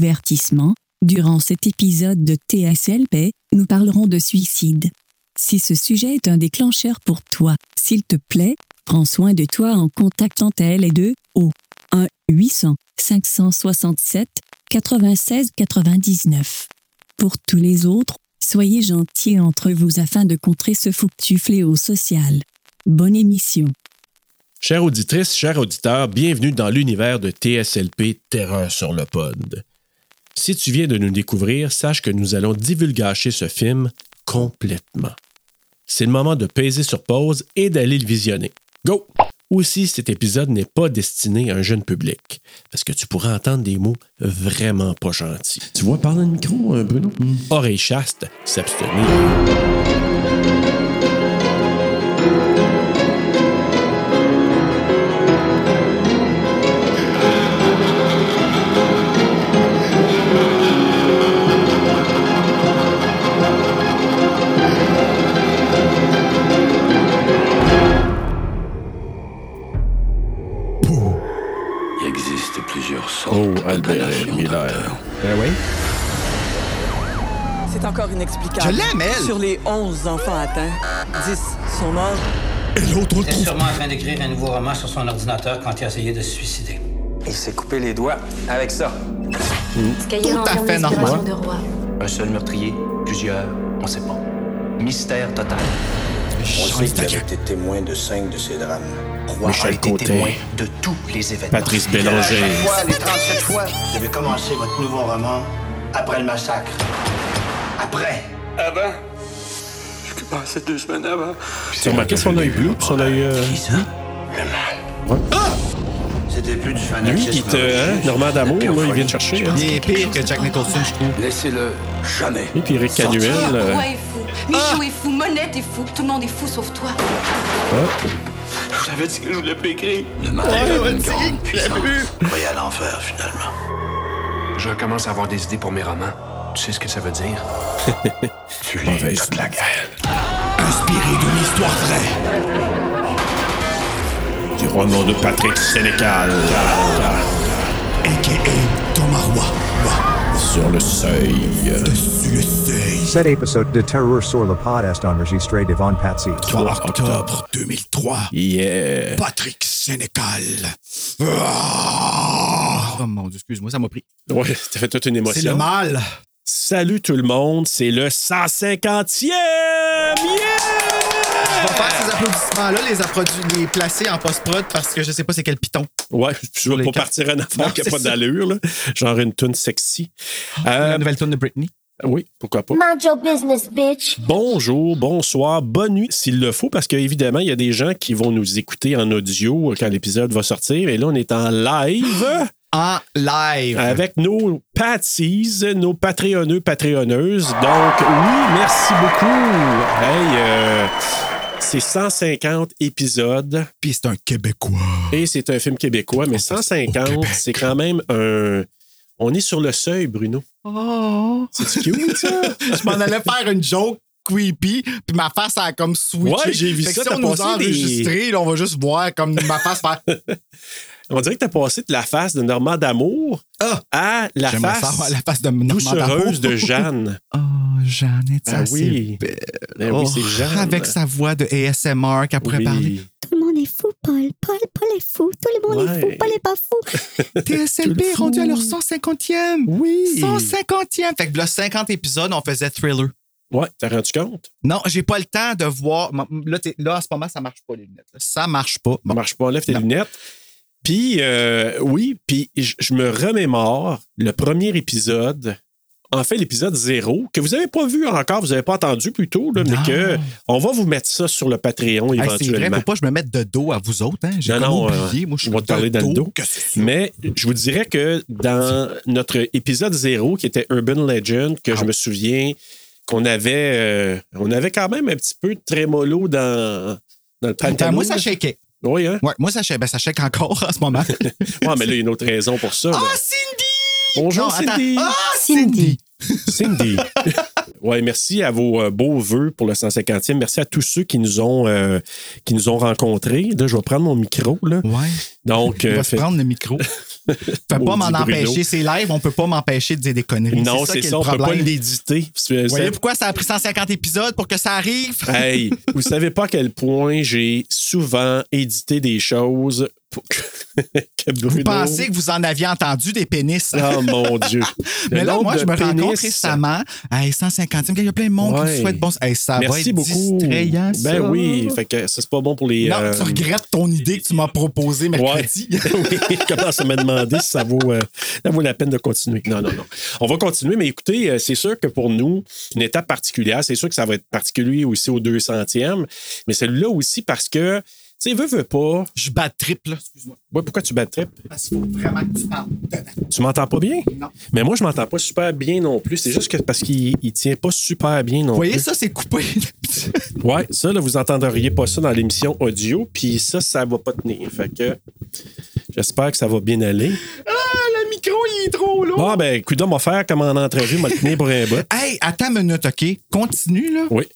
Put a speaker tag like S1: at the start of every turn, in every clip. S1: Avertissement. Durant cet épisode de TSLP, nous parlerons de suicide. Si ce sujet est un déclencheur pour toi, s'il te plaît, prends soin de toi en contactant TLE2 au 1 800 567 96 99. Pour tous les autres, soyez gentils entre vous afin de contrer ce foutu fléau social. Bonne émission.
S2: Chères auditrices, chers auditeurs, bienvenue dans l'univers de TSLP Terreur sur le Pod. Si tu viens de nous découvrir, sache que nous allons divulgacher ce film complètement. C'est le moment de peser sur pause et d'aller le visionner. Go! Aussi, cet épisode n'est pas destiné à un jeune public, parce que tu pourras entendre des mots vraiment pas gentils.
S3: Tu vois, parle dans le micro, euh, Bruno.
S4: Mm.
S2: Oreille chaste, s'abstenir.
S4: Ah,
S5: Il existe plusieurs sortes
S2: Oh, Albert
S5: d'alternations,
S2: Miller.
S5: docteur.
S2: Ben oui?
S6: C'est encore inexplicable.
S7: Je l'aime, elle!
S6: Sur les 11 enfants atteints, 10 sont morts.
S8: Il est sûrement en train d'écrire un nouveau roman sur son ordinateur quand il a essayé de se suicider.
S4: Il s'est coupé les doigts avec ça.
S9: Tout
S7: à fait normal.
S9: De roi.
S4: Un seul meurtrier, plusieurs, on sait pas. Mystère total.
S5: On sait qu'il avait été témoin de cinq de ces drames.
S4: Roi a
S2: Michel
S4: été
S2: Côté.
S4: témoin de tous les événements.
S2: Patrice Bélanger.
S4: Et à chaque fois, les 37 fois,
S5: Vous avez commencé votre nouveau roman après le massacre. Après.
S4: avant,
S5: Je passé Ah, deux semaines avant.
S2: Tu remarqué son œil bleu, son œil. euh,
S5: C'était plus du
S2: Lui
S5: fanatisme.
S2: qui te. Hein, Normand d'amour, là, il vient te chercher. hein.
S7: Il est pire que Jack Nicholson, je trouve.
S5: Laissez-le jamais.
S2: Et puis Rick Canuel. euh,
S9: Roi est fou, Michou est fou, Monette est fou, tout le monde est fou sauf toi.
S5: Je savais ce que je voulais pécrire. Le mal avait une grande puissance. Voyez à l'enfer, finalement.
S4: je commence à avoir des idées pour mes romans. Tu sais ce que ça veut dire?
S5: Tu
S2: Mauvaise
S5: lis toute la guerre. Inspiré d'une histoire vraie.
S2: Du roman de Patrick Sénécal.
S5: A.K.A. Thomas
S2: Sur le seuil.
S5: Dessus le seuil.
S10: Said episode de Terror sur le pod est enregistré devant Patsy.
S5: 3 octobre 2003.
S2: Yeah.
S5: Patrick Sénécal.
S7: Oh mon dieu, excuse-moi, ça m'a pris.
S2: Ouais, ça fait toute une
S7: C'est le
S2: émotion.
S7: mal.
S2: Salut tout le monde, c'est le 150e!
S7: On
S2: Yeah!
S7: va faire ces applaudissements-là, les, approdu- les placer en post-prod parce que je sais pas c'est quel piton.
S2: Ouais, je veux
S7: les
S2: pas
S7: cartes.
S2: partir en
S7: Non,
S2: affaire qui a
S7: c'est
S2: pas
S7: ça. Ah,
S2: d'allure, là. Genre une toune sexy.
S7: La
S2: Euh,
S7: nouvelle tune de Britney.
S2: oui, pourquoi pas.
S9: Mind your business, bitch.
S2: Bonjour, bonsoir, bonne nuit s'il le faut, parce qu'évidemment, il y a des gens qui vont nous écouter en audio euh, quand l'épisode va sortir. Et là, on est en live
S7: En live.
S3: Euh,
S2: avec nos patsies, nos patreonneux, patreonneuses. Donc, oui, merci beaucoup. Hey, euh, c'est 150 épisodes
S7: Puis c'est un Québécois.
S2: et c'est un film québécois, mais 150, c'est quand même un. On est sur le seuil, Bruno.
S7: Oh.
S2: C'est cute, ça?
S7: Je m'en allais faire une joke creepy, puis ma face a comme switché.
S2: Ouais, j'ai vu
S7: Fait que
S2: ça,
S7: Si
S2: t'as
S7: on nous
S2: passé
S7: a
S2: des-
S7: enregistré, là, on va juste voir comme ma face faire.
S2: On dirait que t'as passé de la face de Normand d'amour
S7: Ah!
S2: à la
S7: J'aimerais
S2: face
S7: savoir la face de Normand
S2: doucereuse
S7: Dafoe.
S2: de Jeanne.
S7: Oh, Jeannette, ça
S2: Ah
S7: c'est
S2: oui.
S7: belle.
S2: Ben oui,
S7: Oh,
S2: c'est Jeanne.
S7: Avec sa voix de ASMR qu'elle pourrait
S2: Oui.
S7: parler.
S9: Tout le monde est fou, Paul. Paul, Paul est fou. Tout le monde est fou.
S2: Ouais.
S9: Paul est pas fou.
S7: TSLP est rendu à leur 150e.
S2: Oui.
S7: 150e. Fait que là, 50 épisodes, on faisait thriller.
S2: Ouais, t'as rendu compte?
S7: Non, j'ai pas le temps de voir. Là, t'es- là, en ce moment, ça marche pas, les lunettes. là. Ça marche pas.
S2: Ça
S7: Bon.
S2: marche pas, lève tes
S7: Non.
S2: lunettes. Puis, euh, oui, puis je je me remémore le premier épisode, en fait l'épisode zéro, que vous n'avez pas vu encore, vous n'avez pas entendu plus tôt, là, mais
S7: Non.
S2: que on va vous mettre ça sur le Patreon
S7: Hey, c'est vrai,
S2: éventuellement.
S7: faut pas que je me mette de dos à vous autres. Hein. J'ai
S2: Non,
S7: comme
S2: non,
S7: oublié.
S2: euh,
S7: Moi, je suis
S2: on va te parler dans le dos.
S7: que c'est ça.
S2: mais je vous dirais que dans notre épisode zéro, qui était Urban Legend, que
S7: Ah.
S2: je me souviens qu'on avait, euh, on avait quand même un petit peu de trémolo dans, dans le
S7: Ben,
S2: pantano.
S7: moi, ça
S2: là.
S7: shakeait.
S2: Oui, hein?
S7: Ouais, moi, ça shake. Ben, ça shake encore en ce moment.
S2: Ouais, mais là, il y a une autre raison pour ça.
S7: Ah,
S2: là.
S7: Cindy!
S2: Bonjour,
S7: Non, attends.
S2: Cindy!
S7: Ah, Cindy!
S2: Cindy. ouais, merci à vos euh, beaux vœux pour le 150e. Merci à tous ceux qui nous ont, euh, qui nous ont rencontrés. Là, je vais prendre mon micro. Là.
S7: Ouais,
S2: Donc,
S7: on
S2: euh,
S7: va se
S2: fait-
S7: prendre le micro. Je peux pas
S2: Maudit
S7: m'en
S2: Bruno.
S7: empêcher. C'est live, on peut pas m'empêcher de dire des conneries.
S2: Non, c'est
S7: qui est
S2: ça,
S7: le
S2: on peut pas
S7: problème.
S2: l'éditer. C'est-
S7: Vous voyez pourquoi ça a pris 150 épisodes pour que ça arrive?
S2: Hey, vous savez pas à quel point j'ai souvent édité des choses pour que, que Bruno...
S7: Vous pensez que vous en aviez entendu des pénis. hein?
S2: Oh mon Dieu. Le
S7: Mais là,
S2: nombre
S7: moi,
S2: de
S7: je me rends compte
S2: pénis-
S7: récemment, hey, 150e, il y a plein de monde qui
S2: Ouais.
S7: me souhaite bon. Hey, ça va
S2: Merci
S7: être
S2: beaucoup.
S7: distrayant, ça.
S2: ben oui, fait que ça, c'est pas bon pour les.
S7: Non,
S2: euh,
S7: tu regrettes ton idée que tu m'as proposée
S2: Ouais.
S7: mercredi.
S2: oui, commence à me demander si ça vaut, euh, ça vaut la peine de continuer. Non, non, non. On va continuer, mais écoutez, euh, c'est sûr que pour nous, une étape particulière, c'est sûr que ça va être particulier aussi au 200e, mais celui-là aussi parce que, tu sais, veux, veux pas.
S7: Je bats triple, là, excuse-moi.
S2: Ouais, pourquoi tu bats trip?
S7: Parce qu'il faut vraiment que tu parles dedans.
S2: Tu m'entends pas bien?
S7: Non.
S2: Mais moi, je m'entends pas super bien non plus. C'est juste que parce qu'il il tient pas super bien non
S7: Vous voyez,
S2: plus.
S7: ça, c'est coupé.
S2: Ouais, ça, là, vous entendriez pas ça dans l'émission audio, puis ça, ça va pas tenir. Fait que j'espère que ça va bien aller.
S7: le micro, il est trop lourd.
S2: Bon, ben, Coudon m'a faire comme en entrevue, m'a le tenir pour un bout.
S7: Hey, attends une minute, OK? Continue, là.
S2: Oui.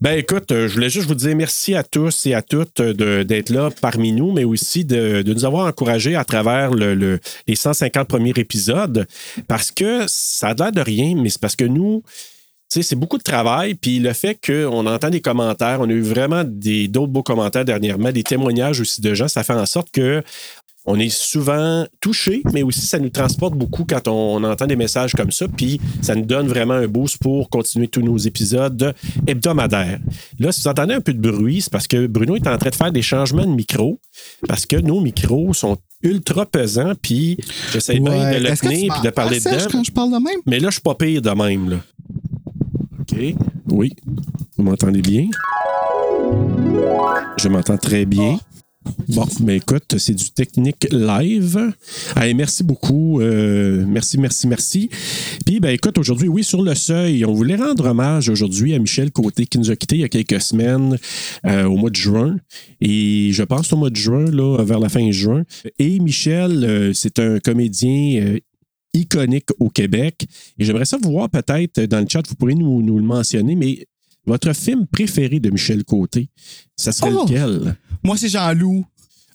S2: Ben écoute, euh, je voulais juste vous dire merci à tous et à toutes euh, de- d'être là parmi nous, mais aussi de, de nous avoir encouragés à travers le- le- les 150 premiers épisodes, parce que ça a l'air de rien, mais c'est parce que nous, tu sais, c'est beaucoup de travail, puis le fait qu'on entend des commentaires, on a eu vraiment des- d'autres beaux commentaires dernièrement, des témoignages aussi de gens, ça fait en sorte que on est souvent touché, mais aussi ça nous transporte beaucoup quand on, on entend des messages comme ça. Puis ça nous donne vraiment un boost pour continuer tous nos épisodes hebdomadaires. Là, si vous entendez un peu de bruit, c'est parce que Bruno est en train de faire des changements de micro parce que nos micros sont ultra pesants. Puis j'essaie bien de le
S7: Est-ce que tu
S2: tenir puis de
S7: m'entends,
S2: parler
S7: Serge,
S2: dedans.
S7: quand je parle de même?
S2: Mais là, je suis pas pire de même. Là. OK. Oui. Vous m'entendez bien? Je m'entends très bien. Bon, mais écoute, c'est du technique live. Allez, merci beaucoup. euh, merci, merci, merci. Puis, ben écoute, aujourd'hui, oui, sur le seuil, on voulait rendre hommage aujourd'hui à Michel Côté qui nous a quittés il y a quelques semaines euh, au mois de juin. Et je pense au mois de juin, là, vers la fin juin. Et Michel, euh, c'est un comédien euh, iconique au Québec. Et j'aimerais ça vous voir peut-être dans le chat, vous pourrez nous, nous le mentionner, mais votre film préféré de Michel Côté, ça serait
S7: Oh!
S2: lequel?
S7: Moi, c'est Jean-Loup.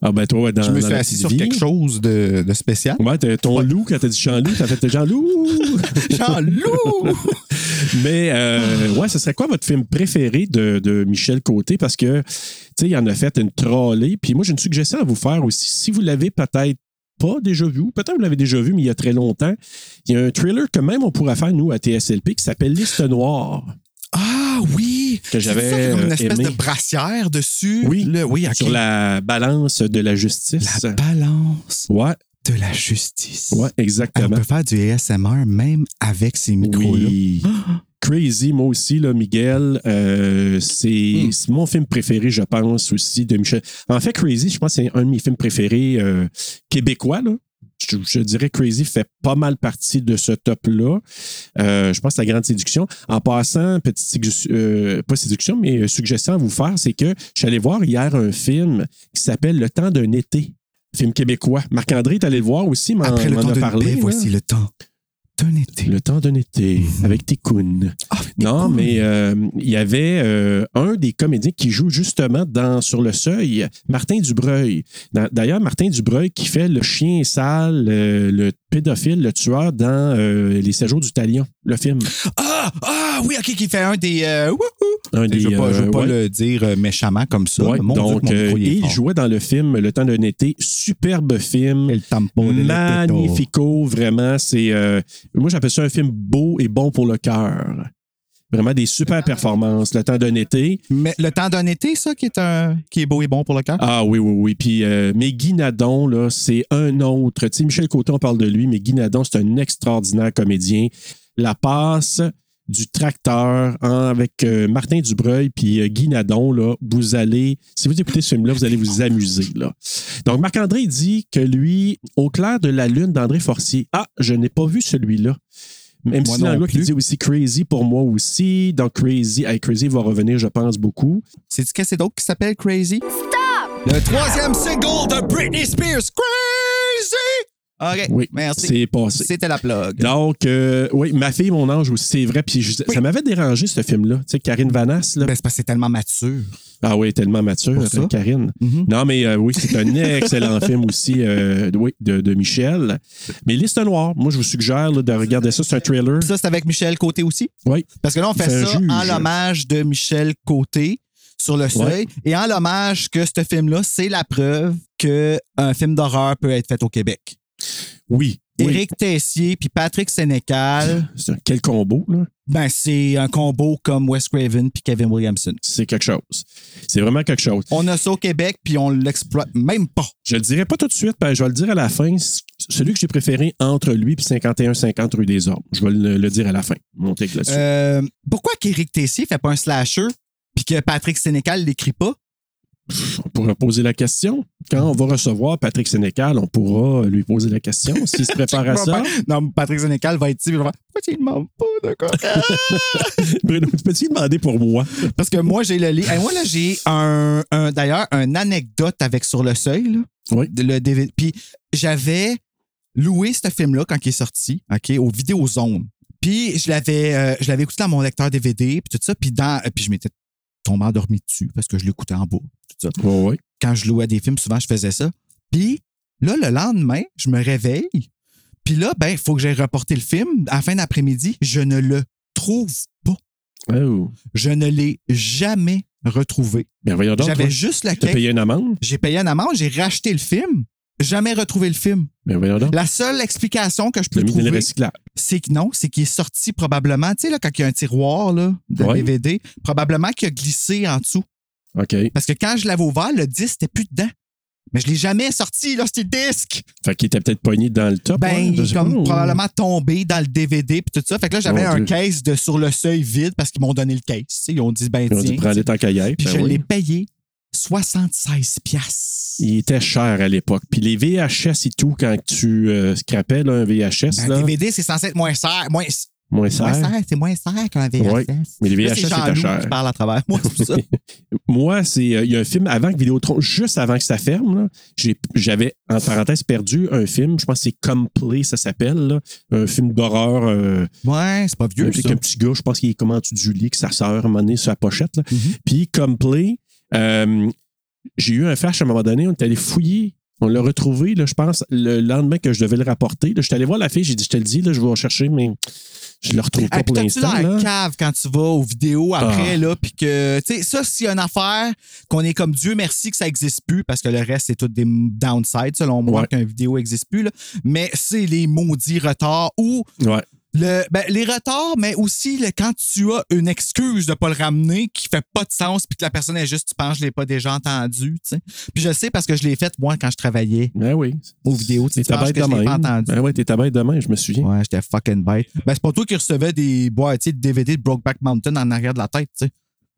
S2: Ah ben toi, dans
S7: Je me
S2: dans
S7: suis
S2: la
S7: assis
S2: petite
S7: sur
S2: vie.
S7: quelque chose de, de spécial.
S2: Ouais, t'as- ton loup, quand t'as dit Jean-Loup, t'as fait Jean-Loup!
S7: Jean-Loup!
S2: Mais euh, ouais, ce serait quoi votre film préféré de, de Michel Côté? Parce que, tu sais, il en a fait une trollée. Puis moi, j'ai une suggestion à vous faire aussi. Si vous l'avez peut-être pas déjà vu, ou peut-être vous l'avez déjà vu, mais il y a très longtemps, il y a un thriller que même on pourrait faire, nous, à TSLP, qui s'appelle Liste Noire.
S7: Ah oui!
S2: Que j'avais,
S7: C'est ça, comme une
S2: euh,
S7: espèce
S2: aimé.
S7: de brassière dessus.
S2: Oui.
S7: Le- oui, ok.
S2: Sur la balance de la justice.
S7: La balance
S2: Ouais,
S7: de la justice.
S2: ouais,
S7: Hey, on
S2: exactement.
S7: peut faire du ASMR même avec ces micros-là.
S2: Oui. Crazy, moi aussi, là, Miguel. euh, c'est
S7: Hmm.
S2: c'est mon film préféré, je pense, aussi, de Michel. En fait, Crazy, je pense que c'est un de mes films préférés euh, québécois. Là. Je, je dirais Crazy fait pas mal partie de ce top-là. Euh, je pense à la grande séduction. En passant, petite sédu- euh, pas séduction, mais euh, suggestion à vous faire, c'est que je suis allé voir hier un film qui s'appelle Le temps d'un été. Film québécois. Marc-André est allé le voir aussi, m'en
S7: Après le
S2: m'en
S7: temps
S2: a
S7: de
S2: parlé. là.
S7: voici le temps d'un été.
S2: Le temps d'un été avec Tikkun.
S7: Mhm. Ah,
S2: Non,
S7: cool.
S2: mais euh, il y avait euh, un des comédiens qui joue justement dans Sur le seuil, Martin Dubreuil. Dans- D'ailleurs, Martin Dubreuil qui fait le chien sale, euh, le pédophile, le tueur dans euh, Les séjours du Talion, le film.
S7: Ah! Ah! Oui, OK, qui fait un des... euh, wouhou.
S2: Un
S7: je ne veux pas, je veux
S2: euh,
S7: pas
S2: ouais.
S7: le dire euh, méchamment comme ça.
S2: Ouais,
S7: mais mon
S2: donc,
S7: Dieu, que mon micro,
S2: euh,
S7: il
S2: et
S7: est
S2: il
S7: fort.
S2: jouait dans le film Le temps d'un été, superbe film.
S7: Et le tempo de la tête, oh.
S2: Magnifico, vraiment. C'est, euh, moi, j'appelle ça un film beau et bon pour le cœur. Vraiment des super performances. Le temps d'un été.
S7: Mais le temps d'un été, ça, qui est, un, qui est beau et bon pour le cœur.
S2: Ah oui, oui, oui. Puis, euh, mais Guy Nadon, là, c'est un autre. Tu sais, Michel Coton, on parle de lui, mais Guy Nadon, c'est un extraordinaire comédien. La passe du tracteur hein, avec euh, Martin Dubreuil puis euh, Guy Nadon, là, vous allez, si vous écoutez ce film-là, vous allez vous amuser. Là. Donc, Marc-André dit que lui, Au clair de la lune d'André Forcier, ah, je n'ai pas vu celui-là. Même
S7: Moi
S2: si
S7: non
S2: l'anglais qui
S7: plus.
S2: dit aussi Crazy pour moi aussi. Donc, Crazy, hey, Crazy va revenir, je pense, beaucoup.
S7: C'est du c'est d'autre qui s'appelle Crazy? Stop! Le troisième single de Britney Spears, Crazy! OK.
S2: Oui,
S7: Merci.
S2: c'est passé.
S7: C'était la plug.
S2: Donc, euh, oui, ma fille, mon ange aussi, c'est vrai. Puis je-
S7: Oui.
S2: ça m'avait dérangé, ce film-là. Tu sais, Karine Vanasse, là.
S7: Ben, c'est parce que c'est tellement mature.
S2: Ah oui, tellement mature,
S7: Pour ça.
S2: euh, Karine.
S7: Mhm.
S2: Non, mais euh, oui, c'est un excellent film aussi euh, de- oui, de, de Michel. Mais Liste Noire, moi, je vous suggère là, de regarder ça. C'est un trailer.
S7: Puis ça, c'est avec Michel Côté aussi.
S2: Oui.
S7: Parce que là, on fait
S2: C'est un
S7: ça
S2: juge.
S7: en l'hommage de Michel Côté sur le seuil et en l'hommage que ce film-là, c'est la preuve qu'un film d'horreur peut être fait au Québec.
S2: Oui. oui.
S7: Éric Tessier puis Patrick Sénécal,
S2: C'est un- Quel combo, là.
S7: ben, c'est un combo comme Wes Craven puis Kevin Williamson.
S2: C'est quelque chose. C'est vraiment quelque chose.
S7: On a ça au Québec puis on l'exploite même pas.
S2: Je le dirai pas tout de suite, ben, je vais le dire à la fin. C- Celui que j'ai préféré entre lui et 51-50 rue des Orbes. Je vais le, le dire à la fin. Mon take là-dessus.
S7: Euh, pourquoi qu'Éric Tessier fait pas un slasher puis que Patrick Sénécal l'écrit pas?
S2: On pourra poser la question. Quand on va recevoir Patrick Sénécal, on pourra lui poser la question s'il se prépare à ça.
S7: Non, mais Patrick Sénécal va être ici, il va faire, pourquoi il demande pas de quoi?
S2: Bruno, peux-tu demander pour moi?
S7: Parce que moi, j'ai le livre. Hey, moi, là, j'ai un, un- d'ailleurs, une anecdote avec Sur le Seuil. là.
S2: Oui.
S7: De- Le DVD. Puis j'avais loué ce film-là quand il est sorti, OK, au Vidéozone. Puis je l'avais, euh, je l'avais écouté dans mon lecteur DVD, puis tout ça. Puis, dans, euh, puis je m'étais tombé endormi dessus parce que je l'écoutais en boucle, tout ça.
S2: Oui, oui.
S7: Quand je louais des films, souvent, je faisais ça. Puis là, le lendemain, je me réveille. Puis là, ben, il faut que j'aille reporter le film. À la fin d'après-midi, je ne le trouve pas.
S2: Oh.
S7: Je ne l'ai jamais retrouvé.
S2: Bien, voyons donc.
S7: J'avais
S2: toi.
S7: juste la
S2: T'as
S7: cake.
S2: payé une amende?
S7: J'ai payé un amende, j'ai racheté le film. Jamais retrouvé le film.
S2: Bien, Ben, voyons donc.
S7: La seule explication que je
S2: Tu
S7: peux
S2: l'as mis dans le
S7: trouver,
S2: recyclage.
S7: c'est que non, c'est qu'il est sorti probablement, tu sais, là, quand il y a un tiroir là, de
S2: Ouais.
S7: DVD, probablement qu'il a glissé en dessous.
S2: OK.
S7: Parce que quand je l'avais ouvert, le disque n'était plus dedans. Mais je l'ai jamais sorti, là, c'était disque.
S2: Fait qu'il était peut-être pogné dans le top.
S7: Ben,
S2: ouais,
S7: il
S2: je
S7: est
S2: sais
S7: comme
S2: pas, ou-
S7: probablement tombé dans le DVD puis tout ça. Fait que là, j'avais
S2: Mon
S7: un
S2: Dieu.
S7: case de sur le seuil vide parce qu'ils m'ont donné le case. tu sais. Ils ont dit, ben,
S2: Ils ont dit,
S7: tiens.
S2: prends-les tant qu'à y être.
S7: Puis
S2: Ben
S7: je
S2: oui.
S7: l'ai payé 76 piastres.
S2: Il était cher à l'époque. Puis les VHS et tout, quand tu euh, scrapais là, un VHS,
S7: Ben,
S2: là,
S7: Un DVD, c'est censé être moins cher. Moins,
S2: moins
S7: moins
S2: cher.
S7: cher, c'est moins cher qu'un VHS.
S2: Oui, mais les
S7: Là,
S2: VHS
S7: c'est
S2: étaient
S7: Jean-Loup
S2: chers.
S7: qui parle à travers moi, c'est pour ça.
S2: Moi, c'est euh, il y a un film avant que Vidéotron, juste avant que ça ferme, là, j'ai- j'avais, en parenthèse, perdu un film. Je pense que c'est Complay, ça s'appelle. là. Un film d'horreur euh,
S7: ouais, c'est pas vieux,
S2: avec
S7: ça.
S2: un petit gars, je pense qu'il est comme en dessous du lit, que sa sœur, à un moment donné, sur la pochette. là.
S7: Mhm.
S2: Puis, comme play, euh, j'ai eu un flash à un moment donné, on est allé fouiller. On l'a retrouvé, là, je pense, le lendemain que je devais le rapporter. Là, je suis allé voir la fille, j'ai dit, je te le dis, là, je vais rechercher, mais je le retrouve pas
S7: Hey, Ah, puis
S2: pour
S7: t'as-tu
S2: l'instant.
S7: la
S2: là. Ah.
S7: cave quand tu vas aux vidéos après, là, puis que, tu sais, ça, s'il y a une affaire qu'on est comme Dieu merci que ça n'existe plus, parce que le reste, c'est tout des downsides, selon moi,
S2: Ouais.
S7: qu'une vidéo n'existe plus, là. Mais c'est les maudits retards ou
S2: Ouais.
S7: le, ben, les retards, mais aussi le, quand tu as une excuse de ne pas le ramener qui fait pas de sens, puis que la personne est juste, tu penses, je l'ai pas déjà entendu, tu sais. Puis je sais parce que je l'ai fait, moi, quand je travaillais
S2: Ben oui.
S7: aux vidéos, tu sais,
S2: T'es
S7: tu penses
S2: bête
S7: que je l'ai pas
S2: demain.
S7: entendu.
S2: Ben ouais, t'es ta bête demain, je me souviens.
S7: Ouais, j'étais fucking bête. Ben, c'est pas toi qui recevais des boîtiers de DVD de Brokeback Mountain en arrière de la tête, tu sais.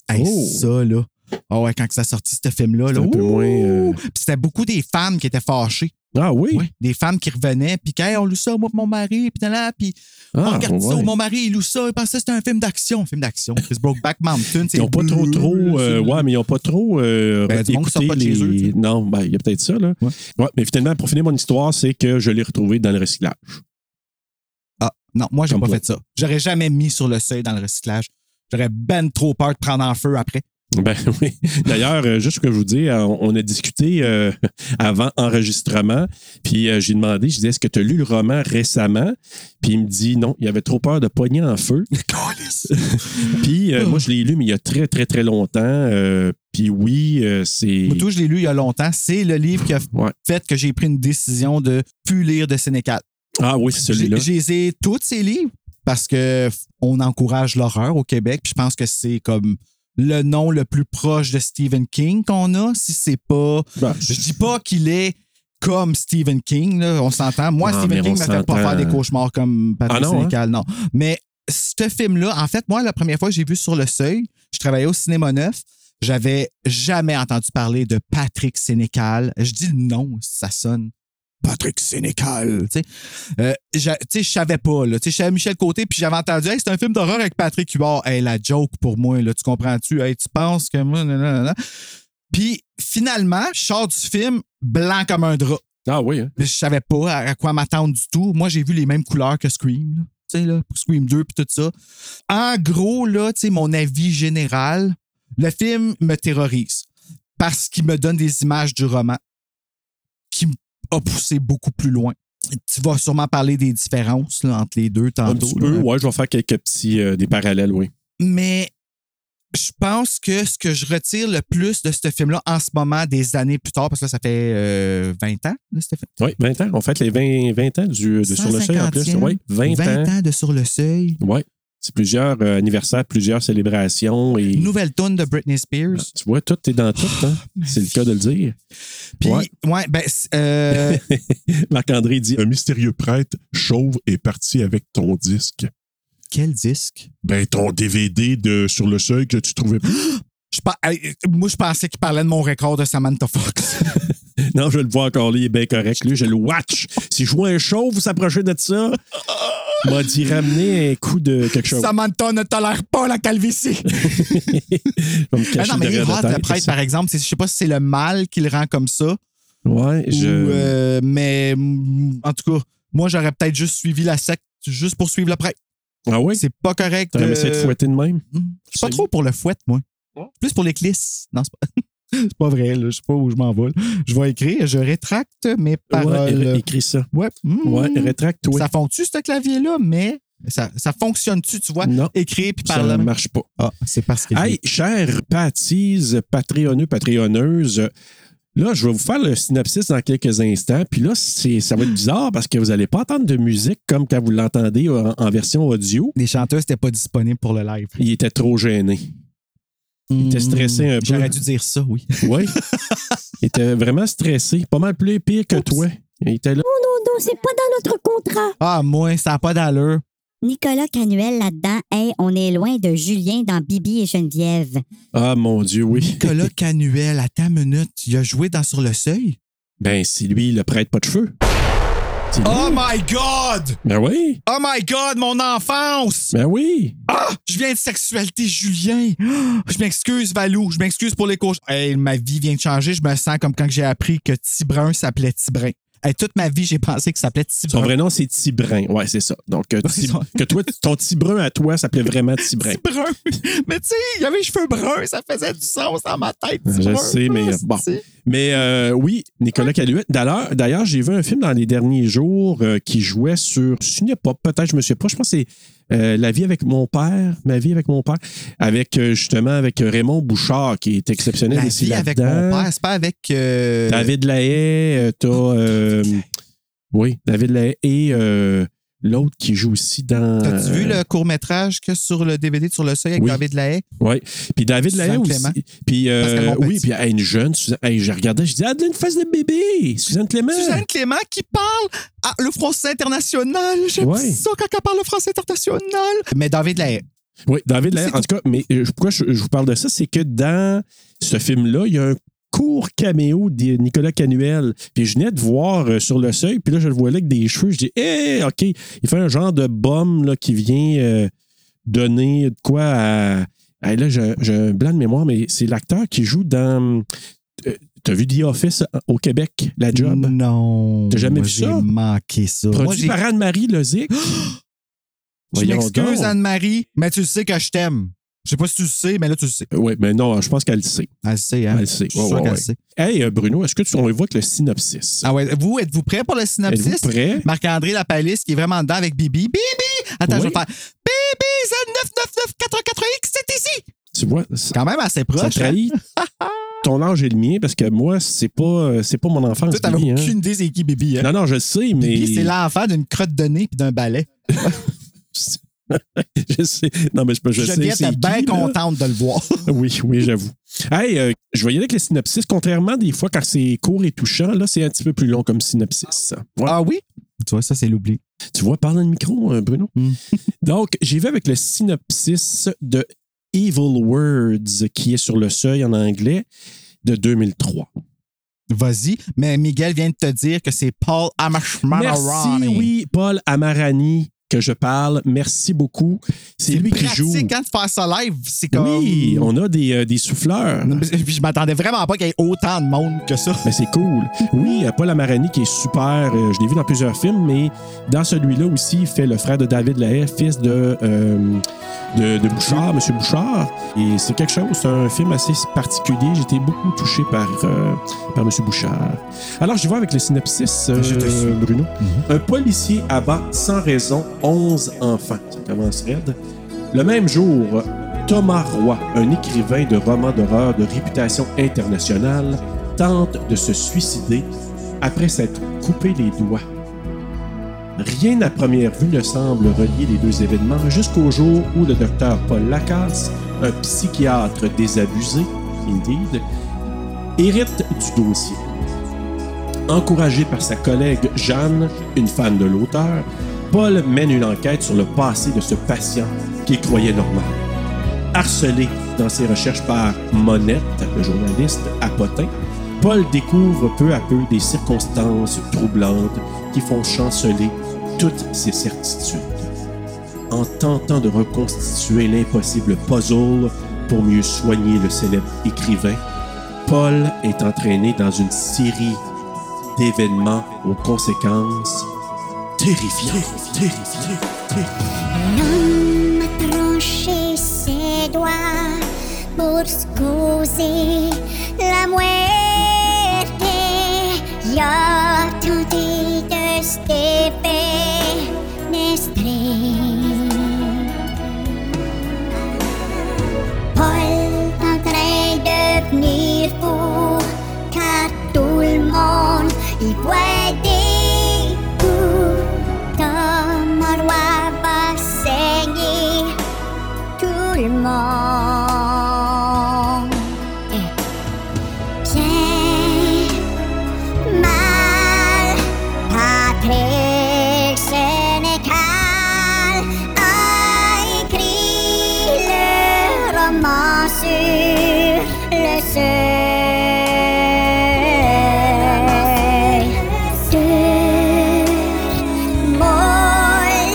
S7: Hey,
S2: Oh.
S7: ça, là. Ah ouais, quand ça a sorti, ce film-là. là,
S2: C'était un peu
S7: ouh!
S2: moins, euh,
S7: Puis c'était beaucoup des femmes qui étaient fâchées.
S2: Ah oui?
S7: Ouais, Des femmes qui revenaient, puis quand on loue ça, moi, pis mon mari, puis là, puis
S2: Ah,
S7: on regarde ça,
S2: ouais.
S7: mon mari, il loue ça, il pensait que c'était un film d'action. Un film d'action. Puis ce Brokeback Mountain, c'est.
S2: Ils n'ont pas trop,
S7: bleu,
S2: trop.
S7: là,
S2: euh,
S7: c'est-
S2: ouais, mais ils n'ont pas trop. Euh,
S7: Ben, du monde qui sort
S2: écouté
S7: pas de chez eux,
S2: les-
S7: tu sais.
S2: Non, ben, il y a peut-être ça, là.
S7: Ouais.
S2: Ouais, mais finalement, pour finir mon histoire, c'est que je l'ai retrouvé dans le recyclage.
S7: Ah, non, moi, j'ai
S2: Comme
S7: pas
S2: toi.
S7: fait ça. J'aurais jamais mis sur le seuil dans le recyclage. J'aurais ben trop peur de prendre en feu après.
S2: Ben oui. D'ailleurs, euh, juste ce que je vous dis, euh, on on a discuté euh, avant enregistrement, puis euh, j'ai demandé, je disais, est-ce que tu as lu le roman récemment? Puis il me dit non, il avait trop peur de poigner en feu. puis euh, moi, je l'ai lu, mais il y a très, très, très longtemps. euh, puis oui, euh, c'est.
S7: Moutou, je l'ai lu il y a longtemps. C'est le livre qui a
S2: Ouais.
S7: fait que j'ai pris une décision de plus lire de Sénécal.
S2: Ah oui, c'est celui-là.
S7: J'ai j'ai tous ces livres parce que f- on encourage l'horreur au Québec. Puis je pense que c'est comme le nom le plus proche de Stephen King qu'on a. Si c'est pas.
S2: Ben,
S7: Je dis pas qu'il est comme Stephen King, là, on s'entend. Moi,
S2: Non, mais
S7: Stephen King
S2: on
S7: me fait pas
S2: s'entend.
S7: faire des cauchemars comme Patrick
S2: Ah non, hein?
S7: Sénécal, non. Mais ce film-là, en fait, moi, la première fois que j'ai vu Sur le Seuil, je travaillais au Cinéma Neuf. J'avais jamais entendu parler de Patrick Sénécal. Je dis le nom, ça sonne. Patrick Sénécal. Tu sais, Euh, j'a- tu sais, je savais pas. là. Tu sais, Je savais Michel Côté, puis j'avais entendu Hey, c'est un film d'horreur avec Patrick Huard. Hey, la joke pour moi, là, tu comprends-tu? Hey, tu penses que moi. nan, nan, nan, nan. Puis finalement, je sors du film blanc comme un drap.
S2: Ah oui, hein?
S7: Mais je savais pas à, à quoi m'attendre du tout. Moi, j'ai vu les mêmes couleurs que Scream. là. Tu sais, là, pour Scream 2 puis tout ça. En gros, là, tu sais, mon avis général, le film me terrorise parce qu'il me donne des images du roman qui m'a poussé beaucoup plus loin. Tu vas sûrement parler des différences là, entre les deux
S2: Un
S7: tantôt.
S2: petit peu,
S7: là.
S2: ouais, je vais faire quelques petits euh, des parallèles, oui.
S7: Mais je pense que ce que je retire le plus de ce film-là en ce moment, des années plus tard, parce que là, ça fait euh, 20 ans, là, ce film.
S2: Oui, 20 ans. On fait les 20, 20 ans du, de Sur le Seuil en plus.
S7: 150e,
S2: Oui, 20,
S7: 20
S2: ans.
S7: ans de Sur le Seuil.
S2: Oui. C'est plusieurs euh, anniversaires, plusieurs célébrations. Et,
S7: Nouvelle tune de Britney Spears.
S2: tu vois, tout est dans tout. Hein? C'est le cas de le dire.
S7: Puis,
S2: ouais.
S7: ouais, ben, c'est, euh,
S2: Marc-André dit
S11: Un mystérieux prêtre chauve est parti avec ton disque.
S7: quel disque?
S11: Ben, ton DVD de Sur le seuil que tu trouvais plus.
S7: Je par- hey, Moi, je pensais qu'il parlait de mon record de Samantha Fox.
S2: Non, je le vois encore là, il est bien correct, lui. Je le watch. Si je vois un show, vous s'approchez de ça. M'a dit ramener un coup de quelque chose.
S7: Samantha ne tolère pas la calvitie.
S2: je vais me
S7: Ah
S2: cacher
S7: non, mais il est
S2: derrière
S7: hot,
S2: la
S7: le
S2: tête.
S7: prêtre, par exemple. C'est- Je sais pas si c'est le mal qui le rend comme ça.
S2: Ouais,
S7: ou,
S2: je.
S7: euh, mais mm, en tout cas, moi, j'aurais peut-être juste suivi la secte, juste pour suivre le prêtre.
S2: Ah oui?
S7: C'est pas correct.
S2: T'aurais
S7: euh,
S2: essayé de fouetter de même?
S7: Mm. Je suis pas trop pour le fouet, moi. Plus pour les clisses. Non, c'est pas... c'est pas vrai, là. Je sais pas où je m'envole. Je vais écrire, je rétracte mes paroles.
S2: Ouais, é- écris ça.
S7: Ouais. Mm.
S2: Ouais, rétracte-toi.
S7: Ça fonctionne, ce clavier-là, mais ça, ça fonctionne-tu, tu vois?
S2: Non,
S7: Écrire puis
S2: ça
S7: parler.
S2: ne marche pas.
S7: Ah, c'est parce que.
S2: Hey, chers patise, patréonneux, patréonneuses, là, je vais vous faire le synopsis dans quelques instants. Puis là, c'est- ça va être bizarre parce que vous n'allez pas entendre de musique comme quand vous l'entendez en, en version audio.
S7: Les chanteuses n'étaient pas disponibles pour le live.
S2: Il était trop gêné.
S7: Il
S2: était stressé un peu.
S7: J'aurais dû dire ça, oui.
S2: Oui. Il était vraiment stressé. Pas mal plus pire que
S7: Oups.
S2: toi. Il était là.
S1: Non, c'est pas dans notre contrat.
S7: Ah, moi, ça n'a pas d'allure.
S1: Nicolas Canuel là-dedans, hey, on est loin de Julien dans Bibi et Geneviève.
S2: Ah, mon Dieu, oui.
S7: Nicolas Canuel, à ta minute, il a joué dans Sur le Seuil.
S2: Ben, c'est lui, le prêtre pas de feu. C'est lui.
S7: Oh my God!
S2: Ben oui.
S7: Oh my God, mon enfance!
S2: Ben oui.
S7: Ah! Je viens de sexualité, Julien! Ah, Je m'excuse, Valou. Je m'excuse pour les couches. Hey, ma vie vient de changer. Je me sens comme quand j'ai appris que Tibrin s'appelait Tibrin. Hey, toute ma vie, j'ai pensé que ça s'appelait
S2: Son
S7: Tibrin.
S2: vrai nom, c'est Tibrin. Ouais, c'est ça. Donc, euh,
S7: Ah. c'est
S2: Tib- que toi, ton Tibrin à toi s'appelait vraiment Tibrin.
S7: Tibrin! Mais tu sais, il avait les cheveux bruns, ça faisait du sens dans ma tête.
S2: Je
S7: Tibrin.
S2: sais, mais,
S7: Ah,
S2: bon.
S7: c'est-
S2: Mais euh, oui,
S7: Ah.
S2: Nicolas Caluette. D'ailleurs, d'ailleurs, j'ai vu un film dans les derniers jours euh, qui jouait sur Cinépop. Peut-être, je me souviens pas. Je pense que c'est euh, La vie avec mon père, Ma vie avec mon père, avec euh, justement avec Raymond Bouchard qui est exceptionnel
S7: La
S2: ici
S7: vie avec mon
S2: là-dedans.
S7: père, Oh, c'est pas avec. euh,
S2: David Lahaye, euh, t'as euh, oui, David Lahaye et euh, l'autre qui joue aussi dans.
S7: T'as-tu vu le court-métrage que sur le DVD de sur le seuil avec
S2: Euh. oui.
S7: David Lahaye?
S2: Oui. Puis David Lahaye
S7: Suzanne
S2: aussi.
S7: Clément.
S2: Puis euh,
S7: Pascal Montpetit.
S2: oui, puis hey, une jeune. Suzanne- hey, je regardais, je disais, ah, elle a une face de bébé. Suzanne Clément.
S7: Suzanne Clément qui parle ah, le français international. J'aime
S2: Ouais.
S7: ça quand elle parle le français international. Mais David Lahaye.
S2: Oui, David Lahaye. En tout cas, mais euh, pourquoi je, je vous parle de ça, c'est que dans ce film-là, il y a un court caméo de Nicolas Canuel. Puis je venais de voir euh, sur le seuil, puis là, je le vois là avec des cheveux. Je dis, hé, OK. Il fait un genre de bombe là, qui vient euh, donner de quoi à. Hey, là, j'ai j'ai un blanc de mémoire, mais c'est l'acteur qui joue dans. euh, T'as vu The Office euh, au Québec, la job?
S7: Non.
S2: T'as jamais
S7: Moi,
S2: vu
S7: j'ai
S2: ça?
S7: manqué ça. Moi,
S2: Produit
S7: j'ai-
S2: par Anne-Marie Lozic.
S7: je
S2: Voyons
S7: m'excuse,
S2: donc.
S7: Anne-Marie, mais tu le sais que je t'aime. Je sais pas si tu le sais, mais là, tu le sais.
S2: Oui, mais non, je pense qu'elle le sait.
S7: Elle le sait, hein?
S2: Elle le sait.
S7: Je suis
S2: Ouais,
S7: sûr
S2: ouais,
S7: qu'elle
S2: ouais.
S7: le sait.
S2: Hey, euh, Bruno, est-ce que tu on évoque le synopsis?
S7: Ah ouais, vous, êtes-vous prêt pour le Ah, synopsis?
S2: Êtes-vous prêt?
S7: Marc-André Lapalisse qui est vraiment dedans avec Bibi. Bibi! Attends,
S2: Oui.
S7: je vais faire. Bibi, Z99944X, c'est ici!
S2: Tu vois, ça,
S7: Quand même assez proche.
S2: ça
S7: hein?
S2: trahit ton ange et le mien parce que moi, c'est pas, euh, c'est pas mon enfance.
S7: Toi, t'avais
S2: Bibi, hein.
S7: aucune idée c'est qui Bibi. Hein?
S2: Non, non, je le sais, mais.
S7: Bibi, c'est l'enfant d'une crotte de nez puis d'un balai.
S2: je sais. Non, mais je, je sais.
S7: Juliette
S2: c'est
S7: est bien
S2: qui, là.
S7: contente de le voir.
S2: Oui, oui, j'avoue. Hey, euh, je vais y aller avec le synopsis. Contrairement des fois, quand c'est court et touchant, là, c'est un petit peu plus long comme synopsis. Ouais.
S7: Ah oui? Tu vois, ça, c'est l'oubli.
S2: Tu vois, parle dans le micro, euh, Bruno.
S7: Mm.
S2: Donc, j'y vais avec le synopsis de Evil Words, qui est sur le seuil en anglais, de 2003.
S7: Vas-y. Mais Miguel vient de te dire que c'est Paul Amarshman
S2: Merci, oui, Paul Amarani, que je parle. Merci beaucoup. C'est lui
S7: pratique,
S2: qui joue.
S7: Quand tu passes ça live, c'est comme.
S2: Oui, on a des, euh, des souffleurs.
S7: Puis je m'attendais vraiment pas qu'il y ait autant de monde que ça.
S2: Mais c'est cool. Oui, il y a Paul Amarani qui est super. euh, je l'ai vu dans plusieurs films, mais dans celui-là aussi, il fait le frère de David Lahaye, fils de, euh, de, de Bouchard, M. Bouchard. Et c'est quelque chose, c'est un film assez particulier. J'étais beaucoup touché par, euh, par M. Bouchard. Alors, je vais avec le synopsis, euh,
S7: Je te suis. Mhm.
S2: Bruno. Un policier abat sans raison 11 enfants. Ça commence raide. Le même jour, Thomas Roy, un écrivain de romans d'horreur de réputation internationale, tente de se suicider après s'être coupé les doigts. Rien à première vue ne semble relier les deux événements jusqu'au jour où le docteur Paul Lacasse, un psychiatre désabusé, indeed, hérite du dossier. Encouragé par sa collègue Jeanne, une fan de l'auteur, Paul mène une enquête sur le passé de ce patient qu'il croyait normal. Harcelé dans ses recherches par Monette, le journaliste à Potin, Paul découvre peu à peu des circonstances troublantes qui font chanceler toutes ses certitudes. En tentant de reconstituer l'impossible puzzle pour mieux soigner le célèbre écrivain, Paul est entraîné dans une série d'événements aux conséquences terrifiantes. terrifiantes, terrifiantes.
S9: L'homme a tranché ses doigts pour causer la muerte. Il a tenté de s'élever, Paul est en train de devenir fou, car tout le monde y voit des coups. Comme un roi va saigner tout le monde. Eh. Bien, mal, Patrick Sénécal a écrit le roman sur le seuil. Dur, molle,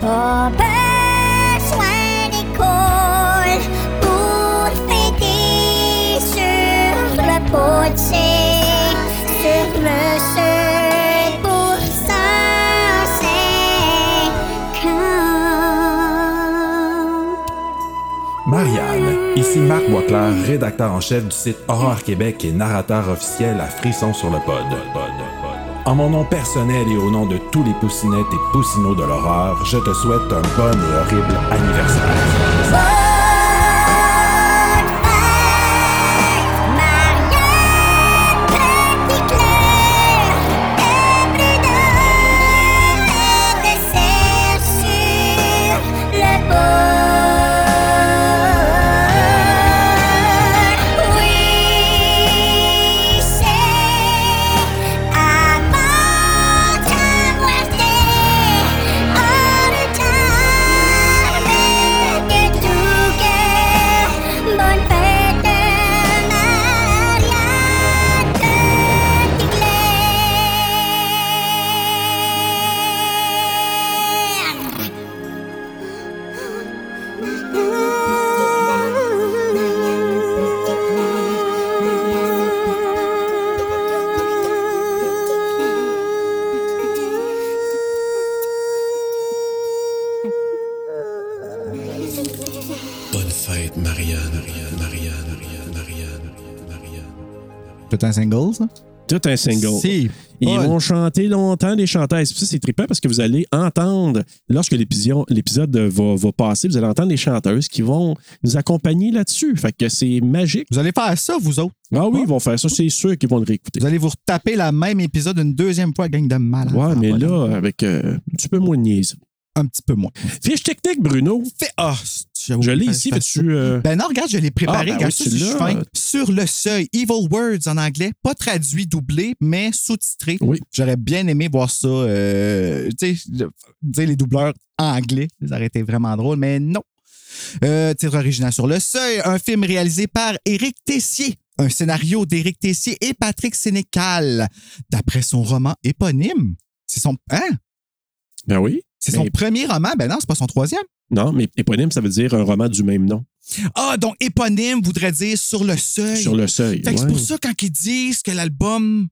S9: pas besoin d'école pour fêter sur le potier, sur le seuil pour s'en
S10: Marianne, ici Marc Boisclair, rédacteur en chef du site Horreur Québec et narrateur officiel à Frisson sur le pod. En mon nom personnel et au nom de tous les poussinettes et poussinots de l'horreur, je te souhaite un bon et horrible anniversaire.
S9: Bonne fête de Marianne de Tiglaire.
S2: Bonne fête, Marianne, Marianne, Marianne, Marianne, Marianne.
S7: Tout un single, ça?
S2: Tout un single.
S7: C'est
S2: Ils
S7: Paul.
S2: vont chanter longtemps les chanteuses. Puis ça, c'est trippant parce que vous allez entendre, lorsque l'épisio- l'épisode va, va passer, vous allez entendre les chanteuses qui vont nous accompagner là-dessus. Fait que c'est magique.
S7: Vous allez faire ça, vous autres.
S2: Ah oui, ils vont faire ça, c'est sûr qu'ils vont le réécouter.
S7: Vous allez vous retaper la même épisode une deuxième fois, gang de malades. Ah,
S2: Ouais, mais là, avec euh, un petit peu moins de niaise.
S7: Un petit peu moins.
S2: Fiche technique, Bruno.
S7: Ah,
S2: Je l'ai ici, fais-tu. euh,
S7: Ben non, regarde, je l'ai
S2: Ah,
S7: préparé.
S2: ben
S7: regarde
S2: oui,
S7: ça,
S2: tu
S7: si je suis
S2: l'as.
S7: fin. Sur le seuil, Evil Words en anglais, pas traduit, doublé, mais sous-titré.
S2: Oui.
S7: J'aurais bien aimé voir ça. euh, tu sais, le- dire les doubleurs en anglais, ça aurait été vraiment drôle, mais non. Euh, titre original sur le seuil, un film réalisé par Éric Tessier. Un scénario d'Éric Tessier et Patrick Sénécal, d'après son roman éponyme. C'est son. Hein?
S2: Ben oui.
S7: C'est son premier roman? Ben non, c'est pas son troisième.
S2: Non, mais éponyme, ça veut dire un roman du même nom.
S7: Ah, donc éponyme voudrait dire sur le seuil.
S2: Sur le seuil.
S7: Fait que C'est
S2: ouais.
S7: pour ça, quand ils disent que l'album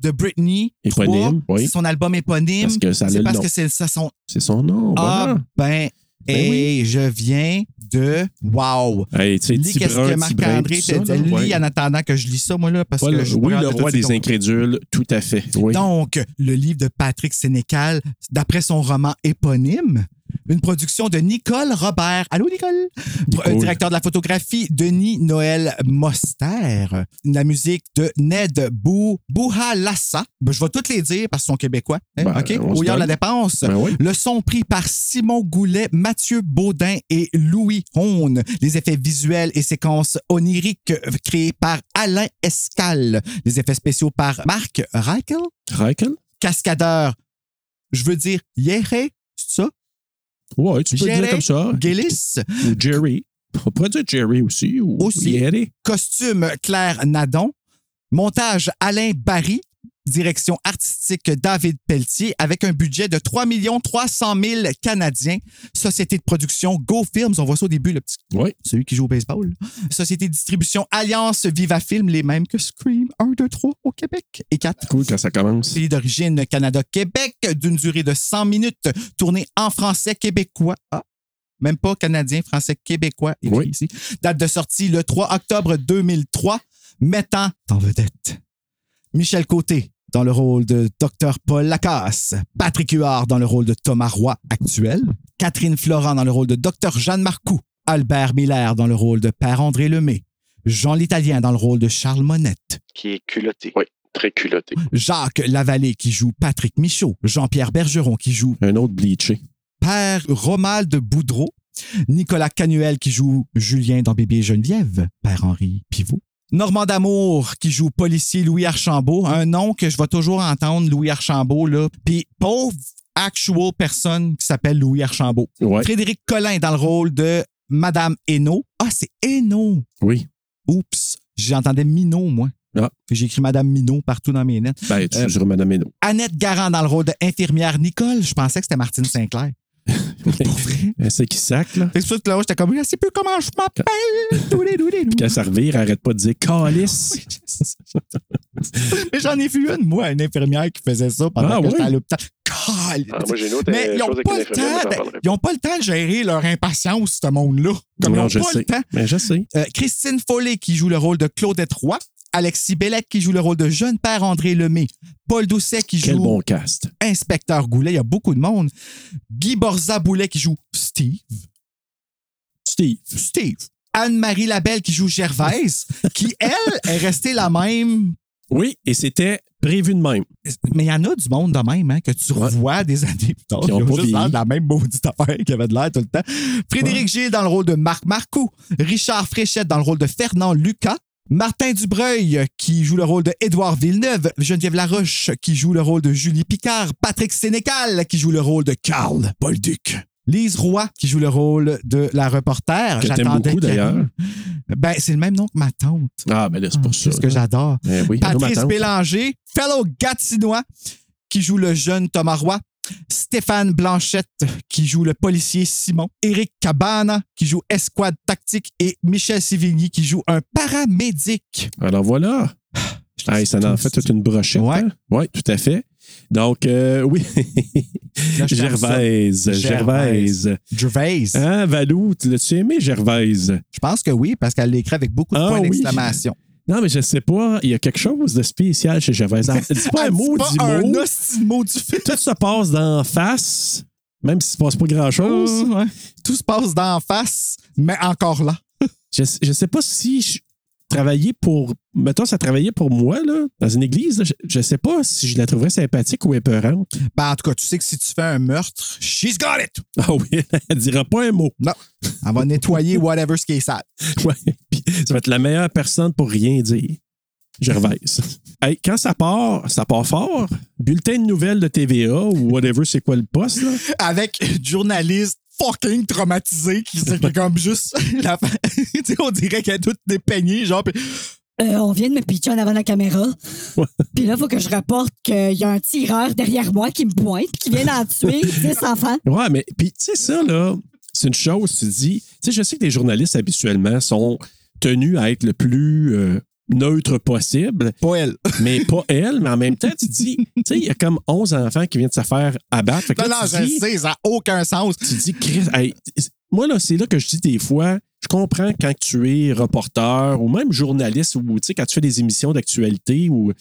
S7: de Britney,
S2: Éponyme,
S7: 3,
S2: oui.
S7: c'est son album éponyme,
S2: Parce que ça a
S7: c'est
S2: le
S7: parce
S2: nom.
S7: que c'est ça son.
S2: C'est son nom.
S7: ah,
S2: voilà.
S7: ben,
S2: Ben
S7: hey, je viens de. Wow!
S2: Hey, tu sais,
S7: Lis
S2: petit
S7: qu'est-ce
S2: brun,
S7: que
S2: petit brun,
S7: Marc-André
S2: tout
S7: te
S2: ça, là,
S7: dit. Lis
S2: ouais.
S7: en attendant que je lis ça, moi, là, parce
S2: Voilà,
S7: que je
S2: oui, le
S7: prends de
S2: roi
S7: toutes ces
S2: des incrédules, tout à fait. Oui.
S7: donc, le livre de Patrick Sénécal, d'après son roman éponyme, une production de Nicole Robert. Allô, Nicole?
S2: Nicole.
S7: Euh, Directeur de la photographie, Denis Noël Moster. La musique de Ned Bou Bouhalassa. Ben, je vais toutes les dire parce qu'ils sont québécois. hein,
S2: Ben,
S7: OK?
S2: on se
S7: Au Yard de la
S2: donne.
S7: dépense.
S2: Ben oui.
S7: Le son pris par Simon Goulet, Mathieu Baudin et Louis Hone. Les effets visuels et séquences oniriques créés par Alain Escal. Les effets spéciaux par Marc Reichel.
S2: Reichel?
S7: Cascadeur, je veux dire Yere, c'est ça?
S2: Ouais, tu peux le dire
S7: Jerry
S2: comme ça.
S7: Gillis.
S2: Ou Jerry. On pourrait dire Jerry aussi. Ou
S7: Aussi.
S2: Jerry.
S7: Costume Claire Nadon. Montage Alain Barry. Direction artistique David Pelletier avec un budget de 3 300 000 Canadiens. Société de production Go Films, on voit ça au début, le petit,
S2: Ouais.
S7: celui qui joue au baseball. Société de distribution Alliance Viva Film, les mêmes que Scream 1, 2, 3 au Québec et 4.
S2: Cool quand ça commence.
S7: Série d'origine Canada-Québec d'une durée de 100 minutes, tournée en français québécois. Ah, même pas canadien, français québécois écrit
S2: Oui.
S7: ici. Date de sortie le 3 octobre 2003, mettant en vedette Michel Côté dans le rôle de Dr Paul Lacasse, Patrick Huard dans le rôle de Thomas Roy actuel, Catherine Florent dans le rôle de Dr Jeanne Marcoux, Albert Miller dans le rôle de Père André Lemay, Jean l'Italien dans le rôle de Charles Monette,
S4: qui est culotté.
S2: Oui, très culotté.
S7: Jacques Lavallée qui joue Patrick Michaud, Jean-Pierre Bergeron qui joue
S2: Un autre bleaché.
S7: Père Romald Boudreau, Nicolas Canuel qui joue Julien dans Bébé et Geneviève, Père Henri Pivot, Normand Damour qui joue policier Louis Archambault, un nom que je vais toujours entendre, Louis Archambault, là, puis pauvre actual personne qui s'appelle Louis Archambault.
S2: Ouais.
S7: Frédéric Collin dans le rôle de Madame Hainaut. Ah, c'est Hainaut!
S2: Oui.
S7: Oups, j'entendais Minot, moi.
S2: Ah.
S7: J'ai écrit Madame Minot partout dans mes lettres.
S2: Ben, tu
S7: Euh,
S2: sur Madame Hénaud.
S7: Annette Garand dans le rôle d'infirmière Nicole. Je pensais que c'était Martine Sinclair.
S2: Elle sait Euh, qui sac, là.
S7: Fait que C'est pour ça que là, j'étais comme, je sais plus comment je m'appelle. Doulé, doulé, doulé.
S2: Puis qu'elle s'en revire, elle arrête pas de dire Calice.
S7: Mais j'en ai vu une, moi, une infirmière qui faisait ça pendant
S2: Ah
S7: que
S2: oui?
S7: j'étais à l'hôpital. Caliste.
S4: Ah, moi, j'ai une autre
S7: Mais
S4: euh,
S7: ils n'ont
S4: chose avec
S7: pas
S4: une
S7: le
S4: infirmière,
S7: temps.
S2: ben,
S4: mais j'en
S7: de-
S4: parlerai
S7: Ils ont pas le temps de gérer leur impatience, ce monde-là. Comme ils
S2: non,
S7: n'ont
S2: je
S7: pas
S2: sais.
S7: le temps.
S2: Mais je sais.
S7: Euh, Christine Follet qui joue le rôle de Claude Étroy. Alexis Bellette qui joue le rôle de jeune père André Lemay. Paul Doucet qui
S2: Quel
S7: joue
S2: bon cast.
S7: Inspecteur Goulet. Il y a beaucoup de monde. Guy Borza Boulet qui joue Steve.
S2: Steve.
S7: Steve. Anne-Marie Labelle qui joue Gervaise, qui, elle, est restée la même.
S2: Oui, et c'était prévu de même.
S7: Mais il y en a du monde de même, hein, que tu revois des années plus tard.
S2: Qui
S7: Ils
S2: ont
S7: ont
S2: pas
S7: juste l'air
S2: vieilli.
S7: de la même maudite affaire qui avait de l'air tout le temps. Frédéric Gilles dans le rôle de Marc Marcoux. Richard Fréchette dans le rôle de Fernand Lucas. Martin Dubreuil euh, qui joue le rôle de Édouard Villeneuve. Geneviève Laroche qui joue le rôle de Julie Picard. Patrick Sénécal qui joue le rôle de Carl Bolduc. Lise Roy qui joue le rôle de la reporter.
S2: Que t'aimes
S7: J'attendais
S2: beaucoup,
S7: qu'elle
S2: d'ailleurs.
S7: arrive. Ben, c'est le même nom que ma tante.
S2: Ah, ben là, c'est
S7: Ah,
S2: pour ça.
S7: C'est ce que j'adore.
S2: Eh oui, allô, ma
S7: Patrice
S2: tante.
S7: Bélanger, fellow Gatinois, qui joue le jeune Thomas Roy. Stéphane Blanchette, qui joue le policier Simon. Éric Cabana, qui joue Escouade Tactique. Et Michel Sivigny, qui joue un paramédic.
S2: Alors voilà. Ah, et ça en fait toute une brochette.
S7: Ouais.
S2: hein? Ouais, tout à fait. Donc, euh, oui.
S7: Là, je t'aime ça.
S2: Gervaise. Gervaise.
S7: Gervais.
S2: Hein, Valou, tu l'as-tu aimé, Gervaise?
S7: Je pense que oui, parce qu'elle l'écrit avec beaucoup de
S2: Ah
S7: points
S2: oui.
S7: d'exclamation.
S2: Non, mais je sais pas, il y a quelque chose de spécial chez Gervaise. Elle dit pas un
S7: Elle dit
S2: mot,
S7: Ah, pas
S2: dit
S7: un
S2: mot.
S7: hostie de mot du film.
S2: Tout se passe d'en face, même s'il se passe pas grand-chose.
S7: Ouais. Tout se passe d'en face, mais encore là.
S2: Je, je sais pas si je travaillais pour. Mettons, ça travaillait pour moi, là, dans une église. là, je, je sais pas si je la trouverais sympathique ou épeurante.
S7: Ben, en tout cas, tu sais que si tu fais un meurtre, she's got it!
S2: Ah oui, elle dira pas un mot.
S7: Non. Elle va nettoyer whatever ce qui est sale.
S2: Ouais. Puis, ça va être la meilleure personne pour rien dire. Gervaise. Hey, quand ça part, ça part fort. Bulletin de nouvelles de TVA ou whatever, c'est quoi le poste, là?
S7: Avec une journaliste fucking traumatisée qui qui est comme juste la fa- tu sais, on dirait qu'elle est toute dépeignée, genre, puis
S6: Euh, on vient de me pitcher en avant de la caméra. Puis là, il faut que je rapporte qu'il y a un tireur derrière moi qui me pointe, qui vient d'en tuer 10 enfants.
S2: Ouais, mais puis tu sais ça, là, c'est une chose, tu dis, tu sais, je sais que les journalistes habituellement sont tenus à être le plus euh, neutre possible.
S7: Pas elle.
S2: Mais pas elle, mais en même temps, tu dis, tu sais, il y a comme 11 enfants qui viennent de se faire abattre. Fait que
S7: Non,
S2: là,
S7: non,
S2: tu
S7: je
S2: dis-
S7: sais, ça n'a aucun sens.
S2: Tu dis, Chris, hey, moi, là, c'est là que je dis des fois, je comprends quand tu es reporter ou même journaliste ou, tu sais, quand tu fais des émissions d'actualité ou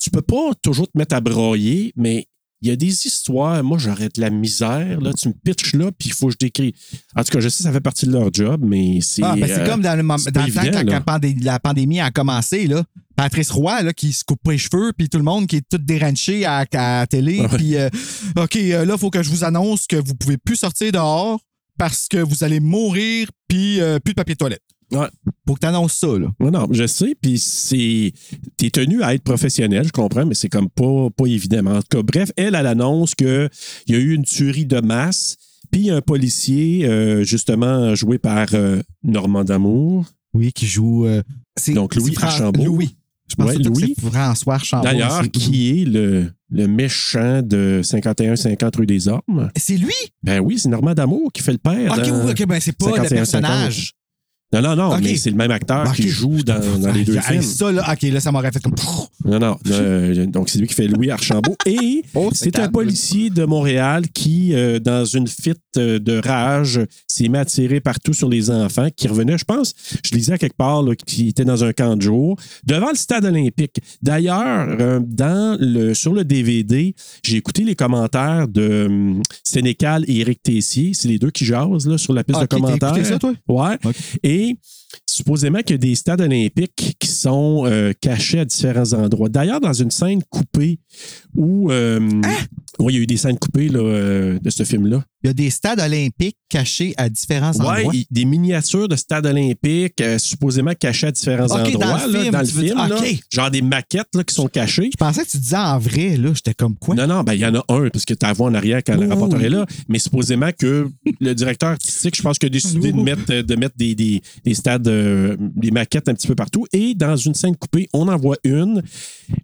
S2: tu peux pas toujours te mettre à broyer, mais il y a des histoires. Moi, j'aurais de la misère. Là, tu me pitches là, puis il faut que je décris. En tout cas, je sais, ça fait partie de leur job, mais c'est.
S7: Ah, ben, c'est
S2: euh,
S7: comme dans le, mom-
S2: c'est
S7: dans
S2: pas
S7: le temps
S2: évident,
S7: quand
S2: là.
S7: la, pandé- la pandémie a commencé, là. Patrice Roy là, qui se coupe les cheveux, puis tout le monde qui est tout déranché à, à la
S2: Ah
S7: télé. Puis, euh, OK, euh, là, il faut que je vous annonce que vous pouvez plus sortir dehors parce que vous allez mourir, puis euh, plus de papier de toilette.
S2: Ouais.
S7: Faut que tu annonces ça, là.
S2: Non, non, je sais, puis c'est. T'es tenu à être professionnel, je comprends, mais c'est comme pas, pas évidemment. En tout cas, bref, elle, elle annonce qu'il y a eu une tuerie de masse, puis il y a un policier, euh, justement, joué par euh, Normand D'Amour.
S7: Oui, qui joue. euh,
S2: Donc, Louis
S7: c'est Fran-
S2: Archambault.
S7: Louis. Je pense
S2: Ouais,
S7: surtout que
S2: Louis.
S7: c'est François Archambault.
S2: D'ailleurs,
S7: C'est-
S2: qui est le, le méchant de 51-50 rue des Ormes?
S7: C'est lui?
S2: Ben oui, c'est Normand D'Amour qui fait le père.
S7: OK,
S2: dans
S7: oui, OK, ben, c'est pas le
S2: 51-50.
S7: personnage.
S2: Non, non, non,
S7: OK. Ben,
S2: mais c'est le même acteur
S7: OK.
S2: Ah, qui joue dans, dans les deux
S7: Hey,
S2: films.
S7: ça, là, OK, là, ça m'aurait fait comme.
S2: Non, non. euh, donc, c'est lui qui fait Louis Archambault. Et c'est un
S7: Oh, table.
S2: policier de Montréal qui, euh, dans une fuite euh, de rage, s'est mis à tirer partout sur les enfants qui revenaient, je pense, je lisais à quelque part, là, qui était dans un camp de jour, devant le stade olympique. D'ailleurs, euh, dans le, sur le DVD, j'ai écouté les commentaires de hum, Sénécal et Éric Tessier. C'est les deux qui jasent là, sur la piste de
S7: Ah, ok, t'as écouté
S2: commentaires.
S7: ça, toi?
S2: Ouais. Et supposément qu'il y a des stades olympiques qui sont euh, cachés à différents endroits. D'ailleurs, dans une scène coupée où. euh,
S7: Hein?
S2: Oui, il y a eu des scènes coupées là, euh, de ce film-là.
S7: Il y a des stades olympiques cachés à différents
S2: Ouais,
S7: endroits.
S2: il- des miniatures de stades olympiques euh, supposément cachées à différents
S7: Ok, dans le
S2: endroits là,
S7: film,
S2: dans le
S7: tu veux
S2: film.
S7: dire-
S2: là.
S7: ok.
S2: genre des maquettes là, qui sont cachées.
S7: Je pensais que tu disais en vrai, là. J'étais comme quoi?
S2: Non, non, ben, il y en a un, parce que tu as voix en arrière quand le
S7: Oui,
S2: rapporteur
S7: Oh, oui. Ah,
S2: est là. Mais supposément que le directeur artistique, je pense qu'il a décidé de mettre, euh, de mettre des, des- des stades, euh, des maquettes un petit peu partout. Et dans une scène coupée, on en voit une.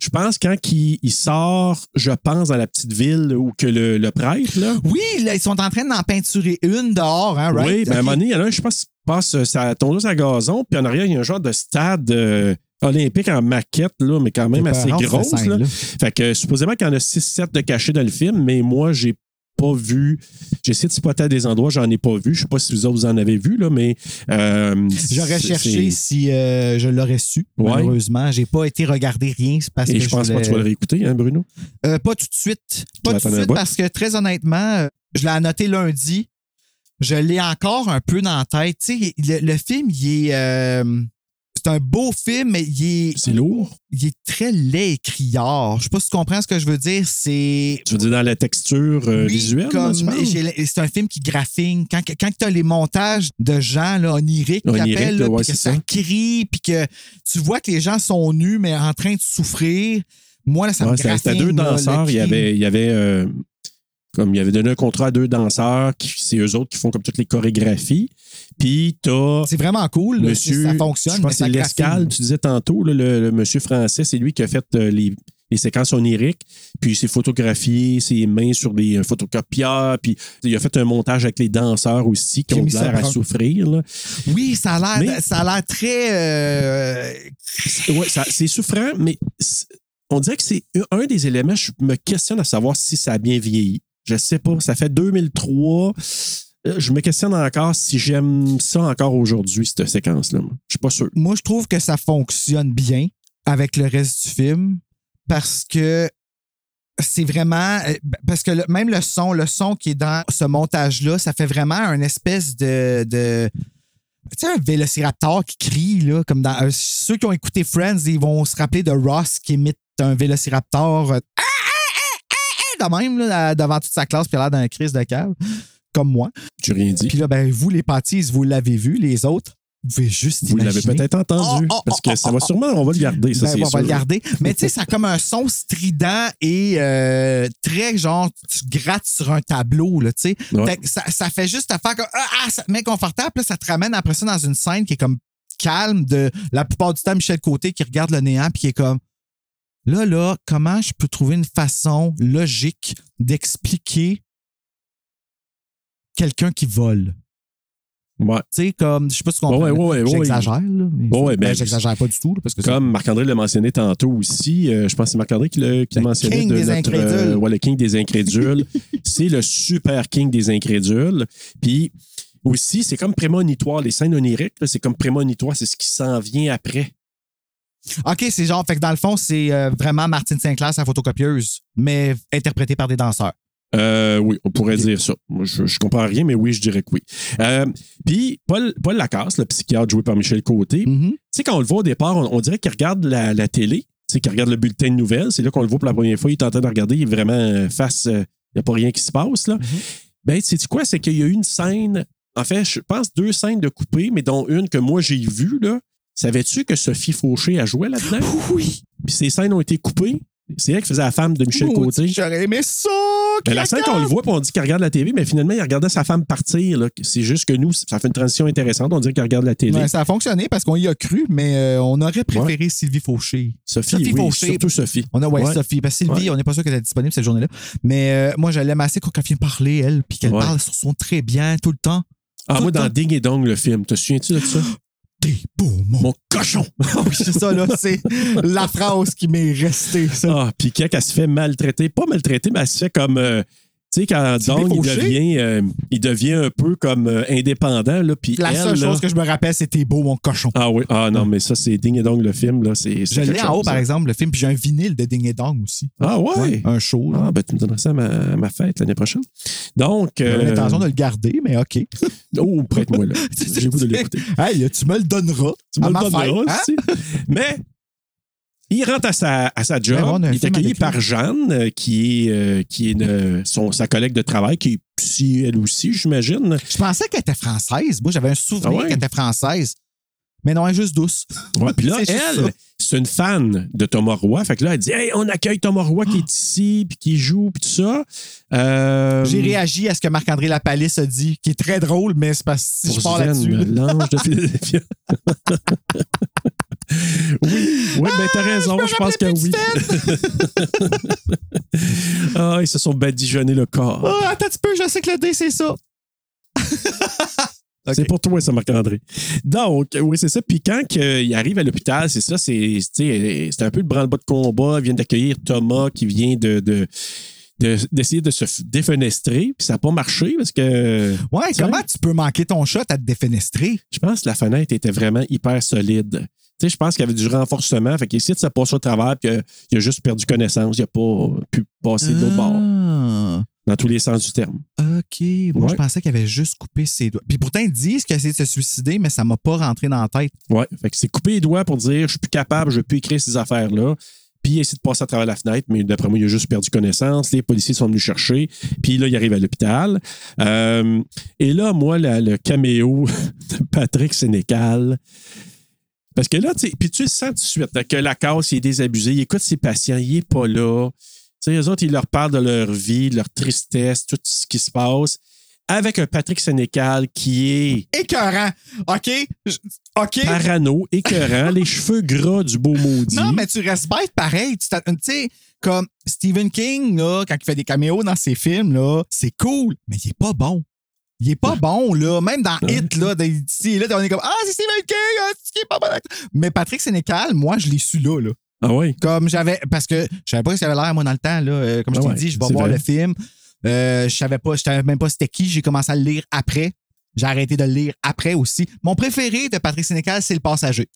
S2: Je pense quand il, il sort, je pense, dans la petite ville où que le, le prêtre, là.
S7: Oui, là, ils sont en train d'en peinturer une dehors, hein, right?
S2: Oui, ben, à un
S7: Ok.
S2: moment donné, il y en a un, je pense, qui passe euh, sa tondeuse à gazon, puis en arrière, il y a un genre de stade euh, olympique en maquette, là, mais quand même
S7: C'est
S2: assez
S7: pas rare, cette
S2: grosse. là.
S7: scène-là.
S2: Fait que euh, supposément qu'il y en a 6-7 de cachés dans le film, mais moi, j'ai pas vu. J'ai essayé de spotter à des endroits, j'en ai pas vu. Je sais pas si vous autres vous en avez vu, là, mais. euh,
S7: J'aurais
S2: c'est-
S7: cherché
S2: c'est-
S7: si euh, je l'aurais su.
S2: Ouais.
S7: Malheureusement, j'ai pas été regarder rien. c'est Parce
S2: Et
S7: que
S2: je pense pas
S7: voulais-
S2: que tu vas le réécouter, hein, Bruno?
S7: Euh, pas tout de suite. Pas tout
S2: l'attends
S7: de
S2: un
S7: suite
S2: bout.
S7: parce que très honnêtement, euh, je l'ai annoté lundi. Je l'ai encore un peu dans la tête. Tu sais, le, le film, il est. euh, c'est un beau film, mais il est.
S2: C'est lourd.
S7: Il est très laid écriard. Je sais pas si tu comprends ce que je veux dire. C'est.
S2: Tu veux dire dans la texture euh,
S7: Oui,
S2: visuelle? là,
S7: comme-
S2: tu parles?
S7: j'ai l- c'est un film qui graphine. Quand, quand tu as les montages de gens là, oniriques, qui
S2: Oniriques,
S7: appellent,
S2: là,
S7: là,
S2: ouais,
S7: puis que
S2: c'est
S7: ça,
S2: ça.
S7: crie, puis que tu vois que les gens sont nus, mais en train de souffrir. Moi, là, ça
S2: Ouais,
S7: me
S2: c'était-
S7: graphine.
S2: C'était deux
S7: là, le
S2: danseurs. Il y
S7: cri.
S2: avait, il y avait euh, comme il avait donné un contrat à deux danseurs, qui- c'est eux autres qui font comme toutes les chorégraphies. Puis t'as
S7: C'est vraiment cool. là,
S2: Monsieur,
S7: ça fonctionne.
S2: Je pense
S7: mais
S2: que c'est
S7: ça graphine.
S2: l'escale, tu disais tantôt, là, le, le monsieur français, c'est lui qui a fait euh, les, les séquences oniriques, puis il s'est photographié ses mains sur des euh, photocopieurs, puis il a fait un montage avec les danseurs aussi qui
S7: J'ai
S2: ont
S7: mis ça
S2: l'air à
S7: propre.
S2: souffrir. là.
S7: Oui, ça a l'air,
S2: Mais-
S7: ça a l'air très. euh,
S2: Ouais, ça- c'est souffrant, mais c'est- on dirait que c'est un un des éléments. Je me questionne à savoir si ça a bien vieilli. Je sais pas. Ça fait 2003. Euh, Je me questionne encore si j'aime ça encore aujourd'hui, cette séquence-là. moi. Je suis pas sûr.
S7: moi, je trouve que ça fonctionne bien avec le reste du film parce que c'est vraiment. euh, Parce que le- même le son, le son qui est dans ce montage-là, ça fait vraiment un espèce de. de- tu sais, un vélociraptor qui crie, là, comme dans. euh, ceux qui ont écouté Friends, ils vont se rappeler de Ross qui imite un vélociraptor euh, Ah, ah, ah, ah, ah, de même, là, devant toute sa classe, puis il a l'air d'un crise de cave, comme moi.
S2: Tu rien dit.
S7: Puis là, ben, vous, les pâtisses, vous l'avez vu, les autres, vous pouvez juste
S2: Vous l'avez
S7: imaginer.
S2: peut-être entendu.
S7: Oh, oh,
S2: parce
S7: oh,
S2: que ça va sûrement, on va le garder, ça,
S7: Ben,
S2: c'est
S7: on
S2: sûr.
S7: va le garder. Mais tu sais, ça a comme un son strident et euh, très genre, tu grattes sur un tableau, là, tu sais.
S2: Ouais.
S7: Fait que Ça, ça fait juste à faire comme, ah, ah, ça te met confortable, puis là, ça te ramène après ça dans une scène qui est comme calme de la plupart du temps Michel Côté qui regarde le néant puis qui est comme là, là, comment je peux trouver une façon logique d'expliquer quelqu'un qui vole?
S2: Ouais.
S7: Tu sais, comme, je sais pas si tu comprends.
S2: Ouais, ouais, ouais,
S7: j'exagère, là. mais-
S2: Ouais, ouais, ben,
S7: ben, j'exagère pas du tout, là, parce que c'est-
S2: Comme Marc-André l'a mentionné tantôt aussi, euh, je pense que c'est Marc-André qui l'a qui l'a mentionné.
S7: king
S2: de euh,
S7: des incrédules.
S2: ouais, le king des incrédules. c'est le super king des incrédules. Puis aussi, c'est comme prémonitoire. Les scènes oniriques, là, c'est comme prémonitoire. C'est ce qui s'en vient après.
S7: OK, c'est genre, fait que dans le fond, c'est euh, vraiment Martine Sinclair, sa photocopieuse, mais interprétée par des danseurs.
S2: Euh, oui, on pourrait dire ça. Moi, je, je comprends rien, mais oui, je dirais que oui. Euh, Puis, Paul, Paul Lacasse, le psychiatre joué par Michel Côté,
S7: Mhm.
S2: tu sais, quand on le voit au départ, on, on dirait qu'il regarde la, la télé, tu sais, qu'il regarde le bulletin de nouvelles. C'est là qu'on le voit pour la première fois. Il est en train de regarder, il est vraiment euh, face, il n'y a pas rien qui se passe,
S7: Mhm.
S2: là. Ben, tu sais quoi? C'est qu'il y a eu une scène, en fait, je pense deux scènes de coupé, mais dont une que moi j'ai vue, là. Savais-tu que Sophie Fauché a joué là-dedans? Oui! Puis ces scènes ont été coupées. C'est elle qui faisait la femme de Michel
S7: Maudit,
S2: Côté.
S7: J'aurais aimé ça!
S2: Ben, la scène qu'on le voit, puis on dit qu'il regarde la télé, mais finalement, il regardait sa femme partir. là. C'est juste que nous, ça fait une transition intéressante. On dirait qu'il regarde la télé.
S7: Ouais, ça a fonctionné parce qu'on y a cru, mais euh, on aurait préféré Sylvie Fauché.
S2: Sophie, oui, surtout Sophie.
S7: On a, ouais,
S2: Ouais.
S7: Sophie. Parce que Sylvie,
S2: Ouais.
S7: on n'est pas sûr qu'elle est disponible cette journée-là. Mais euh, moi, je l'aime assez quand elle vient parler, elle, puis qu'elle
S2: Ouais.
S7: parle sur son très bien tout le temps.
S2: Ah,
S7: Tout
S2: moi,
S7: le
S2: dans
S7: temps.
S2: Ding et Dong, le film, te souviens-tu de ça?
S7: T'es beau, mon,
S2: cochon!
S7: c'est ça, là. C'est la phrase qui m'est restée, ça.
S2: Ah, puis quand elle se fait maltraiter, pas maltraiter, mais elle se fait comme. euh, tu sais, quand Dong, il
S7: fauché?
S2: devient, euh, il devient un peu comme euh, indépendant, là. Puis
S7: La
S2: elle,
S7: seule
S2: là-
S7: chose que je me rappelle, c'était beau, mon cochon.
S2: Ah oui, ah non, mais ça, c'est Ding et Dong, le film, là. c'est c'est
S7: Je l'ai
S2: quelque
S7: en haut,
S2: chose,
S7: par
S2: hein.
S7: exemple, le film, puis j'ai un vinyle de Ding et Dong aussi.
S2: Ah ouais?
S7: un show.
S2: Ah, ben, tu me donneras ça à ma, à ma fête l'année prochaine. Donc.
S7: J'avais
S2: euh,
S7: l'intention de le garder, mais OK.
S2: Oh, prête-moi là. J'ai le goût de l'écouter.
S7: Hey, tu me le donneras.
S2: Tu me
S7: à
S2: le
S7: ma
S2: donneras,
S7: fête, hein?
S2: tu sais. Mais il rentre à sa, à sa job.
S7: Ouais, on a un
S2: il est
S7: film
S2: accueilli
S7: avec
S2: par
S7: lui.
S2: Jeanne, euh, qui est, euh, qui est une- son, sa collègue de travail, qui est psy, elle aussi, j'imagine.
S7: Je pensais qu'elle était française. Moi, j'avais un souvenir
S2: Ah ouais?
S7: qu'elle était française. Mais non, elle est juste douce.
S2: Ouais, puis là,
S7: C'est juste
S2: elle,
S7: ça.
S2: c'est une fan de Thomas Roy. Fait que là, elle dit Hey, on accueille Thomas Roy qui est ici, puis qui joue, puis tout ça. Euh,
S7: J'ai réagi à ce que Marc-André Lapalisse a dit, qui est très drôle, mais c'est parce que si je
S2: pour
S7: pars
S2: Suzanne,
S7: là-dessus. là-
S2: l'ange de Philadelphie. oui, oui, ben
S7: Ah,
S2: t'as raison, je, pense que oui. ah, ils se sont badigeonnés le corps.
S7: Ah, attends un petit peu, je sais que le dé, c'est ça. Ah,
S2: C'est pour toi, ça, Marc-André. Donc, oui, c'est ça. Puis quand que il arrive à l'hôpital, c'est ça, c'est tu sais, euh, c'est un peu le branle-bas de combat. Ils viennent d'accueillir Thomas qui vient de. de- de- d'essayer de se f- défenestrer, puis ça n'a pas marché parce que...
S7: Ouais,
S2: Tu
S7: comment
S2: sais?
S7: tu peux manquer ton shot à te défenestrer?
S2: Je pense que la fenêtre était vraiment hyper solide. Tu sais, je pense qu'il y avait du renforcement. Fait qu'il essayait de se passer au travers, puis euh, il a juste perdu connaissance. Il n'a pas pu passer de l'autre bord,
S7: Ah,
S2: dans tous les sens du terme.
S7: OK. Moi,
S2: Ouais.
S7: je pensais qu'elle avait juste coupé ses doigts. Puis pourtant, ils disent qu'elle a essayé de se suicider, mais ça m'a pas rentré dans la tête.
S2: Ouais. Fait que c'est couper les doigts pour dire je suis plus capable, je peux écrire ces affaires-là. Puis il essaie de passer à travers la fenêtre, mais d'après moi, il a juste perdu connaissance. Les policiers sont venus chercher. Puis là, il arrive à l'hôpital. Euh, et là, moi, la- le caméo de Patrick Sénécal. Parce que là, tu sais, puis tu le sens tout de suite là, que la casse, il est désabusé, il écoute ses patients, il n'est pas là. Tu sais, eux autres, ils leur parlent de leur vie, de leur tristesse, tout ce qui se passe. Avec un Patrick Sénécal qui est
S7: Écœurant. OK? Je- OK?
S2: parano, écœurant, les cheveux gras du beau maudit.
S7: Non, mais tu respectes pareil. Tu t'as- tu sais, comme Stephen King, là, quand il fait des caméos dans ses films, là, c'est cool, mais il est pas bon. Il est pas bon, là. Même dans Hit, là, des- ici, là, on est comme Ah, c'est Stephen King, ah, c'est qui est pas bon acteur. Mais Patrick Sénécal, moi, je l'ai su là, là.
S2: Ah oui?
S7: Comme j'avais. Parce que je savais pas ce qu'il avait l'air, moi, dans le temps, là. Euh, Comme je
S2: Ah
S7: t'ai
S2: ouais,
S7: dit, je vais
S2: c'est
S7: voir
S2: vrai.
S7: le film. Euh, je savais pas, je savais même pas c'était qui. J'ai commencé à le lire après. J'ai arrêté de le lire après aussi. Mon préféré de Patrick Sénécal, c'est Le Passager.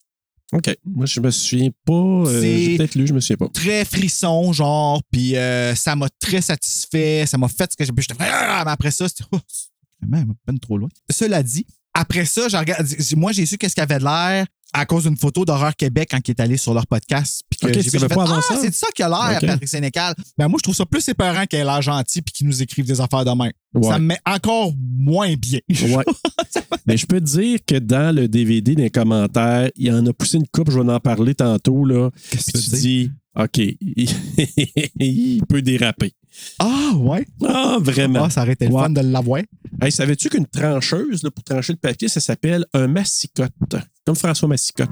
S2: OK. Moi, je me souviens pas. euh,
S7: C'est-
S2: J'ai peut-être lu, je me souviens pas.
S7: très frisson, genre, puis euh, ça m'a très satisfait, ça m'a fait ce que j'ai pu. J'étais Ah! Mais après ça, c'était oh, c'est vraiment pas trop loin. Cela dit, après ça, j'ai regardé- moi, j'ai su qu'est-ce qu'il avait de l'air à cause d'une photo d'Horreur Québec quand il est allé sur leur podcast. Puis que
S2: Ok,
S7: j'ai
S2: tu
S7: vu, j'ai
S2: savais
S7: fait,
S2: pas avant
S7: ah,
S2: ça?
S7: c'est de ça qu'il a l'air,
S2: Ok.
S7: Patrick Sénécal. Ben, moi, je trouve ça plus épeurant qu'il ait l'air gentil puis qu'il nous écrive des affaires de même.
S2: Ouais.
S7: Ça me met encore moins bien.
S2: Ouais. mais je peux te dire que dans le DVD, dans les commentaires, il en a poussé une coupe, je vais en parler tantôt. Là.
S7: Qu'est-ce
S2: Puis tu dis, OK, il peut déraper.
S7: Ah, ouais.
S2: Ah, vraiment.
S7: Ah, ça aurait été le
S2: Ouais.
S7: fun de l'avoir.
S2: Hey, savais-tu qu'une trancheuse, là, pour trancher le papier, ça s'appelle un massicote? comme François Massicotte.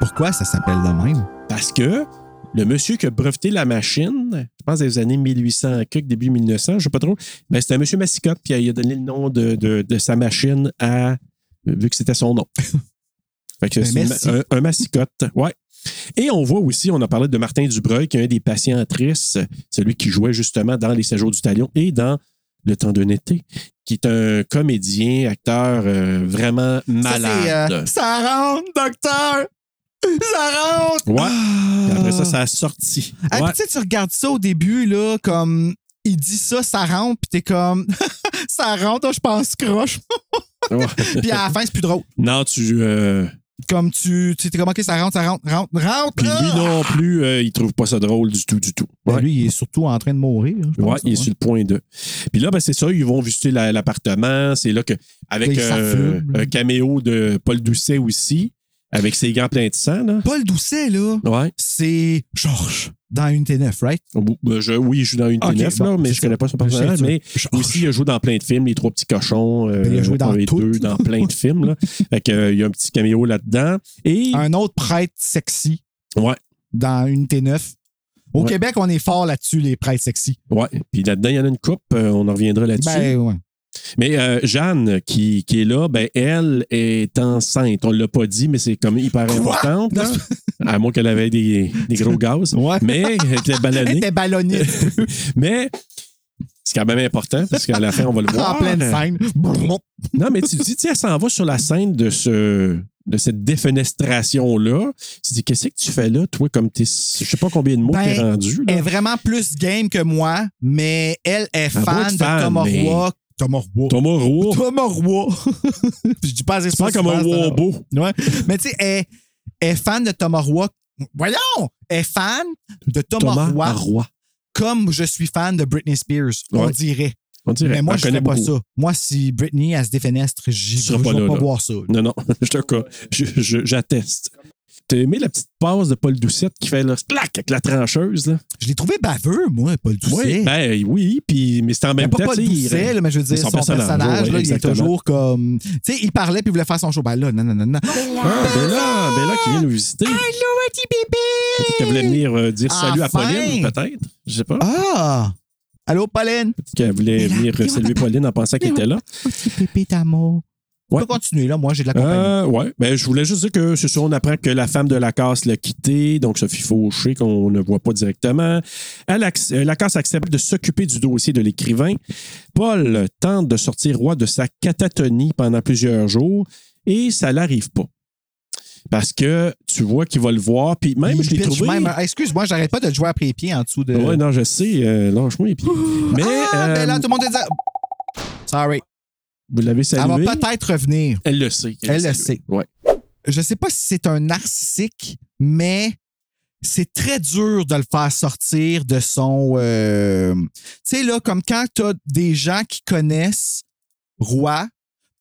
S7: Pourquoi ça s'appelle de même?
S2: Parce que le monsieur qui a breveté la machine, je pense des années 1800, quelques, début 1900, je ne sais pas trop, ben c'était un monsieur Massicotte, puis il a donné le nom de, de- de sa machine à. vu que c'était son nom. Fait que
S7: Ben,
S2: c'est une-
S7: merci.
S2: un, un massicotte. Ouais. Et on voit aussi, on a parlé de Martin Dubreuil, qui est un des patients actrices, celui qui jouait justement dans Les Séjours du Talion et dans Le temps d'un été, qui est un comédien, acteur euh, vraiment
S7: Ça, c'est, euh,
S2: malade.
S7: ça rentre, docteur! Ça rentre!
S2: Ouais.
S7: Ah!
S2: Puis Après ça, ça a sorti.
S7: Hey,
S2: Ouais.
S7: puis tu sais, tu regardes Ah, ça au début, là, comme il dit ça, ça rentre, puis t'es comme ça rentre, oh, je pense croche.
S2: Ouais.
S7: puis à la fin, c'est plus drôle.
S2: Non, tu. euh,
S7: Comme tu tu sais, t'es comme ok, ça rentre, ça rentre, rentre, rentre.
S2: Puis lui
S7: ah!
S2: non plus, euh, il trouve pas ça drôle du tout, du tout.
S7: Ben, lui, il est surtout en train de mourir. je pense,
S2: Ouais, il est sur le point de. Puis là, ben, c'est ça, ils vont visiter la- l'appartement. C'est là que, avec
S7: Là, ils
S2: euh,
S7: s'affublent.
S2: un caméo de Paul Doucet aussi, avec ses gants pleins de sang. Là.
S7: Paul Doucet, là,
S2: Ouais.
S7: c'est Georges dans une T9, right?
S2: Ben, je- oui, il joue dans une
S7: Ok,
S2: T9,
S7: bon,
S2: là, mais
S7: c'est
S2: je connais pas son personnage.
S7: ça.
S2: Mais aussi, il a joué dans plein de films, Les Trois Petits Cochons, euh,
S7: Ben, il a joué dans
S2: un et
S7: tout.
S2: deux, dans plein de films. Là. Fait que, euh, il y a un petit caméo là-dedans. Et.
S7: Un autre prêtre sexy
S2: Ouais.
S7: dans une T9. Au
S2: Ouais.
S7: Québec, on est fort là-dessus, les prêtres sexy.
S2: Ouais. Puis là-dedans, il y en a une coupe. euh, on en reviendra là-dessus.
S7: Ben, ouais.
S2: Mais euh, Jeanne, qui, qui est là, ben, elle est enceinte. On ne l'a pas dit, mais c'est comme hyper importante. là. À moins qu'elle avait des, des gros gaz. Mais elle était
S7: Elle
S2: ballonnée.
S7: était ballonnée
S2: mais c'est quand même important parce qu'à la fin, on va le voir.
S7: en pleine scène.
S2: Non, mais tu te dis, tu sais, elle s'en va sur la scène de ce de cette défenestration-là. Tu te dis, qu'est-ce que tu fais là, toi, comme t'es. Je sais pas combien de mots
S7: Ben,
S2: t'es rendu. là.
S7: Elle est vraiment plus game que moi, mais elle est
S2: Elle doit
S7: fan
S2: être
S7: de
S2: fan,
S7: Thomas
S2: mais-
S7: Roy. Thomas Roy.
S2: Thomas Roux.
S7: Thomas Roy. Je dis pas assez
S2: Tu parles comme un
S7: euh,
S2: wobo.
S7: Ouais. Mais tu sais, elle elle est fan de Thomas Roy. Voyons! Elle est fan de Thomas,
S2: Thomas
S7: Roy,
S2: Roy.
S7: comme je suis fan de Britney Spears, on
S2: Ouais.
S7: dirait.
S2: On dirait.
S7: Mais moi,
S2: Elle
S7: je ne
S2: connaît
S7: pas
S2: beaucoup.
S7: ça. Moi, si Britney, elle se défenestre, j'y- je
S2: seras
S7: ne
S2: pas
S7: vais
S2: là,
S7: pas
S2: là.
S7: voir ça.
S2: Non, non, je te cas. je- je- J'atteste. T'as aimé la petite passe de Paul Doucette qui fait le clac avec la trancheuse, là?
S7: Je l'ai trouvé baveux, moi, Paul Doucet.
S2: Oui, ben oui, puis, mais c'est en même
S7: pas
S2: temps,
S7: Paul
S2: tu sais, il-
S7: Doucet, là, mais je veux
S2: c'est
S7: dire, son, personnage,
S2: ouais,
S7: là, il est
S2: exactement.
S7: toujours comme. Tu sais, il parlait puis il voulait faire son show. Ben là, non, non, non, non.
S2: Ah, Bella, Bella qui vient nous visiter. Allô,
S7: petit bébé!
S2: Peut-être qu'elle voulait venir euh, dire salut à
S7: Enfin!
S2: Pauline, peut-être. Je sais pas.
S7: Ah! Allô, Pauline?
S2: Peut-être qu'elle voulait venir saluer Pauline en pensant qu'elle était là.
S7: Petit bébé d'amour. On
S2: Ouais.
S7: peut continuer, là. Moi, j'ai de la compagnie.
S2: Euh, ouais, ben, je voulais juste dire que c'est sûr, on apprend que la femme de Lacasse l'a quitté, donc Sophie Fauché, qu'on ne voit pas directement. Elle ac- euh, Lacasse accepte de s'occuper du dossier de l'écrivain. Paul tente de sortir roi de sa catatonie pendant plusieurs jours et ça l'arrive pas. Parce que tu vois qu'il va le voir, puis même,
S7: Il hein.
S2: je l'ai
S7: pitch
S2: trouvé.
S7: même- Ah, Excuse-moi, j'arrête pas de te jouer après les pieds en dessous de.
S2: Ouais, non, je sais, euh, lâche-moi les pieds. Mais
S7: Ah,
S2: euh,
S7: ben là, tout le monde est dit. Sorry.
S2: vous l'avez salué.
S7: Elle va peut-être revenir.
S2: Elle le sait.
S7: Elle le
S2: salué.
S7: sait.
S2: Ouais.
S7: Je sais pas si c'est un narcissique, mais c'est très dur de le faire sortir de son. euh, Tu sais, là, comme quand t'as des gens qui connaissent Roi,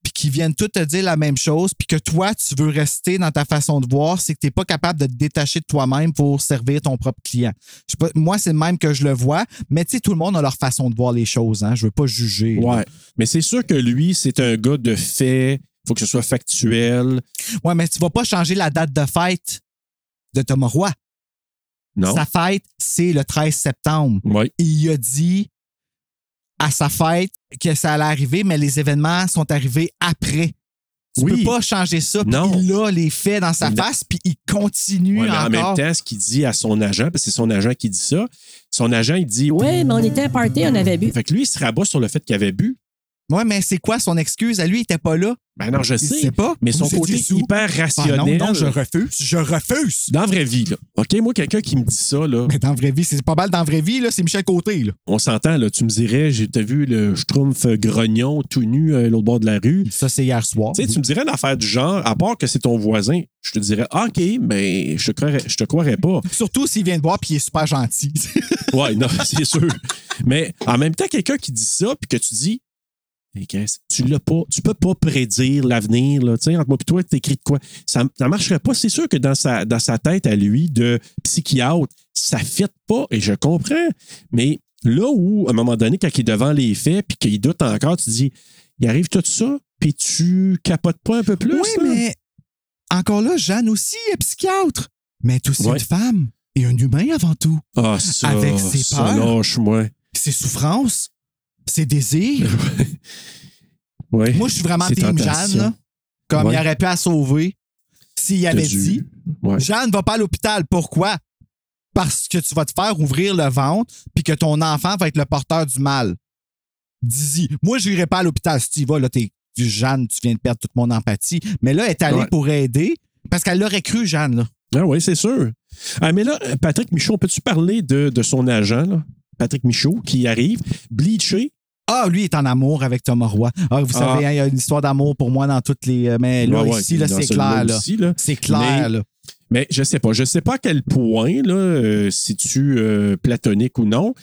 S7: puis qui viennent tous te dire la même chose, puis que toi, tu veux rester dans ta façon de voir, c'est que tu n'es pas capable de te détacher de toi-même pour servir ton propre client. Je sais pas, moi, c'est le même que je le vois, mais tu sais, tout le monde a leur façon de voir les choses. Hein, je veux pas juger. là.
S2: Ouais. Mais c'est sûr que lui, c'est un gars de fait. Faut que ce soit factuel.
S7: Ouais, mais tu vas pas changer la date de fête de Thomas Roy.
S2: Non.
S7: Sa fête, c'est le 13 septembre.
S2: Oui.
S7: Il a dit à sa fête que ça allait arriver, mais les événements sont arrivés après. Tu
S2: Oui.
S7: peux pas changer ça. Puis
S2: Non.
S7: Il a les faits dans sa
S2: Non.
S7: face, puis il continue
S2: Ouais, mais
S7: encore.
S2: en même temps, ce qu'il dit à son agent, parce que c'est son agent qui dit ça, son agent, il dit Ouais, mais on était à party, on avait bu. Fait que lui, il se rabat sur le fait qu'il avait bu.
S7: Ouais, mais c'est quoi son excuse? À lui, il était pas là.
S2: Ben non, je
S7: Il
S2: sais.
S7: sait pas.
S2: Mais son
S7: Vous
S2: côté
S7: étiez sous.
S2: hyper
S7: Ah
S2: rationnel.
S7: non, non, je refuse. Je refuse.
S2: Dans la vraie vie, là. OK, moi, quelqu'un qui me dit ça, là,
S7: Mais dans la vraie vie, c'est pas mal dans la vraie vie, là, c'est Michel Côté. Là.
S2: on s'entend, là. Tu me dirais, j'ai t'as vu le schtroumpf euh, grognon tout nu à l'autre bord de la rue.
S7: Ça, c'est hier soir.
S2: Tu sais, tu me dirais une affaire du genre, à part que c'est ton voisin, je te dirais, OK, mais je te croirais, je te croirais pas.
S7: Surtout s'il vient de voir puis il est super gentil.
S2: Ouais, non, c'est sûr. Mais en même temps, quelqu'un qui dit ça, puis que tu dis, Hey, Chris, tu l'as pas, tu peux pas prédire l'avenir, là. Tu sais, entre moi et toi, t'écris de quoi? Ça, ça marcherait pas. C'est sûr que dans sa, dans sa tête à lui, de psychiatre, ça fit pas, et je comprends. Mais là où, à un moment donné, quand il est devant les faits, puis qu'il doute encore, tu dis, il arrive tout ça, puis tu capotes pas un peu plus?
S7: Oui,
S2: là?
S7: mais encore là, Jeanne aussi est psychiatre, mais est aussi une femme et un humain avant tout.
S2: Ah, ça,
S7: Avec ses
S2: ça,
S7: peurs.
S2: lâche-moi.
S7: Ses souffrances, ses désirs.
S2: Ouais.
S7: Moi, je suis vraiment
S2: C'est
S7: team
S2: tentation.
S7: Jeanne. là. Comme
S2: Ouais.
S7: il aurait pu la sauver s'il avait
S2: Jésus.
S7: dit
S2: Ouais.
S7: Jeanne va pas à l'hôpital. Pourquoi? Parce que tu vas te faire ouvrir le ventre puis que ton enfant va être le porteur du mal. Dis-y. Moi, je n'irai pas à l'hôpital. Si tu y vas, là, t'es Jeanne, tu viens de perdre toute mon empathie. Mais là, elle est allée
S2: Ouais.
S7: pour aider parce qu'elle l'aurait cru, Jeanne. Là.
S2: Ah oui, c'est sûr. Ah, mais là, Patrick Michaud, peux-tu parler de, de son agent, là? Patrick Michaud, qui arrive, bleaché.
S7: Ah, lui il est en amour avec Thomas Roy. Ah, vous
S2: Ah.
S7: savez, hein, il y a une histoire d'amour pour moi dans toutes les. euh, Mais là,
S2: Ouais, ouais,
S7: ici, là,
S2: dans
S7: c'est
S2: celui-là
S7: clair. là.
S2: aussi, là.
S7: C'est clair.
S2: Mais-
S7: là.
S2: Mais je sais pas. Je sais pas à quel point, là, euh, si tu euh, platonique ou non.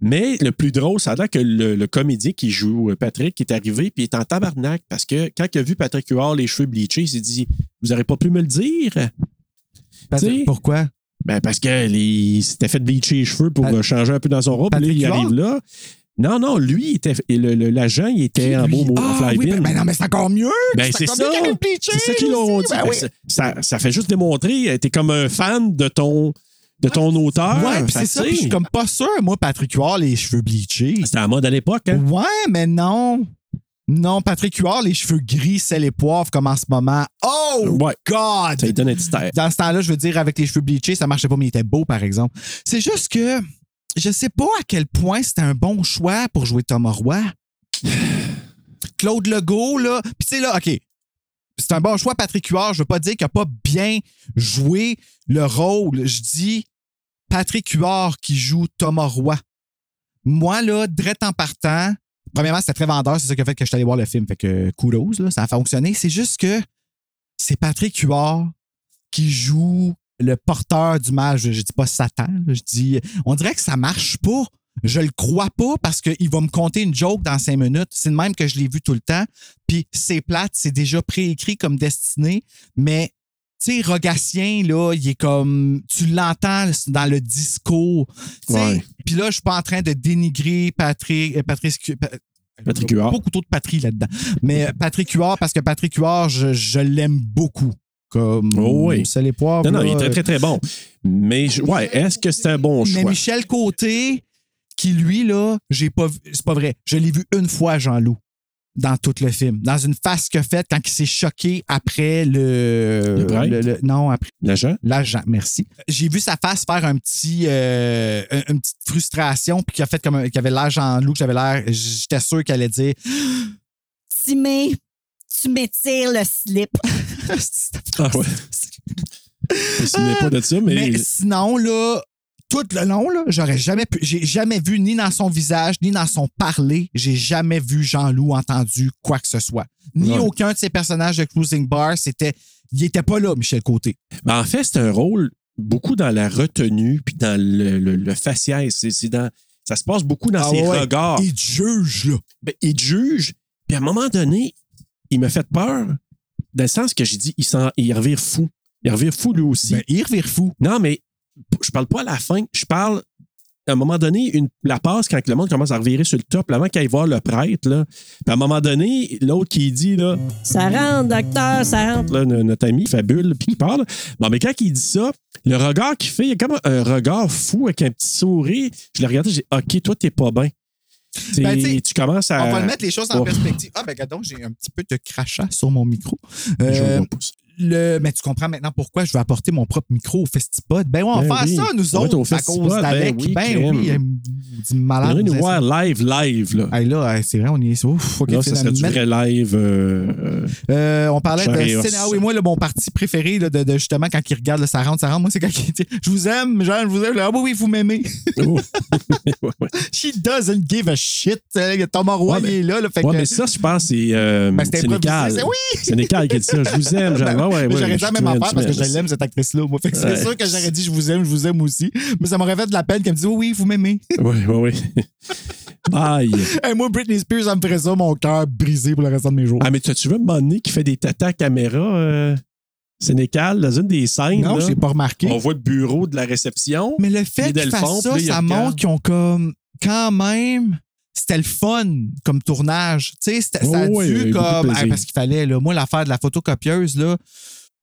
S2: Mais le plus drôle, ça a l'air que le, le comédien qui joue euh, Patrick est arrivé puis il est en tabarnak parce que quand il a vu Patrick Huard les cheveux bleachés, il s'est dit Vous n'aurez pas pu me le dire
S7: Parce-
S2: Tu sais?
S7: Pourquoi?
S2: Ben parce qu'il s'était fait bleacher les cheveux pour
S7: Pat-
S2: euh, changer un peu dans son robe. Puis Là,
S7: Patrick
S2: il arrive là. Non, non, lui, il était, et le- le- l'agent, il était en beau mot
S7: Ah,
S2: fly
S7: oui,
S2: bin.
S7: ben, ben non, mais c'est encore mieux.
S2: Ben, c'est
S7: encore
S2: ça.
S7: mieux qu'avec Bleacher,
S2: C'est ça qu'ils l'ont
S7: aussi.
S2: dit.
S7: Ben
S2: Ben,
S7: oui.
S2: ça- ça, ça fait juste démontrer, euh, t'es comme un fan de ton, de ton auteur.
S7: Ouais, pis
S2: Fait
S7: c'est
S2: que,
S7: ça.
S2: ben, tu sais,
S7: pis je suis comme pas sûr, moi, Patrick Huard, les cheveux bleachés.
S2: C'était à mode à l'époque, hein?
S7: Ouais, mais non. Non, Patrick Huard, les cheveux gris, sel et poivre, comme en ce moment. Oh,
S2: Ouais.
S7: God!
S2: Ça lui donne un petit air.
S7: Dans ce temps-là, je veux dire, avec les cheveux bleachés, ça marchait pas, mais il était beau, par exemple. C'est juste que je sais pas à quel point c'était un bon choix pour jouer Thomas Roy. Claude Legault, là. Puis c'est là, OK. C'est un bon choix, Patrick Huard. Je veux pas dire qu'il a pas bien joué le rôle. Je dis Patrick Huard qui joue Thomas Roy. Moi, là, direct en partant, premièrement, c'était très vendeur. C'est ça qui a fait que je suis allé voir le film. Fait que kudos, là, ça a fonctionné. C'est juste que c'est Patrick Huard qui joue le porteur du mal. Je, je dis pas Satan. là. Je dis, on dirait que ça marche pas. Je le crois pas parce qu'il va me conter une joke dans cinq minutes. C'est le même que je l'ai vu tout le temps. Puis c'est plate, c'est déjà préécrit comme destiné. Mais, tu sais, Rogatien, là, il est comme. Tu l'entends dans le discours. tu sais.
S2: Ouais.
S7: Puis là, je suis pas en train de dénigrer Patrick. euh, Patrice- Pa-
S2: Patrick Huard.
S7: Beaucoup trop de patrie là-dedans. Mais euh, Patrick Huard, parce que Patrick Huard, je, je l'aime beaucoup. Comme
S2: Oh oui.
S7: sel et poivre,
S2: Non, non,
S7: là,
S2: il est très, très, très bon. Mais, je- ouais, est-ce que c'est un bon
S7: ben mais
S2: choix?
S7: Michel Côté, qui lui, là, j'ai pas vu. C'est pas vrai. Je l'ai vu une fois, Jean-Loup, dans tout le film. Dans une face que faite quand il s'est choqué après le.
S2: Le prêtre?
S7: non, après
S2: L'agent?
S7: l'agent. Merci. J'ai vu sa face faire un petit. euh, un- une petite frustration, puis qu'il a fait comme. un- qu'il avait l'air Jean-Loup, que j'avais l'air. J'étais sûr qu'elle allait dire.
S12: Timé, tu m'étires le slip.
S2: Ah ouais. Je me souviens pas de ça, mais.
S7: Mais sinon, là, tout le long, là, j'aurais jamais pu. J'ai jamais vu ni dans son visage, ni dans son parler, j'ai jamais vu Jean-Loup entendu quoi que ce soit. Ni
S2: Ouais.
S7: aucun de ses personnages de Cruising Bar, c'était. Il était pas là, Michel Côté.
S2: Ben, en fait, c'est un rôle beaucoup dans la retenue puis dans le, le, le faciès. C'est, c'est dans, ça se passe beaucoup dans
S7: Ah
S2: ses
S7: ouais.
S2: regards.
S7: Il te juge, là.
S2: Ben, il te juge. Puis à un moment donné, il m'a fait peur dans le sens que j'ai dit, il, s'en, il revire fou. Il revire fou lui aussi.
S7: Ben, il revire fou.
S2: Non, mais p- je parle pas à la fin. Je parle, à un moment donné, une, la passe quand le monde commence à revirer sur le top, là, avant qu'il aille voir le prêtre. Là. Puis à un moment donné, l'autre qui dit, là,
S12: Ça rentre, docteur, ça rentre.
S2: là, no- notre ami Fabule, puis qui parle. Bon, mais quand il dit ça, le regard qu'il fait, il y a comme un regard fou avec un petit sourire. Je l'ai regardé, j'ai dit, OK, toi, t'es pas bien. T'es-
S7: Ben, tu sais,
S2: tu commences à.
S7: On va le mettre les choses en
S2: Oh.
S7: perspective. Ah, ben, donc, j'ai un petit peu de crachat sur mon micro.
S2: Je
S7: Euh,
S2: vois pas ça.
S7: le, mais tu comprends maintenant pourquoi je vais apporter mon propre micro au Festipod. Ben, on va
S2: Ben
S7: faire
S2: oui.
S7: ça, nous
S2: On va être
S7: autres,
S2: au
S7: à
S2: Festipod,
S7: cause
S2: ben
S7: d'Alec.
S2: oui,
S7: Ben
S2: crème.
S7: oui, du
S2: On
S7: malade.
S2: va nous
S7: Ah, vous Ah,
S2: voir live, live. Là,
S7: Hey, là, hey, c'est vrai, on y est. Ouf, faut que
S2: Là, ça serait du vrai live. euh, euh,
S7: Euh, on parlait
S2: Jean
S7: de
S2: Rios.
S7: scénario et moi, là, mon parti préféré là, de, de justement quand il regarde le ça rentre, ça rentre, moi c'est quand il dit Je vous aime, Jean, je vous aime, Là, Ah oui, oui, vous m'aimez.
S2: oh. Ouais, ouais.
S7: She doesn't give a shit. Euh, Thomas Roy,
S2: Ouais, mais-
S7: il est là, là, fait
S2: Ouais,
S7: que-
S2: mais ça, je pense, c'est euh,
S7: Ben, c'était
S2: Sénécal.
S7: improvisé, c'est- oui!
S2: Sénécal qui dit ça. Je vous aime,
S7: Ben,
S2: genre. Ouais, ouais,
S7: mais
S2: ouais,
S7: j'aurais
S2: je
S7: dit la
S2: suis
S7: même
S2: très-
S7: affaire parce que
S2: très-
S7: je l'aime, cette actrice-là. moi. Fait que
S2: Ouais.
S7: C'est sûr que j'aurais dit Je vous aime, je vous aime aussi. Mais ça m'aurait fait de la peine qu'elle me dise Oui, oui, vous m'aimez.
S2: Ouais, ouais, ouais. Bye.
S7: Et moi, Britney Spears, ça me ferait ça, mon cœur brisé pour le restant de mes jours.
S2: Ah, mais tu tu veux me donné qui fait des tatas à caméra euh, Sénécal dans une des scènes?
S7: non,
S2: là?
S7: je l'ai pas remarqué.
S2: On voit le bureau de la réception.
S7: Mais le
S2: Puis
S7: fait qu'ils
S2: Delphon,
S7: fassent ça,
S2: puis là, il
S7: ça
S2: regarde.
S7: montre qu'ils ont comme quand même. C'était le fun comme tournage. Tu sais, c'était- ça a
S2: Oh oui,
S7: dû
S2: il y a eu beaucoup de
S7: comme.
S2: plaisir.
S7: Ah, parce qu'il fallait, là, moi, l'affaire de la photocopieuse, là,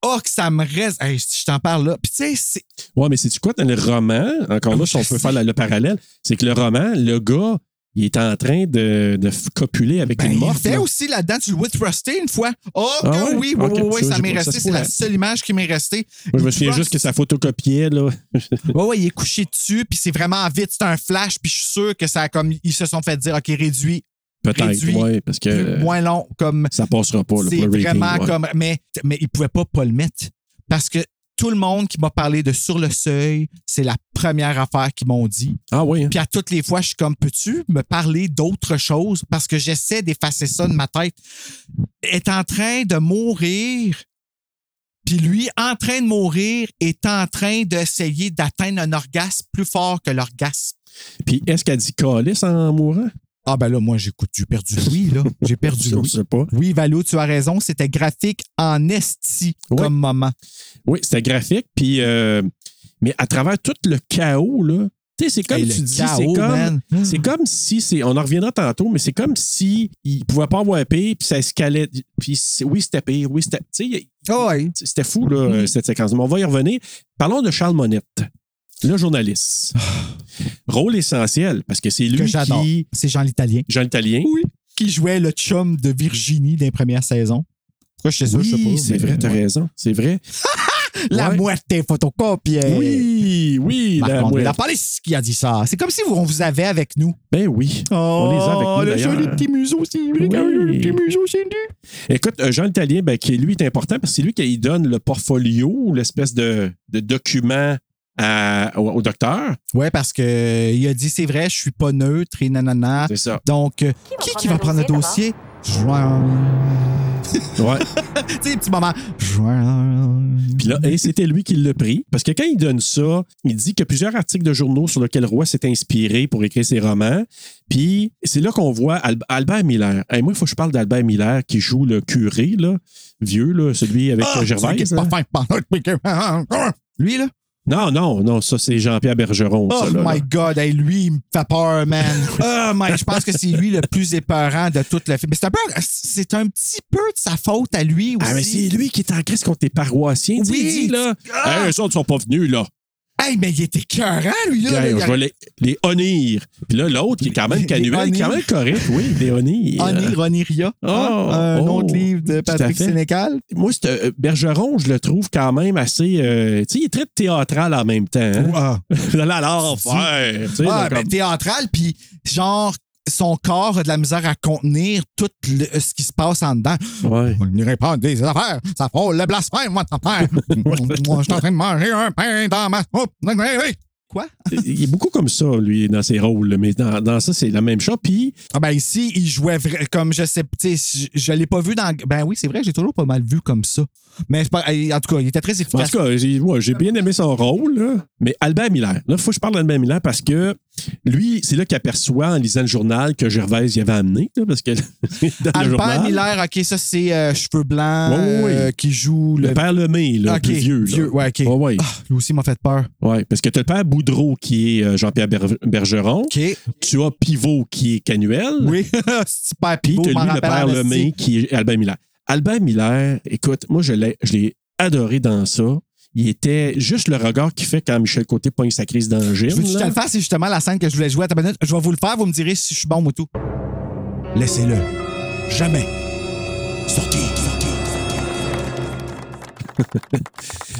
S7: oh, que ça me reste. Hey, je t'en parle là. Puis tu sais, c'est.
S2: Ouais, mais c'est-tu quoi dans le roman? Encore là, si on peut faire la- le parallèle, c'est que le roman, le gars, il est en train de, de f- copuler avec
S7: Ben,
S2: une
S7: il
S2: morte.
S7: fait
S2: là.
S7: aussi là-dedans, tu le vois thrusté une fois. Oh,
S2: Ah
S7: que
S2: ouais?
S7: oui, oui,
S2: Ok,
S7: oui,
S2: ça,
S7: oui, ça
S2: j'ai
S7: m'est
S2: pas- ça
S7: resté.
S2: se
S7: C'est la
S2: pourrait.
S7: seule image qui m'est restée.
S2: Moi, je me souviens juste que sa photocopiait, là.
S7: Ouais, ouais, il est couché dessus, puis c'est vraiment vite, c'est un flash, puis je suis sûr que ça a comme. Ils se sont fait dire, OK, réduit.
S2: Peut-être,
S7: réduit,
S2: oui, parce que
S7: plus- moins long, comme.
S2: ça passera pas, là,
S7: C'est
S2: pour le rating,
S7: vraiment
S2: ouais.
S7: comme. Mais, mais ils pouvaient pas pas le mettre. Parce que tout le monde qui m'a parlé de Sur le Seuil, c'est la première affaire qu'ils m'ont dit.
S2: Ah oui.
S7: Puis à toutes les fois, je suis comme, peux-tu me parler d'autre chose? Parce que j'essaie d'effacer ça de ma tête. Est en train de mourir. Puis lui, en train de mourir, est en train d'essayer d'atteindre un orgasme plus fort que l'orgasme.
S2: Puis est-ce qu'elle dit calice en mourant?
S7: Ah ben là, moi, j'écoute, j'ai perdu oui, là. J'ai perdu
S2: Je
S7: oui.
S2: sais pas.
S7: Oui, Valo, tu as raison, c'était graphique en esti comme moment.
S2: Oui, c'était graphique. Puis, euh, mais à travers tout le chaos, là, tu sais, c'est comme
S7: Hey, le
S2: tu dis,
S7: chaos,
S2: c'est
S7: man.
S2: comme, c'est comme si, c'est, on en reviendra tantôt, mais c'est comme si il pouvait pas avoir pire, puis ça escalait. Puis c'est- oui, c'était pire, oui, c'était. Tu sais,
S7: Ah
S2: c'était fou, là, euh, cette séquence. Mais on va y revenir. Parlons de Charles Monette, le journaliste. Rôle essentiel, parce que c'est
S7: Ah. Que
S2: lui
S7: j'adore.
S2: qui.
S7: C'est Jean l'Italien.
S2: Jean l'Italien.
S7: Oui. Qui jouait le chum de Virginie des premières saisons. Pourquoi je sais ça, je sais pas.
S2: Oui, c'est
S7: mais-
S2: vrai, t'as raison, c'est vrai.
S7: La
S2: Ouais.
S7: moitié photocopie.
S2: Oui, oui,
S7: La,
S2: la
S7: la,
S2: moitié.
S7: police qui a dit ça. C'est comme si on vous avait avec nous. Oh,
S2: Ben oui. on les a avec nous.
S7: le
S2: d'ailleurs.
S7: joli petit museau, c'est vrai, quand même, le petit museau, c'est lui.
S2: Écoute, euh, Jean Italien, ben, qui lui est important parce que c'est lui qui donne le portfolio, l'espèce de, de document à- au, au docteur.
S7: Ouais, parce que euh, il a dit c'est vrai, je suis pas neutre et nanana.
S2: C'est ça.
S7: Donc, euh, qui, qui va prendre le dossier? Join.
S2: Ouais.
S7: tu sais, petit moment.
S2: Puis là, et c'était lui qui l'a pris. Parce que quand il donne ça, il dit qu'il y a plusieurs articles de journaux sur lesquels Roy s'est inspiré pour écrire ses romans. Puis c'est là qu'on voit Al- Albert Miller. Et moi, il faut que je parle d'Albert Miller qui joue le curé, là, vieux, là, celui avec
S7: Ah,
S2: euh, Gervais.
S7: celui qui est
S2: là.
S7: pas fin, pas neutre. ah, Lui, là?
S2: Non, non, non, ça, c'est Jean-Pierre Bergeron.
S7: Oh
S2: ça, là,
S7: my
S2: là.
S7: God, hey, lui, il me fait peur, man. oh my, je pense que c'est lui le plus épeurant de toute la film. Mais C'est un, peu- c'est un petit peu de sa faute à lui aussi.
S2: Ah, mais c'est lui qui est en crise contre les paroissiens. tu sais,
S7: Oui.
S2: il dit, là.
S7: Ah!
S2: Hey, eux autres ne sont pas venus, là.
S7: Hey, mais il était écœurant, lui, là.
S2: Hey,
S7: là, il
S2: je vais les, les honir. Puis là, l'autre, qui est quand même
S7: Les
S2: canuel,
S7: honir.
S2: quand même correct, oui, les honir.
S7: Onir, Oniria.
S2: Oh,
S7: hein, un
S2: oh,
S7: autre livre de
S2: tout à
S7: Patrick
S2: fait.
S7: Sénécal.
S2: Moi, c'est, euh, Bergeron, je le trouve quand même assez. euh, tu sais, il est très théâtral en même temps.
S7: Ah.
S2: Hein? Là, là, l'enfer. tu sais,
S7: Ah,
S2: donc,
S7: ben, théâtral, puis genre, son corps a de la misère à contenir tout le- euh, ce qui se passe en dedans.
S2: Ouais.
S7: On n'irait pas des affaires, ça fait le blasphème, moi, père. Moi, je suis en train de manger un pain dans ma soupe. Quoi?
S2: comme- il est beaucoup comme ça, lui, dans ses rôles. Mais dans, dans ça, c'est la même chose. Puis,
S7: Ah ben ici, il jouait vra- comme je sais, tu sais, je, je l'ai pas vu dans. Ben oui, c'est vrai, j'ai toujours pas mal vu comme ça. Mais c'est pas- en tout cas, il était très
S2: en
S7: efficace.
S2: tout cas, j'ai ouais, j'ai bien aimé son rôle. là. Mais Albert Miller, là, il faut que je parle d'Albert Miller parce que lui, c'est là qu'il aperçoit en lisant le journal que Gervais y avait amené. là, parce que dans le
S7: Albert
S2: journal,
S7: Miller, ok, ça c'est euh, cheveux blancs
S2: Ouais, ouais, ouais.
S7: euh, qui joue
S2: le,
S7: le. Ah,
S2: père Lemay, là,
S7: Ok,
S2: plus vieux. là. Oh.
S7: ouais, ok.
S2: Ouais, ouais.
S7: Ah, lui aussi m'a fait peur.
S2: Ouais, parce que tu as le père Boudreau qui est euh, Jean-Pierre Ber- Bergeron.
S7: OK.
S2: Tu as Pivot qui est Canuel.
S7: Oui, super
S2: Hmm. Puis
S7: pivot,
S2: tu
S7: m'en
S2: as lui, le
S7: rappelle
S2: père
S7: en
S2: Lemay
S7: esti.
S2: qui est Albert Miller. Albert Miller, écoute, moi, je l'ai, je l'ai adoré dans ça. Il était juste le regard qu'il fait quand Michel Côté pogne sa crise dans le gym.
S7: Je veux que je te
S2: là.
S7: le fasse, c'est justement la scène que je voulais jouer à ta minute. Je vais vous le faire, vous me direz si je suis bon ou tout. Laissez-le. Jamais. Sortir, sortir, sortir.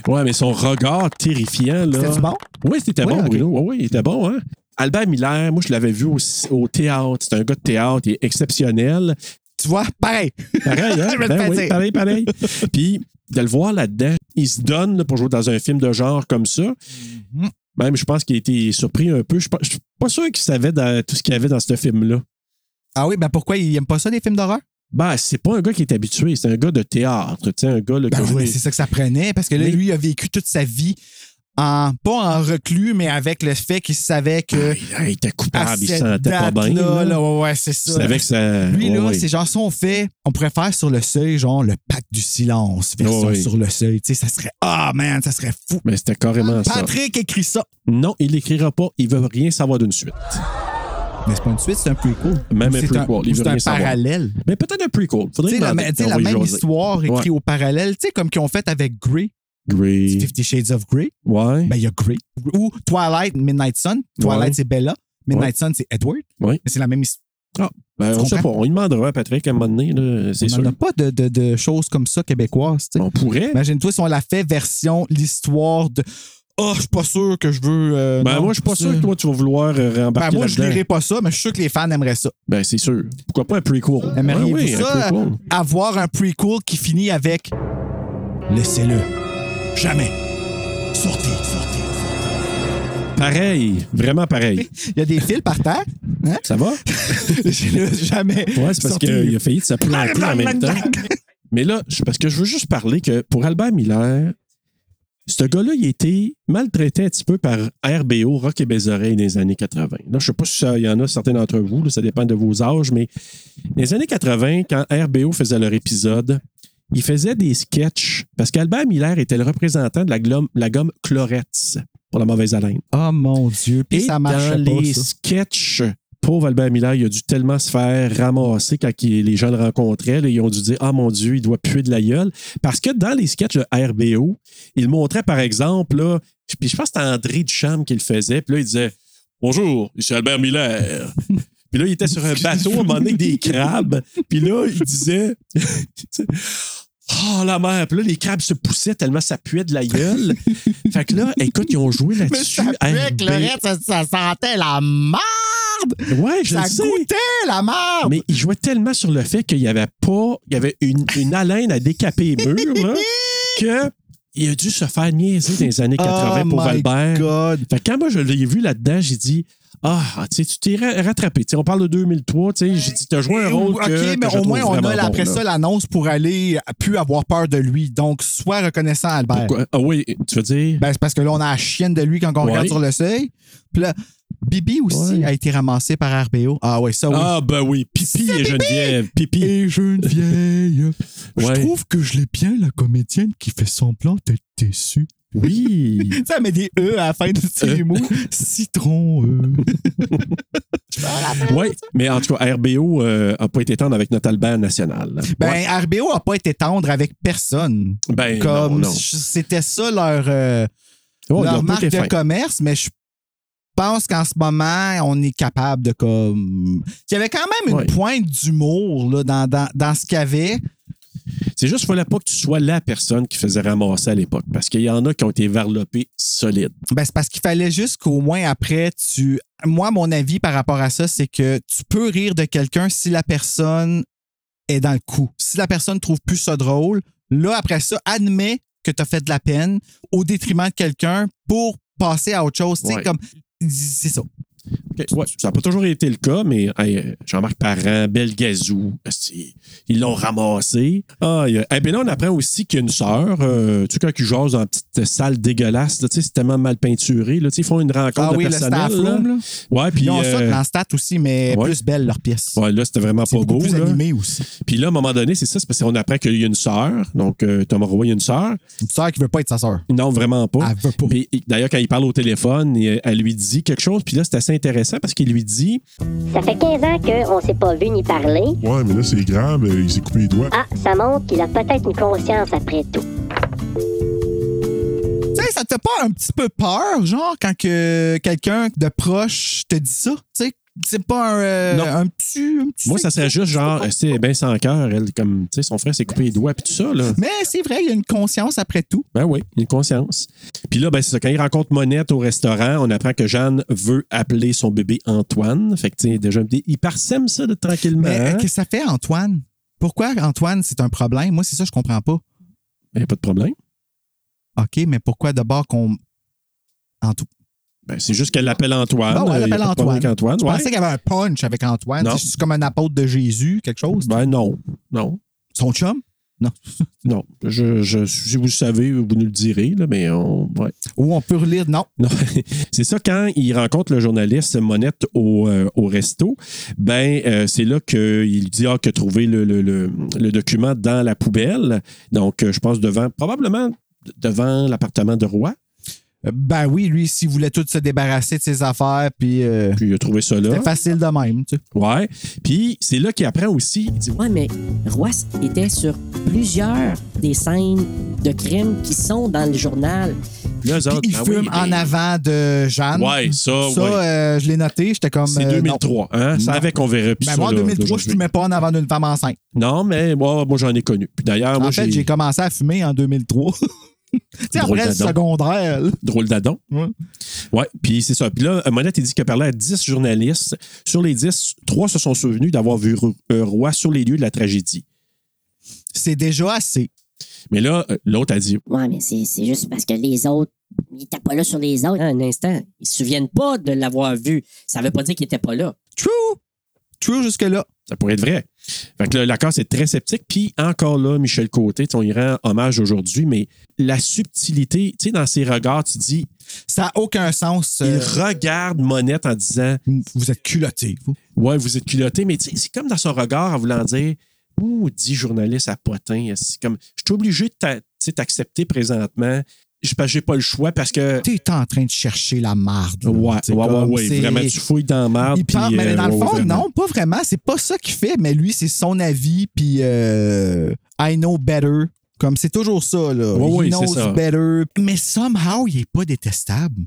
S2: Ouais, mais son regard terrifiant, là.
S7: C'était-tu bon?
S2: Oui, c'était
S7: Oui,
S2: bon,
S7: ok.
S2: Bruno. Oui, oui, il était bon, hein? Albert Miller, moi, je l'avais vu au, au théâtre. C'est un gars de théâtre, il est exceptionnel.
S7: Tu vois, pareil.
S2: Pareil, hein?
S7: Je vais te
S2: Ben
S7: faire
S2: oui,
S7: dire.
S2: pareil, pareil. Puis, de le voir là-dedans, il se donne là, pour jouer dans un film de genre comme ça.
S7: Mm-hmm.
S2: Même, je pense qu'il a été surpris un peu. Je ne suis pas sûr qu'il savait dans- tout ce qu'il y avait dans ce film-là.
S7: Ah oui, ben pourquoi il aime pas ça, les films d'horreur?
S2: Ben, c'est pas un gars qui est habitué, c'est un gars de théâtre. Tu sais, un gars là, qui
S7: Ben
S2: a
S7: oui,
S2: joué-
S7: mais c'est ça que ça prenait, parce que là,
S2: Mais-
S7: lui, il a vécu toute sa vie en, pas en reclus, mais avec le fait qu'il savait que.
S2: Ah, il était
S7: à
S2: coupable, il
S7: cette
S2: sentait pas bien.
S7: date-là,
S2: là.
S7: là, ouais, ouais, c'est
S2: Il
S7: ça.
S2: savait que ça.
S7: Lui,
S2: ouais,
S7: là,
S2: ouais.
S7: c'est genre, si on fait, on pourrait faire sur le seuil, genre le pacte du silence, version
S2: Ouais, ouais.
S7: sur le seuil. Tu sais, ça serait, ah man, ça serait fou.
S2: Mais c'était carrément ça.
S7: Patrick écrit ça.
S2: Non, il l'écrira pas. Il veut rien savoir d'une suite.
S7: Mais c'est pas une suite, c'est un prequel.
S2: Même
S7: Ou
S2: un
S7: c'est
S2: prequel, il veut
S7: ou c'est un
S2: rien savoir.
S7: parallèle.
S2: Mais peut-être un prequel. Faudrait
S7: Tu sais, la,
S2: demander.
S7: ma- tu sais,
S2: On
S7: la
S2: va y
S7: même
S2: jaser.
S7: histoire écrite au parallèle, tu sais, comme qu'ils ont fait avec Grey,
S2: Grey.
S7: Fifty Shades of Grey.
S2: Ouais.
S7: Ben, il y a Grey. Ou Twilight, Midnight Sun. Twilight,
S2: Ouais.
S7: c'est Bella. Midnight
S2: Ouais.
S7: Sun, c'est Edward.
S2: Ouais.
S7: Mais c'est la même histoire.
S2: Ah, ben,
S7: Tu
S2: on sait pas.
S7: comprends?
S2: On lui demandera à Patrick à un moment donné, là, c'est
S7: On
S2: sûr.
S7: n'en a pas de, de- de choses comme ça québécoises. tu sais.
S2: On pourrait.
S7: Imagine-toi si on la fait version l'histoire de Oh, je suis pas sûr que je veux. euh,
S2: Ben,
S7: non,
S2: moi, je suis pas
S7: ça.
S2: sûr que toi, tu vas vouloir euh,
S7: Ben,
S2: réembarquer
S7: moi, je
S2: là-dedans.
S7: lirai pas ça, mais je suis sûr que les fans aimeraient ça.
S2: Ben, c'est sûr. Pourquoi pas un prequel?
S7: Aimeriez-vous
S2: Ouais, oui, un
S7: ça?
S2: prequel.
S7: Avoir un prequel qui finit avec Laissez-le. Jamais. Sortez, sortez.
S2: Pareil. Vraiment pareil.
S7: Il y a des fils par terre. Hein?
S2: Ça va?
S7: J'ai- Jamais.
S2: Ouais, c'est parce qu'il a failli de se planter en même temps. Mais là, je- parce que je veux juste parler que pour Albert Miller, ce gars-là, il a été maltraité un petit peu par RBO, Rock et Belles Oreilles, dans les années 80. Là, je sais pas si ça- il y en a certains d'entre vous, là, ça dépend de vos âges, mais dans les années 80, quand RBO faisait leur épisode, il faisait des sketchs parce qu'Albert Miller était le représentant de la, glom- la gomme Clorette pour la mauvaise haleine.
S7: Oh mon Dieu. Puis
S2: Et
S7: ça marche
S2: dans
S7: pas.
S2: les
S7: ça.
S2: sketchs, pauvre Albert Miller, il a dû tellement se faire ramasser quand il- les gens le rencontraient. là, ils ont dû dire Ah mon Dieu, il doit puer de la gueule. Parce que dans les sketchs de RBO, il montrait par exemple, là, puis je pense que c'était André Duchamp qui le faisait, puis là, il disait Bonjour, ici Albert Miller. Puis là, il était sur un bateau, à un moment donné, avec des crabes. Puis là, il disait Oh la merde! Puis là, les crabes se poussaient tellement ça puait de la gueule. fait que là, écoute, ils ont joué
S7: Mais
S2: là-dessus.
S7: ça puait que le
S2: RBO.
S7: reste, ça, ça sentait la merde.
S2: Ouais, je
S7: ça
S2: le sais.
S7: goûtait la merde.
S2: Mais il jouait tellement sur le fait qu'il y avait pas, il y avait une, une haleine à décaper les murs, là, que il a dû se faire niaiser dans les années 80
S7: Oh
S2: pour
S7: my
S2: Albert.
S7: God.
S2: Fait que quand moi je l'ai vu là-dedans, j'ai dit ah, tu sais, tu t'es ra- rattrapé. Tu sais, on parle de 2003, tu sais, j'ai dit, t'as joué un rôle
S7: Eh, OK,
S2: que, que
S7: mais
S2: je
S7: au moins,
S2: trouve
S7: on a
S2: vraiment
S7: là,
S2: bon,
S7: après
S2: là.
S7: ça l'annonce pour aller plus avoir peur de lui. Donc, sois reconnaissant, Albert.
S2: Pourquoi? Ah oui, tu veux dire?
S7: Ben, c'est parce que là, on a la chienne de lui quand on
S2: Ouais.
S7: regarde sur le seuil. Puis là, Bibi aussi a été ramassé par RBO. Ah ouais, ça oui.
S2: Ah ben oui, Pipi et Geneviève, Pipi.
S7: Et jeune vieille.
S2: Ouais.
S7: Je trouve que je l'ai bien, la comédienne qui fait semblant d'être déçue.
S2: Oui. Euh.
S7: Ça met des E à la fin de ces mots. Citron, E.
S2: oui, mais en tout cas, RBO euh, a pas été tendre avec notre Albert national.
S7: Ben, RBO a pas été tendre avec personne.
S2: Ben,
S7: Comme
S2: non, non.
S7: si c'était ça leur, euh,
S2: Oh, ils ont
S7: leur
S2: pas
S7: marque
S2: été
S7: de
S2: fins.
S7: commerce, mais je pense qu'en ce moment, on est capable de comme. Il y avait quand même une
S2: Ouais.
S7: pointe d'humour là, dans, dans, dans ce qu'il y avait.
S2: C'est juste qu'il fallait pas que tu sois la personne qui faisait ramasser à l'époque, parce qu'il y en a qui ont été varlopés solides.
S7: Ben, c'est parce qu'il fallait juste qu'au moins après, tu. Moi, mon avis par rapport à ça, c'est que tu peux rire de quelqu'un si la personne est dans le coup. Si la personne trouve plus ça drôle, là, après ça, admets que tu as fait de la peine au détriment de quelqu'un pour passer à autre chose. Tu sais,
S2: Ouais.
S7: comme. C'est ça.
S2: Ok, ouais, ça n'a pas toujours été le cas, mais hey, euh, Jean-Marc Parent, Belgazou, esti, ils l'ont ramassé. Ah, il y a- eh bien là, on apprend aussi qu'il y a une sœur, euh, tu sais, quand ils jasent dans une petite salle dégueulasse, là, tu sais, c'est tellement mal peinturé. Là, tu sais, ils font une rencontre
S7: Ah
S2: de
S7: oui, le
S2: personnel.
S7: staff room, là.
S2: Ouais, puis,
S7: Ils ont ça
S2: euh,
S7: dans le stat aussi, mais
S2: ouais.
S7: plus belle leur pièce.
S2: Ouais, là, c'était vraiment
S7: C'est
S2: pas
S7: beaucoup
S2: beau.
S7: plus
S2: là.
S7: animé aussi.
S2: Puis là, à un moment donné, c'est ça, c'est parce qu'on apprend qu'il y a une sœur. Donc, euh, Thomas Roy, il y a une sœur.
S7: Une sœur qui veut pas être sa sœur.
S2: Non, vraiment pas.
S7: Elle veut pas.
S2: Puis, D'ailleurs, quand il parle au téléphone, il- elle lui dit quelque chose. Puis là, c'est assez intéressant parce qu'il lui dit
S9: Ça fait 15 ans qu'on s'est pas vu ni parlé.
S13: Ouais, mais là, c'est grave, euh, il s'est coupé les doigts.
S9: Ah, ça montre qu'il a peut-être une conscience après tout.
S7: Tu sais, ça te fait pas un petit peu peur, genre, quand que quelqu'un de proche te dit ça? Tu sais, c'est pas un, euh,
S2: Non.
S7: un petit. un petit-
S2: Moi, ça serait juste genre, euh, c'est bien sans cœur. Elle, comme, tu sais, son frère s'est coupé les doigts, puis tout ça, euh, là.
S7: Mais c'est vrai, il y a une conscience après tout.
S2: Ben oui, une conscience. Puis là, ben, c'est ça. Quand il rencontre Monette au restaurant, on apprend que Jeanne veut appeler son bébé Antoine. Fait que, tu sais, déjà, il parsème ça de tranquillement.
S7: Mais euh,
S2: hein?
S7: qu'est-ce que ça fait, Antoine? Pourquoi Antoine, c'est un problème? Moi, c'est ça, je comprends pas.
S2: Ben, pas de problème.
S7: OK, mais pourquoi d'abord qu'on. Anto-
S2: Ben, c'est juste qu'elle l'appelle Antoine.
S7: Bon,
S2: Euh,
S7: elle
S2: y a
S7: appelle
S2: pas de problème
S7: Antoine.
S2: avec Antoine.
S7: Je
S2: ouais.
S7: pensais qu'il y avait un punch avec Antoine.
S2: Non.
S7: C'est juste comme un apôtre de Jésus, quelque chose.
S2: Ben non, non.
S7: Son chum? Non.
S2: Non, je, je- si vous le savez, vous nous le direz, là, mais on, ouais.
S7: Ou on peut relire. Non.
S2: Non, c'est ça, quand il rencontre le journaliste Monette au, euh, au resto, ben, euh, c'est là qu'il dit ah, que trouver le, le- le- le document dans la poubelle. Donc, euh, je pense devant, probablement devant l'appartement de Roy.
S7: Ben oui, lui, s'il voulait tout se débarrasser de ses affaires, puis. euh,
S2: Puis il a trouvé ça là.
S7: C'était facile de même, tu sais.
S2: Ouais. Puis c'est là qu'il apprend aussi. Il dit
S6: Ouais, mais Royce était sur plusieurs des scènes de crimes qui sont dans le journal.
S2: Là, eux
S7: Puis
S2: autres,
S7: il
S2: ah oui,
S7: fume
S2: mais-
S7: en avant de Jeanne.
S2: Ouais, ça,
S7: Ça,
S2: ouais.
S7: euh, je l'ai noté, j'étais comme.
S2: C'est
S7: euh, non.
S2: 2003. Hein? Ça
S7: Non.
S2: avait qu'on verrait plus
S7: Ben
S2: ça,
S7: moi, en
S2: là,
S7: 2003, je
S2: d'aujourd'hui.
S7: fumais pas en avant d'une femme enceinte.
S2: Non, mais moi, moi j'en ai connu. Puis D'ailleurs, Ah, moi,
S7: en fait, j'ai commencé à fumer en 2003. tu sais,
S2: Drôle
S7: après le
S2: d'adon.
S7: secondaire. là.
S2: Drôle d'adon.
S7: Ouais.
S2: Ouais, puis c'est ça. Puis là, Monette, il dit qu'il a parlé à 10 journalistes. Sur les 10, 3 se sont souvenus d'avoir vu Ro- euh, Roy sur les lieux de la tragédie.
S7: C'est déjà assez.
S2: Mais là, euh, l'autre a dit
S6: Ouais, mais c'est c'est juste parce que les autres, il n'était pas là sur les autres. Un instant, ils se souviennent pas de l'avoir vu. Ça veut pas dire qu'il était pas là.
S7: True! True jusque-là.
S2: ça pourrait être vrai. Fait que là, l'accord, c'est très sceptique. Puis encore là, Michel Côté, tu sais, on y rend hommage aujourd'hui, mais la subtilité, tu sais, dans ses regards, tu dis
S7: Ça n'a aucun sens.
S2: il
S7: euh,
S2: regarde Monette en disant
S7: vous êtes culotté, vous.
S2: Ouais, vous êtes culotté, mais tu sais, c'est comme dans son regard en voulant dire Ouh, dit journaliste à potin, c'est comme je suis obligé de t'a- tu sais, t'accepter présentement. Je parce que j'ai pas le choix parce que.
S7: T'es en train de chercher la marde. là.
S2: Ouais, ouais,
S7: C'est
S2: ouais,
S7: comme,
S2: ouais,
S7: c'est-
S2: Vraiment, tu fouilles dans la marde.
S7: Il
S2: puis,
S7: parle, mais
S2: euh,
S7: dans le
S2: ouais,
S7: fond,
S2: vraiment.
S7: non, pas vraiment. C'est pas ça qu'il fait, mais lui, c'est son avis, puis euh, I know better. Comme c'est toujours ça, là.
S2: Ouais,
S7: He
S2: ouais, c'est
S7: knows
S2: ça.
S7: better. Mais somehow, il est pas détestable.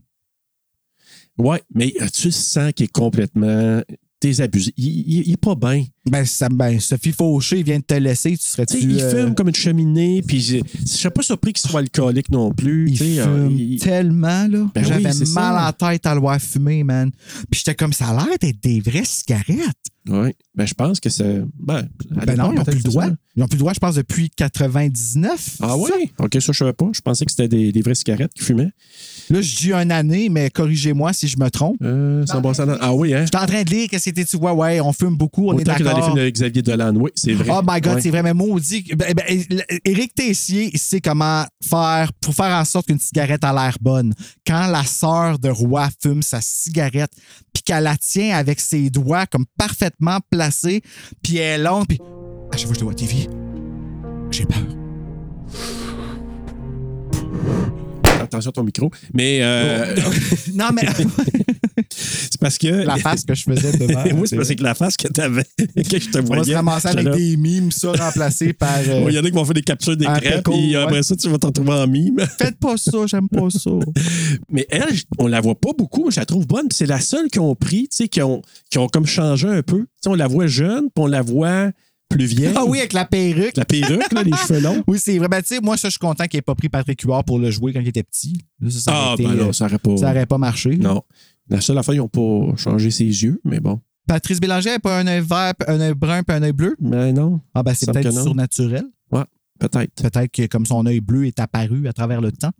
S2: Ouais, mais euh, tu sens qu'il est complètement désabusé. Il, il- il est pas bien.
S7: Ben, ça, ben, Sophie Fauché vient de te laisser, tu
S2: Tu
S7: serais-tu.
S2: sais, il
S7: euh,
S2: fume comme une cheminée, puis je je serais pas surpris qu'il soit alcoolique non plus. tu
S7: Il
S2: sais,
S7: fume
S2: euh, il-
S7: tellement, là.
S2: Ben oui,
S7: J'avais
S2: c'est ça.
S7: mal à la tête à le voir fumer, man. Puis j'étais comme, ça a l'air d'être des vraies cigarettes.
S2: Ouais, ben je pense que c'est. Ben, à
S7: Ben
S2: l'époque,
S7: non, ils n'ont plus le
S2: peut-être,
S7: droit.
S2: c'est ça.
S7: Ils n'ont plus le droit, je pense, depuis 99.
S2: Ah
S7: c'est ça?
S2: ouais? Ok, ça je savais pas. Je pensais que c'était des, des vraies cigarettes qui fumaient.
S7: Là, je dis une année, mais corrigez-moi si je me trompe.
S2: Euh, sans bon sens. Ah oui, hein?
S7: Ben, J'étais en train de lire qu'est-ce que c'était, tu vois, ouais, on fume beaucoup, on est
S2: Autant que dans les
S7: d'accord.
S2: films de Xavier Dolan, oui, c'est vrai.
S7: Oh my God,
S2: Ouais.
S7: c'est vraiment maudit. Ben, ben, Éric Tessier, il sait comment faire pour faire en sorte qu'une cigarette a l'air bonne. Quand la sœur de Roy fume sa cigarette, puis qu'elle la tient avec ses doigts comme parfaitement placés, puis elle est longue, puis à chaque fois que je te vois à TV, j'ai peur.
S2: Attention à ton micro. Mais euh,
S7: Non, mais
S2: c'est parce que.
S7: Oh. la face que je faisais devant.
S2: Moi, c'est parce que la face que t'avais, que je te
S7: on va
S2: voyais.
S7: se ramasser
S2: j'étais
S7: avec
S2: là,
S7: des mimes, ça, remplacé par.
S2: Ouais,
S7: euh,
S2: Il y en a qui vont faire des captures
S7: un
S2: d'écran,
S7: péco,
S2: puis après
S7: ouais.
S2: ça, tu vas t'en trouver en mime.
S7: Faites pas ça, j'aime pas ça.
S2: Mais elle, j- on la voit pas beaucoup, mais je la trouve bonne. Puis C'est la seule qui ont pris, tu sais, qui ont, qui ont comme changé un peu. Tu sais, on la voit jeune, puis on la voit plus vieille.
S7: Ah oui, avec la perruque.
S2: La perruque, là, les cheveux longs.
S7: Oui, c'est vrai. Ben, tu sais, moi, ça, je suis content qu'il n'ait pas pris Patrick Huard pour le jouer quand il était petit. Là, ça, ça aurait
S2: Ah,
S7: été,
S2: ben
S7: euh,
S2: non, ça aurait pas.
S7: ça aurait pas marché.
S2: Non. La seule affaire, ils n'ont pas changé ses yeux, mais bon.
S7: Patrice Bélanger n'a pas un œil vert, un œil brun puis un œil bleu.
S2: Mais non,
S7: Ah, ben, c'est
S2: Semble
S7: peut-être
S2: que non.
S7: surnaturel.
S2: peut-être.
S7: Peut-être que comme son œil bleu est apparu à travers le temps.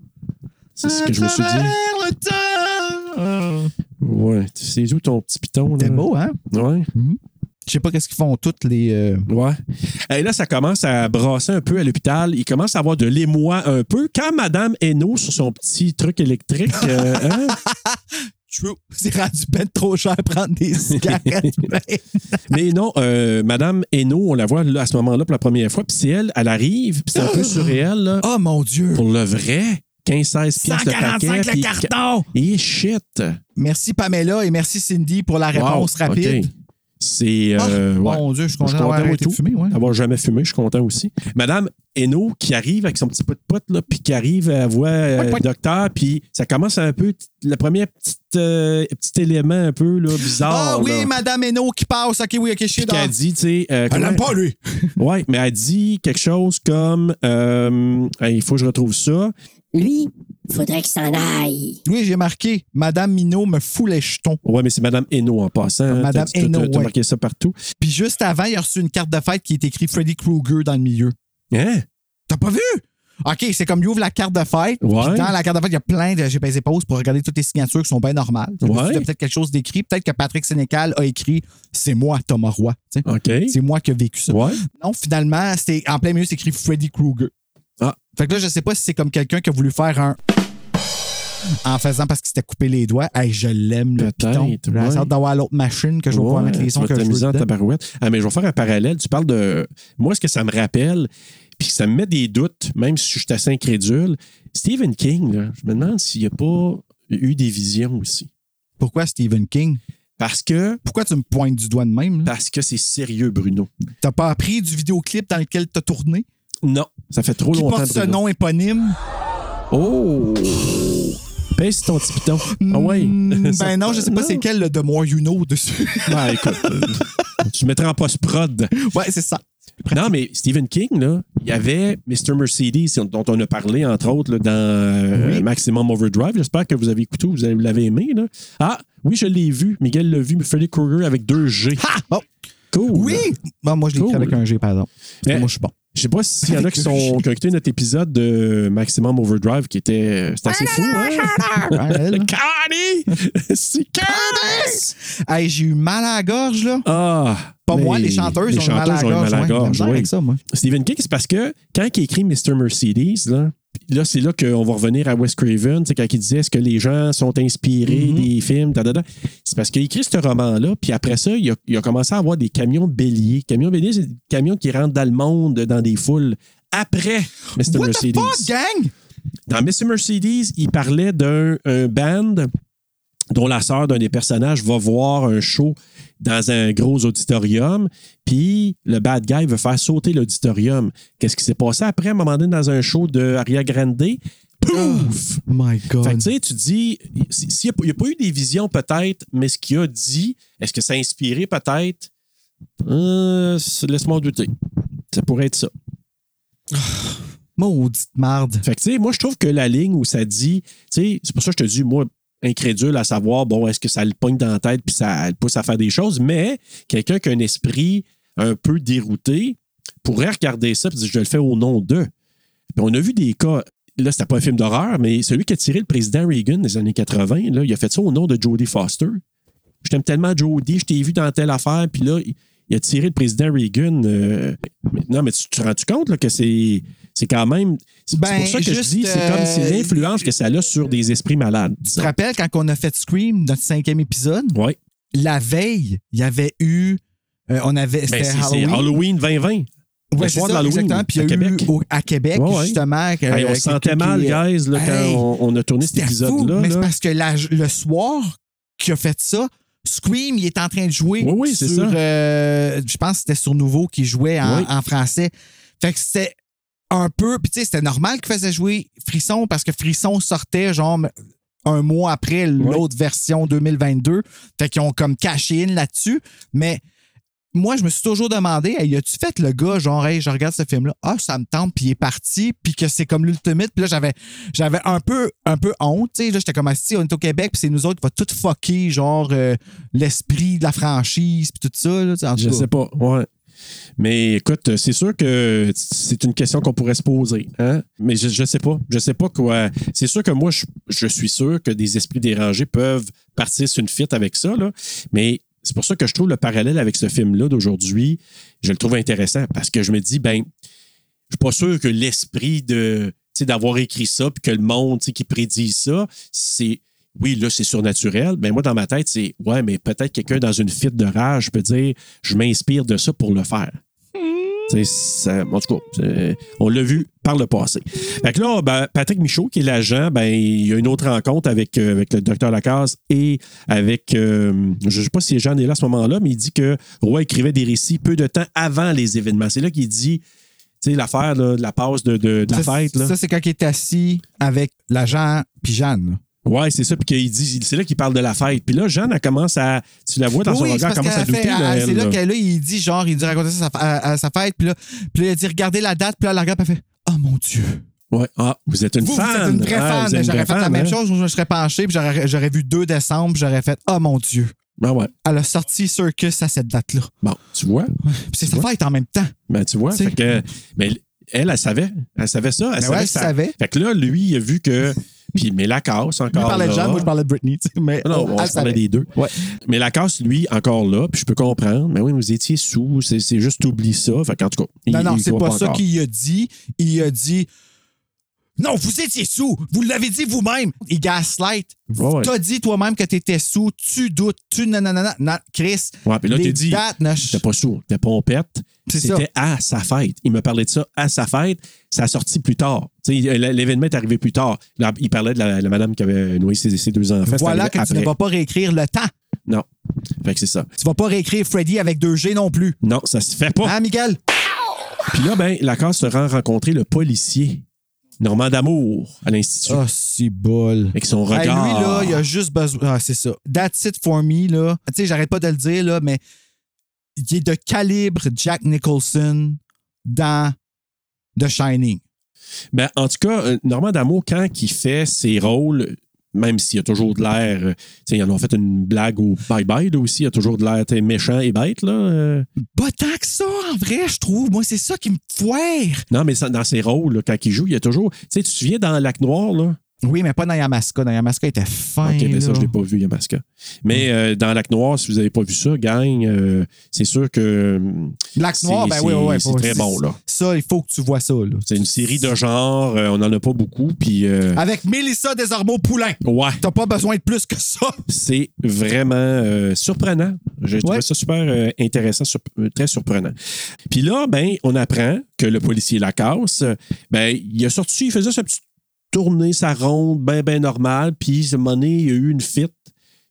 S2: C'est ce que je me suis
S7: À
S2: dit.
S7: travers le temps! Euh,
S2: Ouais. Tu- C'est où ton petit piton, là?
S7: C'était beau, hein?
S2: Ouais.
S7: Je sais pas qu'est-ce qu'ils font toutes les. euh,
S2: Ouais. Et là, ça commence à brasser un peu à l'hôpital. Il commence à avoir de l'émoi un peu. Quand Madame Hainaut, sur son petit truc électrique, euh, hein,
S7: True. C'est rendu ben trop cher à prendre des cigarettes. mais-
S2: Mais non, euh, Madame Hainaut, on la voit là, à ce moment-là pour la première fois. Puis c'est elle, elle arrive, puis c'est un peu surréel. Là,
S7: oh mon Dieu!
S2: pour le vrai, 15-16 piastres le paquet.
S7: 145 le
S2: puis-
S7: carton!
S2: Et shit!
S7: Merci Pamela et merci Cindy pour la réponse
S2: Wow,
S7: rapide.
S2: OK. C'est...
S7: Ah,
S2: euh, ouais.
S7: Mon Dieu, je suis
S2: Je
S7: content
S2: suis
S7: d'avoir
S2: content, moi,
S7: arrêté de
S2: tout.
S7: fumer. Ouais.
S2: D'avoir jamais fumé, je suis content aussi. Madame Hainaut qui arrive avec son petit pot de pote, là, puis qui arrive, elle voit euh,
S7: Pouit, pouit.
S2: le docteur, puis ça commence un peu, le premier petit, euh, petit élément un peu là, bizarre.
S7: Ah oui,
S2: là.
S7: Madame Héno qui passe. Ok, oui, ok, je suis
S2: Puis qu'elle
S7: dans.
S2: dit, tu sais... euh, comment-
S7: lui.
S2: Oui, mais elle dit quelque chose comme euh, Hey, il faut que je retrouve ça.
S6: Lui, faudrait qu'il s'en aille.
S7: Oui, j'ai marqué. Madame Minot me fout les jetons.
S2: Oui, mais c'est Madame Hainaut en passant. hein.
S7: Madame
S2: T'as- t'as-
S7: Hainaut,
S2: t'as- T'as
S7: ouais.
S2: marqué ça partout.
S7: Puis juste avant, il a reçu une carte de fête qui est écrite Freddy Krueger dans le milieu.
S2: Hein?
S7: T'as pas vu? OK, c'est comme il ouvre la carte de fête. puis
S2: Ouais.
S7: dans la carte de fête, il y a plein de. J'ai pesé pause pour regarder toutes les signatures qui sont bien normales.
S2: Ouais.
S7: Il y a peut-être quelque chose d'écrit. Peut-être que Patrick Sénécal a écrit C'est moi, Thomas Roy. Tu sais,
S2: OK.
S7: C'est moi qui ai vécu ça.
S2: Ouais.
S7: Non, finalement, c'est en plein milieu, c'est écrit Freddy Krueger.
S2: Ah.
S7: Fait que là, je sais pas si c'est comme quelqu'un qui a voulu faire un. En faisant parce qu'il s'était coupé les doigts. Hey, je l'aime, le
S2: Peut-être,
S7: piton. J'ai
S2: ouais.
S7: hâte d'avoir l'autre machine que je vais pouvoir
S2: Ouais,
S7: mettre les
S2: tu
S7: sons
S2: vas
S7: que je veux.
S2: t'amuser en
S7: dedans.
S2: tabarouette. Ah, mais je vais faire un parallèle. Tu parles de. Moi, ce que ça me rappelle, puis ça me met des doutes, même si je suis assez incrédule. Stephen King, là, je me demande s'il n'y a pas eu des visions aussi.
S7: Pourquoi Stephen King?
S2: Parce que.
S7: Pourquoi tu me pointes du doigt de même? là?
S2: Parce que c'est sérieux, Bruno.
S7: T'as pas appris du vidéoclip dans lequel t'as tourné?
S2: Non, ça fait trop
S7: Qui
S2: longtemps.
S7: porte ce
S2: Bruno.
S7: nom éponyme?
S2: Oh! Pèse sur ton petit piton. Ah ouais.
S7: Mm, Ben non, je sais pas c'est lequel le The More You Know dessus.
S2: Ah, écoute, euh, tu mettras en post-prod.
S7: ouais, c'est ça.
S2: Non, mais Stephen King, là, il y avait Mr. Mercedes, dont on a parlé, entre autres, là, dans euh, Maximum Overdrive. J'espère que vous avez écouté, vous avez- vous l'avez aimé. Là. Ah, oui, je l'ai vu. Miguel l'a vu, mais Freddy Krueger avec deux G. Oh!
S7: Ha! Bon.
S2: Cool. hein.
S7: Oui! Bon, moi, je l'ai écrit
S2: Cool. Eh.
S7: avec un G, pardon.
S2: Mais-
S7: moi, je suis bon.
S2: Je sais pas s'il y en a qui,
S7: Avec deux
S2: sont, qui ont écouté notre épisode de Maximum Overdrive qui était. C'était assez fou, hein? Cardi! C'est Candice!
S7: Hey, j'ai eu mal à la gorge, là.
S2: Ah!
S7: Pas moi, les chanteuses ont eu mal à la gorge, ouais. J'ai de la misère avec ça, moi.
S2: Stephen King, c'est parce que quand il écrit Mr. Mercedes, là, là c'est là qu'on va revenir à Wes Craven, c'est quand il disait est-ce que les gens sont inspirés
S7: Mm-hmm.
S2: des films, ta, ta, ta. C'est parce qu'il écrit ce roman-là, puis après ça, il a, il a commencé à avoir des camions béliers. Camions béliers, c'est des camions qui rentrent dans le monde, dans des foules, après Mr.
S7: What the
S2: Mercedes.
S7: fuck, gang?
S2: Dans Mr. Mercedes, il parlait d'un un band dont la sœur d'un des personnages va voir un show dans un gros auditorium, puis le bad guy veut faire sauter l'auditorium. Qu'est-ce qui s'est passé après, à un moment donné, dans un show de Aria Grande? Pouf!
S7: My God.
S2: Fait que, tu sais, tu dis, si- s'il n'y a, pas eu des visions peut-être, mais ce qu'il a dit, est-ce que ça a inspiré peut-être? Euh, c'est- Laisse-moi en douter. Ça pourrait être ça.
S7: Maudite marde.
S2: Fait que, tu sais, moi, je trouve que la ligne où ça dit, tu sais, c'est pour ça que je te dis, moi, incrédule à savoir, bon, est-ce que ça le pogne dans la tête puis ça le pousse à faire des choses, mais quelqu'un qui a un esprit un peu dérouté pourrait regarder ça et dire, je le fais au nom d'eux. Puis on a vu des cas, là, c'était pas un film d'horreur, mais celui qui a tiré le président Reagan des années 80, là, il a fait ça au nom de Jodie Foster. Je t'aime tellement, Jodie, je t'ai vu dans telle affaire, puis là, il- il a tiré le président Reagan. euh, mais- non, mais tu te rends-tu compte là, que c'est c'est quand même. C'est
S7: Ben,
S2: c'est pour ça que
S7: juste,
S2: je dis, c'est comme c'est
S7: euh,
S2: l'influence que ça a sur des esprits malades.
S7: Tu te rappelles quand on a fait Scream, notre cinquième épisode?
S2: Oui.
S7: La veille, il y avait eu. euh, on avait.
S2: Ben,
S7: C'était
S2: c'est- c'est
S7: Halloween.
S2: Halloween 2020.
S7: Ouais,
S2: le
S7: c'est
S2: soir de
S7: ça,
S2: l'Halloween,
S7: exactement. Puis il y a
S2: à
S7: eu
S2: Québec.
S7: au- à Québec,
S2: Ouais, ouais.
S7: justement. que-
S2: Hey, on
S7: euh,
S2: se sentait
S7: quelqu'un
S2: mal,
S7: qui-
S2: guys, là, quand
S7: Hey,
S2: on, on a tourné cet
S7: c'était fou,
S2: épisode-là.
S7: Mais c'est
S2: là.
S7: parce que la- le soir qu'il a fait ça, Scream, il est en train de jouer.
S2: Oui, oui, c'est
S7: sur,
S2: ça.
S7: euh, je pense que c'était sur Nouveau qu'il jouait en,
S2: Oui.
S7: en français. Fait que c'était un peu. Puis tu sais, c'était normal qu'il faisait jouer Frisson parce que Frisson sortait genre un mois après l'autre version 2022. Fait qu'ils ont comme caché in là-dessus. Mais moi, je me suis toujours demandé, hey, as-tu fait le gars, genre, hey, je regarde ce film-là, ah, ça me tente, puis il est parti, puis que c'est comme l'ultimate, puis là, j'avais, j'avais un peu, un peu honte, tu sais, là, j'étais comme assis, on est au Québec, puis c'est nous autres qui va tout fucker, genre, euh, l'esprit de la franchise, puis tout ça, là, tu sais, en tout
S2: Je
S7: cas.
S2: sais pas, ouais. Mais écoute, euh, c'est sûr que c'est une question qu'on pourrait se poser, hein? Mais je, je sais pas. Je sais pas quoi. C'est sûr que moi, je, je suis sûr que des esprits dérangés peuvent partir sur une fuite avec ça, là. Mais c'est pour ça que je trouve le parallèle avec ce film-là d'aujourd'hui, je le trouve intéressant parce que je me dis, ben, je suis pas sûr que l'esprit de tu sais, d'avoir écrit ça puis que le monde tu sais, qui prédit ça, c'est oui, là, c'est surnaturel, mais moi, dans ma tête, c'est ouais, mais peut-être quelqu'un dans une fite de rage peut dire je m'inspire de ça pour le faire. Tu sais, ça- en tout cas, c'est- on l'a vu par le passé. Fait que là, ben, Patrick Michaud, qui est l'agent, ben, il y a une autre rencontre avec, euh, avec le docteur Lacasse et avec, euh, je ne sais pas si Jean est là à ce moment-là, mais il dit que Roy écrivait des récits peu de temps avant les événements. C'est là qu'il dit, tu sais, l'affaire là, de la passe de, de- de la
S7: Ça,
S2: fête. Là.
S7: ça, c'est quand il est assis avec l'agent, puis Jeanne.
S2: Ouais, c'est ça. Puis qu'il dit, c'est là qu'il parle de la fête. Puis là, Jeanne, elle commence à. Tu la vois dans son
S7: Oui,
S2: regard,
S7: c'est
S2: elle
S7: parce
S2: commence à
S7: qu'elle
S2: douter.
S7: fait-
S2: là,
S7: elle-
S2: elle,
S7: C'est là
S2: là.
S7: qu'elle, là, il dit, genre, il dit raconter ça à sa- à, à sa fête, puis là, puis là, il dit, regardez la date, puis là, elle la regarde, puis elle fait, oh mon Dieu.
S2: Ouais. Ah, vous êtes une
S7: Vous,
S2: fan.
S7: Vous êtes une vraie
S2: Ah,
S7: fan.
S2: vous êtes
S7: mais
S2: une
S7: J'aurais
S2: vraie
S7: fait la
S2: fan,
S7: même
S2: hein?
S7: chose. Je me serais penché, puis j'aurais j'aurais vu 2 décembre, puis j'aurais fait Oh mon Dieu.
S2: Ah ouais.
S7: Elle a sorti Circus à cette date-là.
S2: Bon, tu vois.
S7: Puis c'est sa fête en même temps.
S2: Ben, tu vois.
S7: Tu sais.
S2: Fait que, mais elle, elle, elle savait. Elle savait ça. Elle
S7: Ben
S2: savait
S7: ouais,
S2: que ça-
S7: elle savait.
S2: Fait que là, lui, il a vu que. Puis, mais la casse encore.
S7: Lui parlait de
S2: là.
S7: Jean, moi je parlais de Britney. tu sais, Mais
S2: Non, non, on
S7: elle
S2: se parlait
S7: savait.
S2: des deux. Mais la casse, lui, encore là, puis je peux comprendre. Mais oui, vous étiez sous, c'est c'est juste oublie ça. Fait qu'en tout cas,
S7: Non,
S2: il-
S7: non,
S2: il
S7: c'est
S2: voit
S7: pas ça
S2: encore.
S7: qu'il a dit. Il a dit Non, vous étiez sous. Vous l'avez dit vous-même. Il gaslight.
S2: Ouais, ouais.
S7: T'as dit toi-même que t'étais sous. Tu doutes. Tu nanana. Non, Chris.
S2: Ouais, puis là,
S7: les
S2: t'as dit,
S7: dates ne-
S2: t'es pas sourd, t'es pompette.
S7: C'est
S2: C'était
S7: ça.
S2: à sa fête. Il me parlait de ça à sa fête. Ça a sorti plus tard. Tu sais, l- L'événement est arrivé plus tard. Là, il parlait de la, la madame qui avait noyé ses, ses deux enfants. C'est
S7: Voilà
S2: arrivé
S7: que tu
S2: après.
S7: ne vas pas réécrire le temps.
S2: Non. Fait que c'est ça.
S7: Tu vas pas réécrire Freddy avec 2G non plus.
S2: Non, ça se fait pas.
S7: Hein, Miguel?
S2: Puis là, ben, Lacasse se rend rencontrer le policier Normand D'Amour à l'Institut.
S7: Ah, si bol.
S2: Avec son
S7: Hey,
S2: regard.
S7: lui, là, il a juste besoin. Ah, c'est ça. That's it for me, là. Tu sais, j'arrête pas de le dire, là, mais il est de calibre Jack Nicholson dans The Shining.
S2: Ben, en tout cas, euh, Normand D'Amour, quand il fait ses rôles, même s'il a toujours de l'air. euh, tu sais, Ils en ont fait une blague au Bye Bye, là aussi. Il a toujours de l'air tu sais, méchant et bête, là. euh.
S7: Pas tant que ça, en vrai, je trouve. Moi, c'est ça qui me foire.
S2: Non, mais ça- dans ses rôles, là, quand il joue, il y a toujours. Tu sais, tu te souviens dans Lac Noir, là?
S7: Oui, mais pas dans Yamaska. Dans Yamaska, il était fin.
S2: Ok, ben ça,
S7: là.
S2: je l'ai pas vu, Yamaska. Mais euh, dans Lac Noir, si vous n'avez pas vu ça, gang, euh, c'est sûr que. hum,
S7: Black
S2: c'est-
S7: Noir, ben oui,
S2: c'est-
S7: oui, oui.
S2: C'est très bon, là.
S7: Ça, il faut que tu vois ça, là.
S2: C'est une série de genres, euh, on n'en a pas beaucoup, puis. euh,
S7: Avec Mélissa Desormeaux-Poulain.
S2: Ouais,
S7: T'as pas besoin de plus que ça.
S2: c'est vraiment euh, surprenant. J'ai trouvé
S7: Ouais.
S2: ça super euh, intéressant, surp- euh, très surprenant. Puis là, ben, on apprend que le policier Lacasse, euh, ben, il a sorti, il faisait sa petite tournée, sa ronde, ben, ben normale, puis à un moment donné, il a eu une fuite,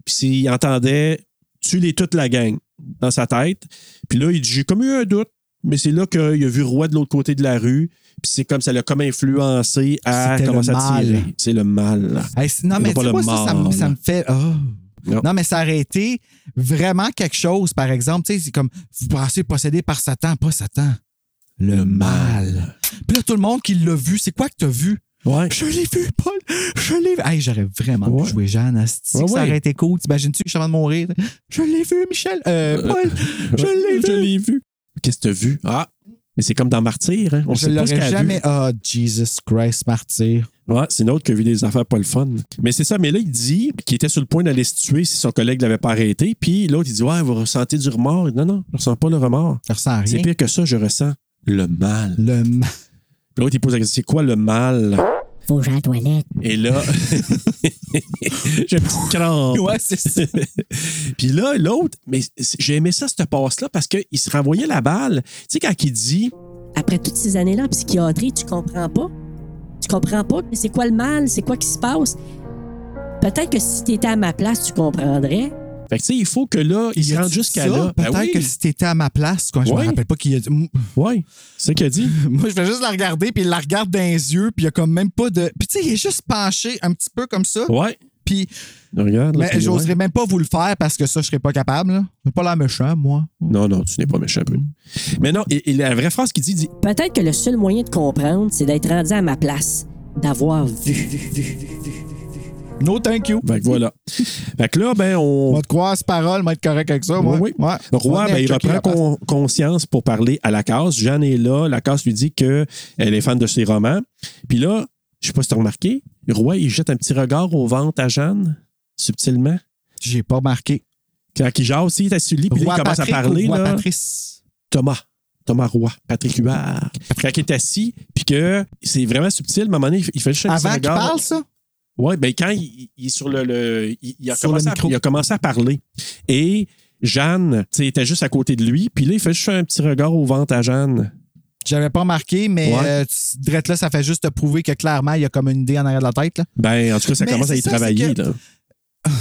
S2: puis c'est- il entendait tuer toute la gang dans sa tête. Puis là, il dit, j'ai comme eu un doute, mais c'est là qu'il a vu Roy de l'autre côté de la rue, puis c'est comme ça l'a comme influencé à
S7: C'était le
S2: commencer à
S7: mal.
S2: tirer. C'est le mal.
S7: Hey, c'est- non,
S2: Ils
S7: mais
S2: ont pas
S7: tu
S2: le
S7: vois, ça, ça, me-
S2: mâle.
S7: ça me fait. ah.
S2: Non.
S7: Non. mais ça aurait été vraiment quelque chose, par exemple. Tu sais, c'est comme vous pensez possédé par Satan, pas Satan. Le mal. Puis là, tout le monde qui l'a vu, c'est quoi que t'as vu?
S2: Ouais.
S7: Je l'ai vu, Paul. Je l'ai vu. Hey, j'aurais vraiment pu jouer Jeanne. asti,
S2: Ouais,
S7: que Ça
S2: ouais.
S7: aurait été cool. T'imagines-tu, je suis en train de mourir. Je l'ai vu, Michel. Euh, Paul, je l'ai vu.
S2: Je l'ai vu. Qu'est-ce que t'as vu? Ah! Mais c'est comme dans Martyr, hein? On sait
S7: je
S2: pas ce qu'elle
S7: l'aurais
S2: a
S7: jamais. Ah, Jesus Christ, martyr.
S2: vu. Ouais, c'est une autre qui a vu des affaires pas le fun. Mais c'est ça, mais là, il dit qu'il était sur le point d'aller se tuer si son collègue l'avait pas arrêté. Puis l'autre, il dit Ouais, vous ressentez du remords. Non, non, je ressens pas le remords.
S7: Je ressens rien.
S2: C'est pire que ça, je ressens le mal.
S7: Le mal.
S2: Puis l'autre, il pose la question C'est quoi le mal?
S14: Faut que j'aille à la toilette.
S2: Et là, j'ai un petit crampe.
S7: Ouais, c'est ça.
S2: Puis là, l'autre, mais c'est- j'ai aimé ça, cette passe-là, parce qu'il se renvoyait la balle. Tu sais, quand il dit
S6: Après toutes ces années-là en psychiatrie, tu comprends pas. Tu comprends pas c'est quoi le mal, c'est quoi qui se passe. Peut-être que si t'étais à ma place, tu comprendrais.
S2: Fait que, tu sais, il faut que là, il se
S7: a
S2: rende
S7: dit
S2: jusqu'à
S7: ça? Ben
S2: là.
S7: Peut-être que si t'étais à ma place, quoi, je
S2: Ben Ouais.
S7: me rappelle pas qu'il a dit.
S2: Oui, c'est ça qu'il a dit.
S7: Moi, je vais juste la regarder, puis il la regarde dans les yeux, puis il y a comme même pas de. Puis tu sais, il est juste penché un petit peu comme ça.
S2: Ouais.
S7: Puis,
S2: Regarde. là,
S7: mais
S2: puis
S7: j'oserais
S2: ouais.
S7: même pas vous le faire parce que ça, je serais pas capable. là. Je suis pas l'air méchant, moi.
S2: Non, non, tu n'es pas méchant, Bruno. Mais non, et, et la vraie phrase qu'il dit, il dit
S6: Peut-être que le seul moyen de comprendre, c'est d'être rendu à ma place, d'avoir vu.
S7: No thank you.
S2: Fait que voilà. fait que là, ben,
S7: On
S2: on.
S7: va te croire ces paroles, moi, être correct avec ça. moi.
S2: Oui, oui.
S7: Ouais. On va
S2: Roy, ben,
S7: venir
S2: il
S7: checker
S2: reprend
S7: la place.
S2: con- conscience pour parler à Lacasse. Jeanne est là. Lacasse lui dit qu'elle est fan de ses romans. Puis là, je sais pas si tu as remarqué, Roy, il jette un petit regard au ventre à Jeanne, subtilement.
S7: J'ai pas marqué.
S2: Quand il jase, il est assis sur le lit, puis là,
S7: Roi
S2: il commence
S7: Patrick
S2: à parler.
S7: ou Roi
S2: là.
S7: Patrice.
S2: Thomas. Thomas Roy, Patrick Huard. Quand il est assis, puis que c'est vraiment subtil, mais à un moment donné, il fait- il fait juste un petit
S7: Avant qu'il
S2: regard.
S7: parle, ça?
S2: Ouais, ben quand il, il est sur le. le- il, il a
S7: Sur
S2: commencé
S7: le
S2: à,
S7: micro.
S2: il a commencé à parler. Et Jeanne, tu sais, était juste à côté de lui, puis là, il fait juste un petit regard au ventre à Jeanne.
S7: J'avais pas marqué, mais
S2: Ouais.
S7: euh, tu- drette là, ça fait juste te prouver que clairement, il y a comme une idée en arrière de la tête. là.
S2: Ben, en tout cas, ça
S7: Mais
S2: commence à
S7: c'est
S2: y
S7: ça,
S2: travailler,
S7: c'est que- Ah.
S2: là.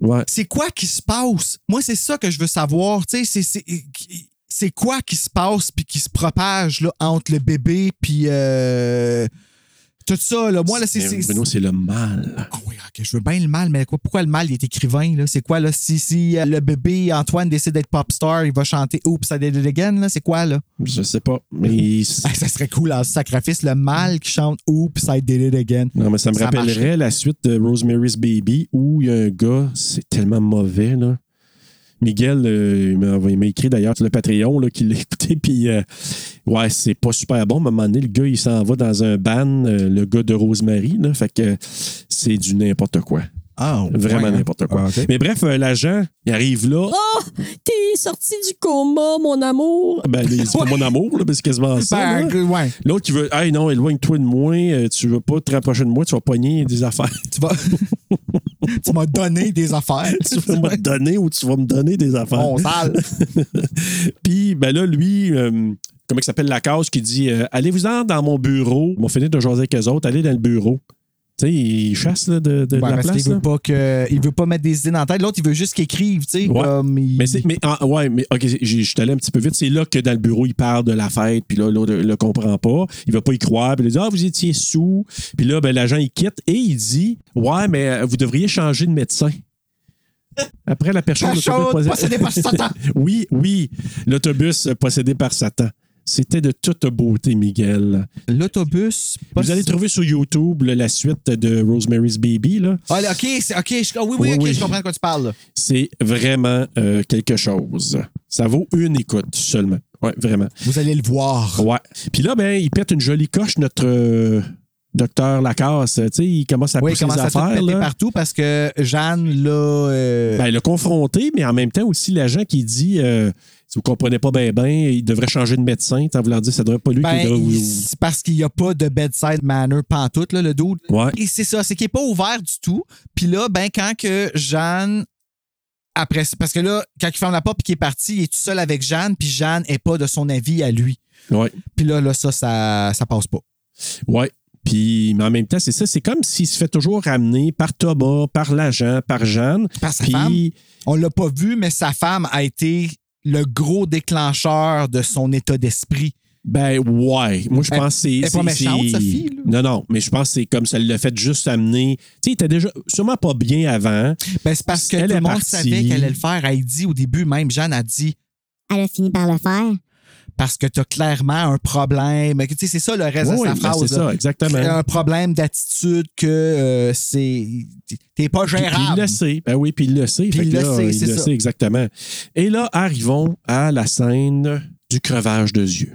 S2: Ouais.
S7: c'est quoi qui se passe? Moi, c'est ça que je veux savoir. Tu sais, c'est- c'est- c'est quoi qui se passe puis qui se propage là, entre le bébé puis euh, tout ça. Là. Moi, là, c'est.
S2: Mais
S7: c'est-
S2: Bruno, c'est le mal.
S7: Ah oui, ok, je veux bien le mal, mais quoi, pourquoi le mal, il est écrivain? là? C'est quoi, là? Si, si euh, le bébé Antoine décide d'être pop star, il va chanter Oops, I did it again, là? C'est quoi, là?
S2: Je sais pas, mais.
S7: Ah, ça serait cool, en sacrifice, le mal qui chante Oops, I did it again.
S2: Non, mais ça me
S7: Ça
S2: rappellerait la suite de Rosemary's Baby où il y a un gars, c'est tellement mauvais, là. Miguel, euh, il m'a- il m'a écrit d'ailleurs sur le Patreon là, qu'il l'a écouté, puis euh, ouais, c'est pas super bon. Mais à un moment donné, le gars, il s'en va dans un ban, euh, le gars de Rosemary, là, fait que c'est du n'importe quoi.
S7: Ah, ouais,
S2: Vraiment
S7: hein?
S2: n'importe quoi.
S7: Ah, ok. Ah!
S2: Mais bref, euh, l'agent, il arrive là.
S6: Oh, t'es sorti du coma, mon amour.
S2: Ben, là, c'est pas mon amour, là, mais c'est quasiment ça.
S7: Ben,
S2: là. L'autre qui veut, hey non, éloigne-toi de moi, euh, tu veux pas te rapprocher de moi, tu vas pogner des affaires.
S7: Tu vas. tu m'as donné des affaires.
S2: tu vas me donner ou tu vas me donner des affaires.
S7: On sale.
S2: Puis, ben là, lui, euh, comment il s'appelle la case qui dit euh, Allez-vous-en dans mon bureau. Mon finit de jaser avec eux autres, allez dans le bureau. Tu sais, il chasse là, de, de
S7: Ouais,
S2: la
S7: parce
S2: place.
S7: qu'il veut
S2: là.
S7: pas que, il veut pas mettre des idées dans la tête. L'autre, il veut juste qu'il écrive, tu sais.
S2: Ouais.
S7: comme il-
S2: Mais, c'est- mais, ah, ouais, mais ok, j'ai- je suis allé un petit peu vite. C'est là que dans le bureau, il parle de la fête, puis là, l'autre ne le comprend pas. Il ne va pas y croire. Puis il dit Ah, vous étiez sous. Puis là, ben, l'agent, il quitte et il dit Ouais, mais euh, vous devriez changer de médecin. Après la perche
S7: Perchaude possédée par Satan.
S2: oui, oui, l'autobus possédé par Satan. C'était de toute beauté, Miguel.
S7: L'autobus.
S2: Vous allez trouver sur YouTube là, la suite de Rosemary's Baby. Là.
S7: Ah, là, ok, c'est- ok, je- ah oui, oui,
S2: Oui,
S7: ok,
S2: oui.
S7: je comprends de quoi tu parles. là.
S2: C'est vraiment euh, quelque chose. Ça vaut une écoute seulement. Oui, vraiment.
S7: Vous allez le voir.
S2: Ouais. Puis là, ben, il pète une jolie coche, notre euh, docteur Lacasse. Tu sais, il commence à
S7: Oui, il
S2: pousser
S7: commence
S2: les
S7: à tout
S2: affaires.
S7: péter
S2: là.
S7: partout parce que Jeanne, là. euh,
S2: Ben, le confronté, mais en même temps aussi l'agent qui dit euh, si vous comprenez pas bien, ben, il devrait changer de médecin. Tant vouloir dire, ça devrait pas lui
S7: ben,
S2: qui devrait
S7: il-
S2: vous.
S7: c'est parce qu'il n'y a pas de bedside manner pantoute, là, le dude.
S2: Ouais.
S7: Et c'est ça, c'est qu'il n'est pas ouvert du tout. Puis là, ben, quand que Jeanne. Après, parce que là, quand il ferme la porte et qu'il est parti, il est tout seul avec Jeanne, puis Jeanne n'est pas de son avis à lui.
S2: Ouais.
S7: Puis là, là ça, ça, ça passe pas.
S2: Ouais. Puis, mais en même temps, c'est ça. C'est comme s'il se fait toujours ramener par Thomas, par l'agent, par Jeanne.
S7: Par sa
S2: Puis-
S7: femme. On l'a pas vu, mais sa femme a été le gros déclencheur de son état d'esprit.
S2: Ben ouais, moi je
S7: Elle-
S2: pense que c'est
S7: elle est pas
S2: c'est-
S7: méchante,
S2: c'est-
S7: sa fille,
S2: Non non, mais je pense que c'est comme ça elle l'a fait juste amener. Tu sais, il était déjà sûrement pas bien avant.
S7: Ben, c'est parce que
S2: Elle
S7: tout
S2: est
S7: le monde
S2: partie.
S7: savait qu'elle allait le faire. Elle dit au début, même Jeanne a dit
S14: Elle a fini par le faire.
S7: parce que tu as clairement un problème. Tu sais, c'est ça le reste
S2: Oui,
S7: de sa
S2: oui, ben,
S7: phrase.
S2: c'est
S7: là.
S2: ça, exactement.
S7: Un problème d'attitude que euh, c'est. T'es pas
S2: Puis- puis il
S7: gérable.
S2: le sait. Ben oui, puis il le sait.
S7: Puis
S2: Fait
S7: il
S2: que
S7: le
S2: là,
S7: sait, c'est
S2: il le
S7: ça.
S2: sait exactement. Et là arrivons à la scène du crevage de yeux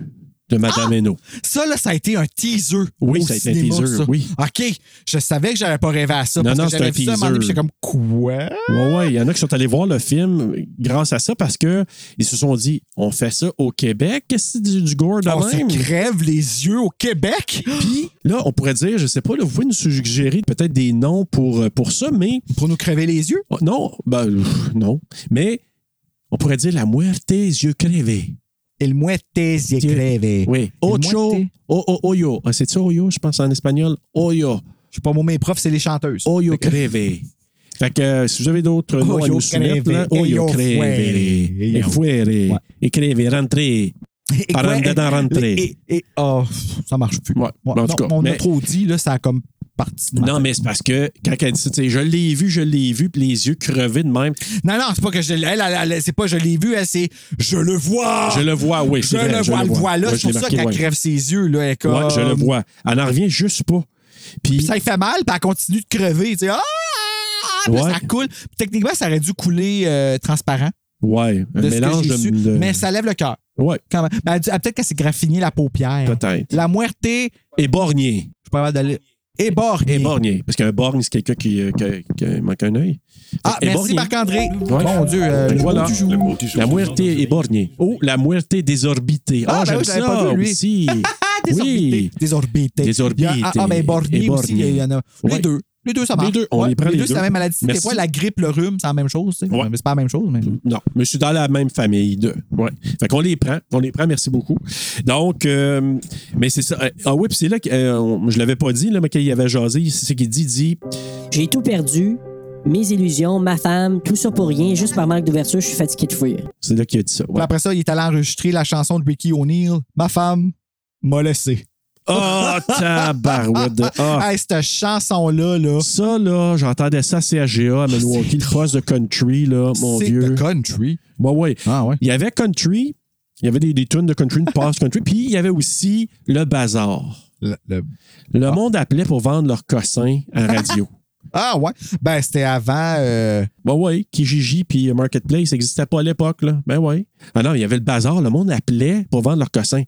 S2: de madame Henault.
S7: Ça, là, ça a été un teaser.
S2: Oui,
S7: Ah! au
S2: ça a été un
S7: cinéma,
S2: teaser,
S7: ça.
S2: oui.
S7: OK. Je savais que j'avais pas rêvé à ça.
S2: Non,
S7: parce
S2: non,
S7: que
S2: c'est
S7: j'avais
S2: un
S7: vu ça à un moment donné, puis
S2: teaser.
S7: j'étais comme quoi?
S2: Ouais, ouais, il y en a qui sont allés voir le film grâce à ça parce que ils se sont dit on fait ça au Québec, qu'est-ce que c'est du, du gore de
S7: On
S2: même?
S7: se crève les yeux au Québec.
S2: Puis là, on pourrait dire, je sais pas, là, vous pouvez nous suggérer peut-être des noms pour, euh, pour ça, mais
S7: Pour nous crever les yeux?
S2: oh, non, ben pff, non. Mais on pourrait dire la muerte, yeux crevés.
S7: Il muette y
S2: Dieu.
S7: crève.
S2: Oui.
S7: muerte.
S2: Ocho, o, o, oyo. Ah, C'est-tu oyo, je pense en espagnol? Oyo,
S7: Je sais pas, moi, mes profs, c'est les chanteuses.
S2: oyo
S7: Fait que-
S2: crevé. Fait que euh, si vous avez d'autres noms à
S7: Oyo
S2: nous soumettre,
S7: crevé.
S2: là, oyo
S7: Eyo
S2: crevé,
S7: fuere.
S2: et fuere, et crevé, rentré,
S7: Et
S2: par
S7: quoi?
S2: en dedans rentré.
S7: Et, et- et- oh, ça marche plus.
S2: Ouais,
S7: Ouais,
S2: ben, en
S7: non,
S2: tout cas,
S7: on
S2: mais-
S7: a trop dit, là, ça a comme parti. de ma
S2: Non,
S7: tête.
S2: mais c'est parce que quand elle dit ça, tu sais, je l'ai vu, je l'ai vu, puis les yeux crevés de même.
S7: Non, non, c'est pas que je l'ai. Elle, elle, elle, c'est pas je l'ai vu, elle, c'est je le vois.
S2: Je le vois, oui.
S7: Ah. Je
S2: c'est vrai,
S7: le vois, le vois là.
S2: Ouais,
S7: C'est
S2: je
S7: pour
S2: l'ai
S7: ça
S2: marqué,
S7: qu'elle
S2: ouais.
S7: crève ses yeux, là. elle est comme-
S2: Ouais, je le vois. Elle n'en revient juste pas. Puis,
S7: Puis ça lui fait mal, puis elle continue de crever. Tu sais, ah! Puis là,
S2: Ouais.
S7: ça coule. Puis techniquement, ça aurait dû couler euh, transparent
S2: ouais, un
S7: de ce que
S2: mélange
S7: j'ai
S2: de.
S7: su.
S2: de-
S7: Mais ça lève le cœur.
S2: Ouais,
S7: Quand même. Ben, elle dit- ah, peut-être qu'elle s'est graffinée la paupière.
S2: peut-être.
S7: La muerte, je suis
S2: Éborgné.
S7: pas mal d'aller. Éborgné.
S2: Éborgné. Parce qu'un borgne, c'est quelqu'un qui, euh, qui- qui manque un œil.
S7: Ah, merci
S2: Éborgné.
S7: Marc-André.
S2: Ouais.
S7: Mon Dieu, euh,
S2: Fait que
S7: le
S2: voilà.
S7: mot du jour.
S2: La muerte éborgnée. Oh, la muerte désorbitée. Ah,
S7: Ah, ben
S2: j'aime
S7: oui, j'avais
S2: ça
S7: pas vu, lui.
S2: aussi. oui.
S7: Désorbité. Désorbité.
S2: Désorbité.
S7: Il y a- Ah, ben, borné aussi,
S2: Éborgné.
S7: il y en a. Les
S2: Ouais.
S7: deux. Les deux, ça marche.
S2: Les deux, on les prend, les
S7: deux, c'est
S2: deux.
S7: la même maladie.
S2: Merci.
S7: C'est quoi la grippe, le rhume, c'est la même chose. tu sais.
S2: Ouais.
S7: Mais C'est pas la même chose. Mais...
S2: Non, mais je suis dans la même famille d'eux. Ouais. Fait qu'on les prend. On les prend, merci beaucoup. Donc, euh, mais c'est ça. Euh, Ah oui, puis c'est là que euh, on- je l'avais pas dit, là, mais qu'il y avait jasé, c'est ce qu'il dit, il dit
S6: J'ai tout perdu. Mes illusions, ma femme, tout ça pour rien, juste par manque d'ouverture, je suis fatigué de fouiller.
S2: C'est là qu'il a dit ça.
S7: Puis
S2: ouais.
S7: après ça, il est allé enregistrer la chanson de Ricky O'Neill, Ma femme m'a laissé.
S2: Oh, tabarouette de. Ah,
S7: Hey, cette chanson-là, là,
S2: ça, là, j'entendais ça à CHGA, à Milwaukee, le poste de country, là, Oh, mon
S7: c'est
S2: vieux.
S7: de country.
S2: Ouais, ouais.
S7: Ah ouais.
S2: Il y avait country, il y avait des, des tunes de country, de past country, puis il y avait aussi le bazar.
S7: Le- le-
S2: Le monde appelait pour vendre leurs cossins à radio.
S7: Ah ouais. Ben, c'était avant. euh,
S2: Ben oui, Kijiji puis Marketplace n'existaient pas à l'époque. Là. Ben oui. Ah non, il y avait le bazar. Le monde appelait pour vendre leurs cossins.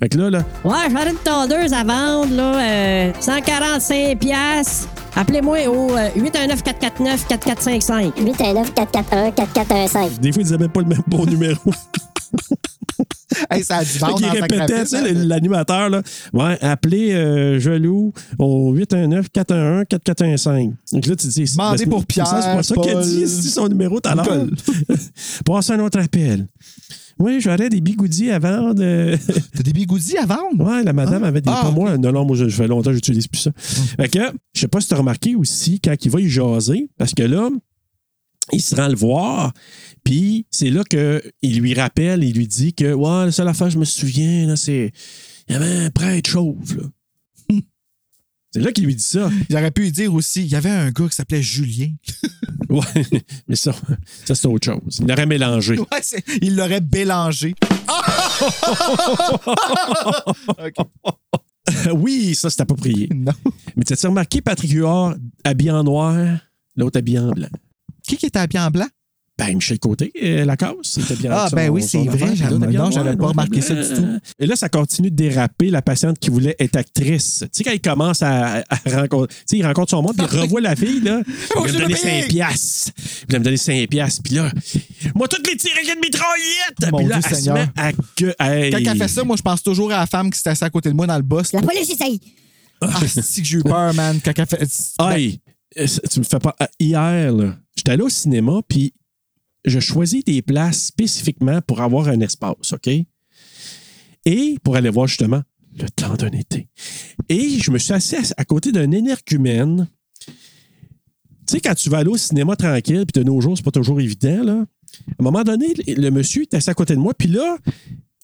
S2: Fait que là, là
S6: Ouais, j'avais une tondeuse à vendre, là, euh, 145 piastres. Appelez-moi au euh, 819-449-4455.
S9: 819-441-4415.
S2: Des fois, ils n'avaient même pas le même bon numéro.
S7: Hey, ça a du bon
S2: Fait qu'il
S7: dans sa
S2: répétait,
S7: cravate.
S2: tu sais, l'animateur, là. Ouais, appelez euh, Jaloux au 819-411-4415. Donc là, tu dis.
S7: Demandez
S2: c'est-
S7: pour
S2: c'est ça, C'est
S7: Pierre,
S2: pas ça qu'elle
S7: Paul,
S2: dit, c'est son numéro tout à l'heure.
S7: Nicole.
S2: Passe un autre appel. Oui, j'aurais des bigoudis à vendre. euh,
S7: T'as des bigoudis à vendre?
S2: Ouais, la madame avait des.
S7: Ah,
S2: pas moi. Non, non, moi, je, je fais longtemps que j'utilise plus ça. Fait que, je sais pas si tu as remarqué aussi, quand il va y jaser, parce que là, il se rend le voir, puis c'est là qu'il lui rappelle, il lui dit que, ouais, la seule affaire, que je me souviens, là, c'est. Il y avait un prêtre chauve, là. c'est là qu'il lui dit ça.
S7: Il aurait pu lui dire aussi, il y avait un gars qui s'appelait Julien.
S2: Ouais, mais ça, ça c'est autre chose. Il l'aurait mélangé.
S7: Ouais, c'est- il l'aurait bélangé.
S2: oui, ça, c'est approprié. Mais tu as remarqué Patrick Huard habillé en noir, l'autre habillé en blanc?
S7: Qui qui était habillé en blanc?
S2: Ben, Michel Côté, euh, Lacasse, il était bien
S7: Ah,
S2: avec son-
S7: ben oui,
S2: son
S7: c'est
S2: affaire,
S7: vrai,
S2: puis
S7: j'avais-
S2: l'autre habillé en
S7: non,
S2: noir,
S7: j'avais pas
S2: l'autre
S7: remarqué
S2: habillé
S7: ça du
S2: en- Et là, ça continue de déraper la patiente qui voulait être actrice. Tu sais, quand il commence à, à rencontrer. Tu sais, il rencontre son monde, puis il revoit la fille,
S7: Oh,
S2: là. Il va me donner 5 piastres. Il va me donner 5 piastres. Puis là, moi, toutes les tirer avec une mitraillette.
S7: Mon
S2: puis là,
S7: Dieu
S2: elle se
S7: Seigneur.
S2: met à que. Hey.
S7: Quand elle fait ça, moi, je pense toujours à la femme qui s'était assise à côté de moi dans le boss.
S14: La police essaye.
S7: Ah, si que j'ai eu peur, man. Quand elle fait. Ben,
S2: Hey, euh, ça- tu me fais pas. euh, Hier, là, j'étais allé au cinéma, puis je choisis des places spécifiquement pour avoir un espace, OK? Et pour aller voir justement le temps d'un été. Et je me suis assis à, à côté d'un énergumène. Tu sais, quand tu vas aller au cinéma tranquille, puis de nos jours, c'est pas toujours évident, là. À un moment donné, le, le monsieur est assis à côté de moi, puis là,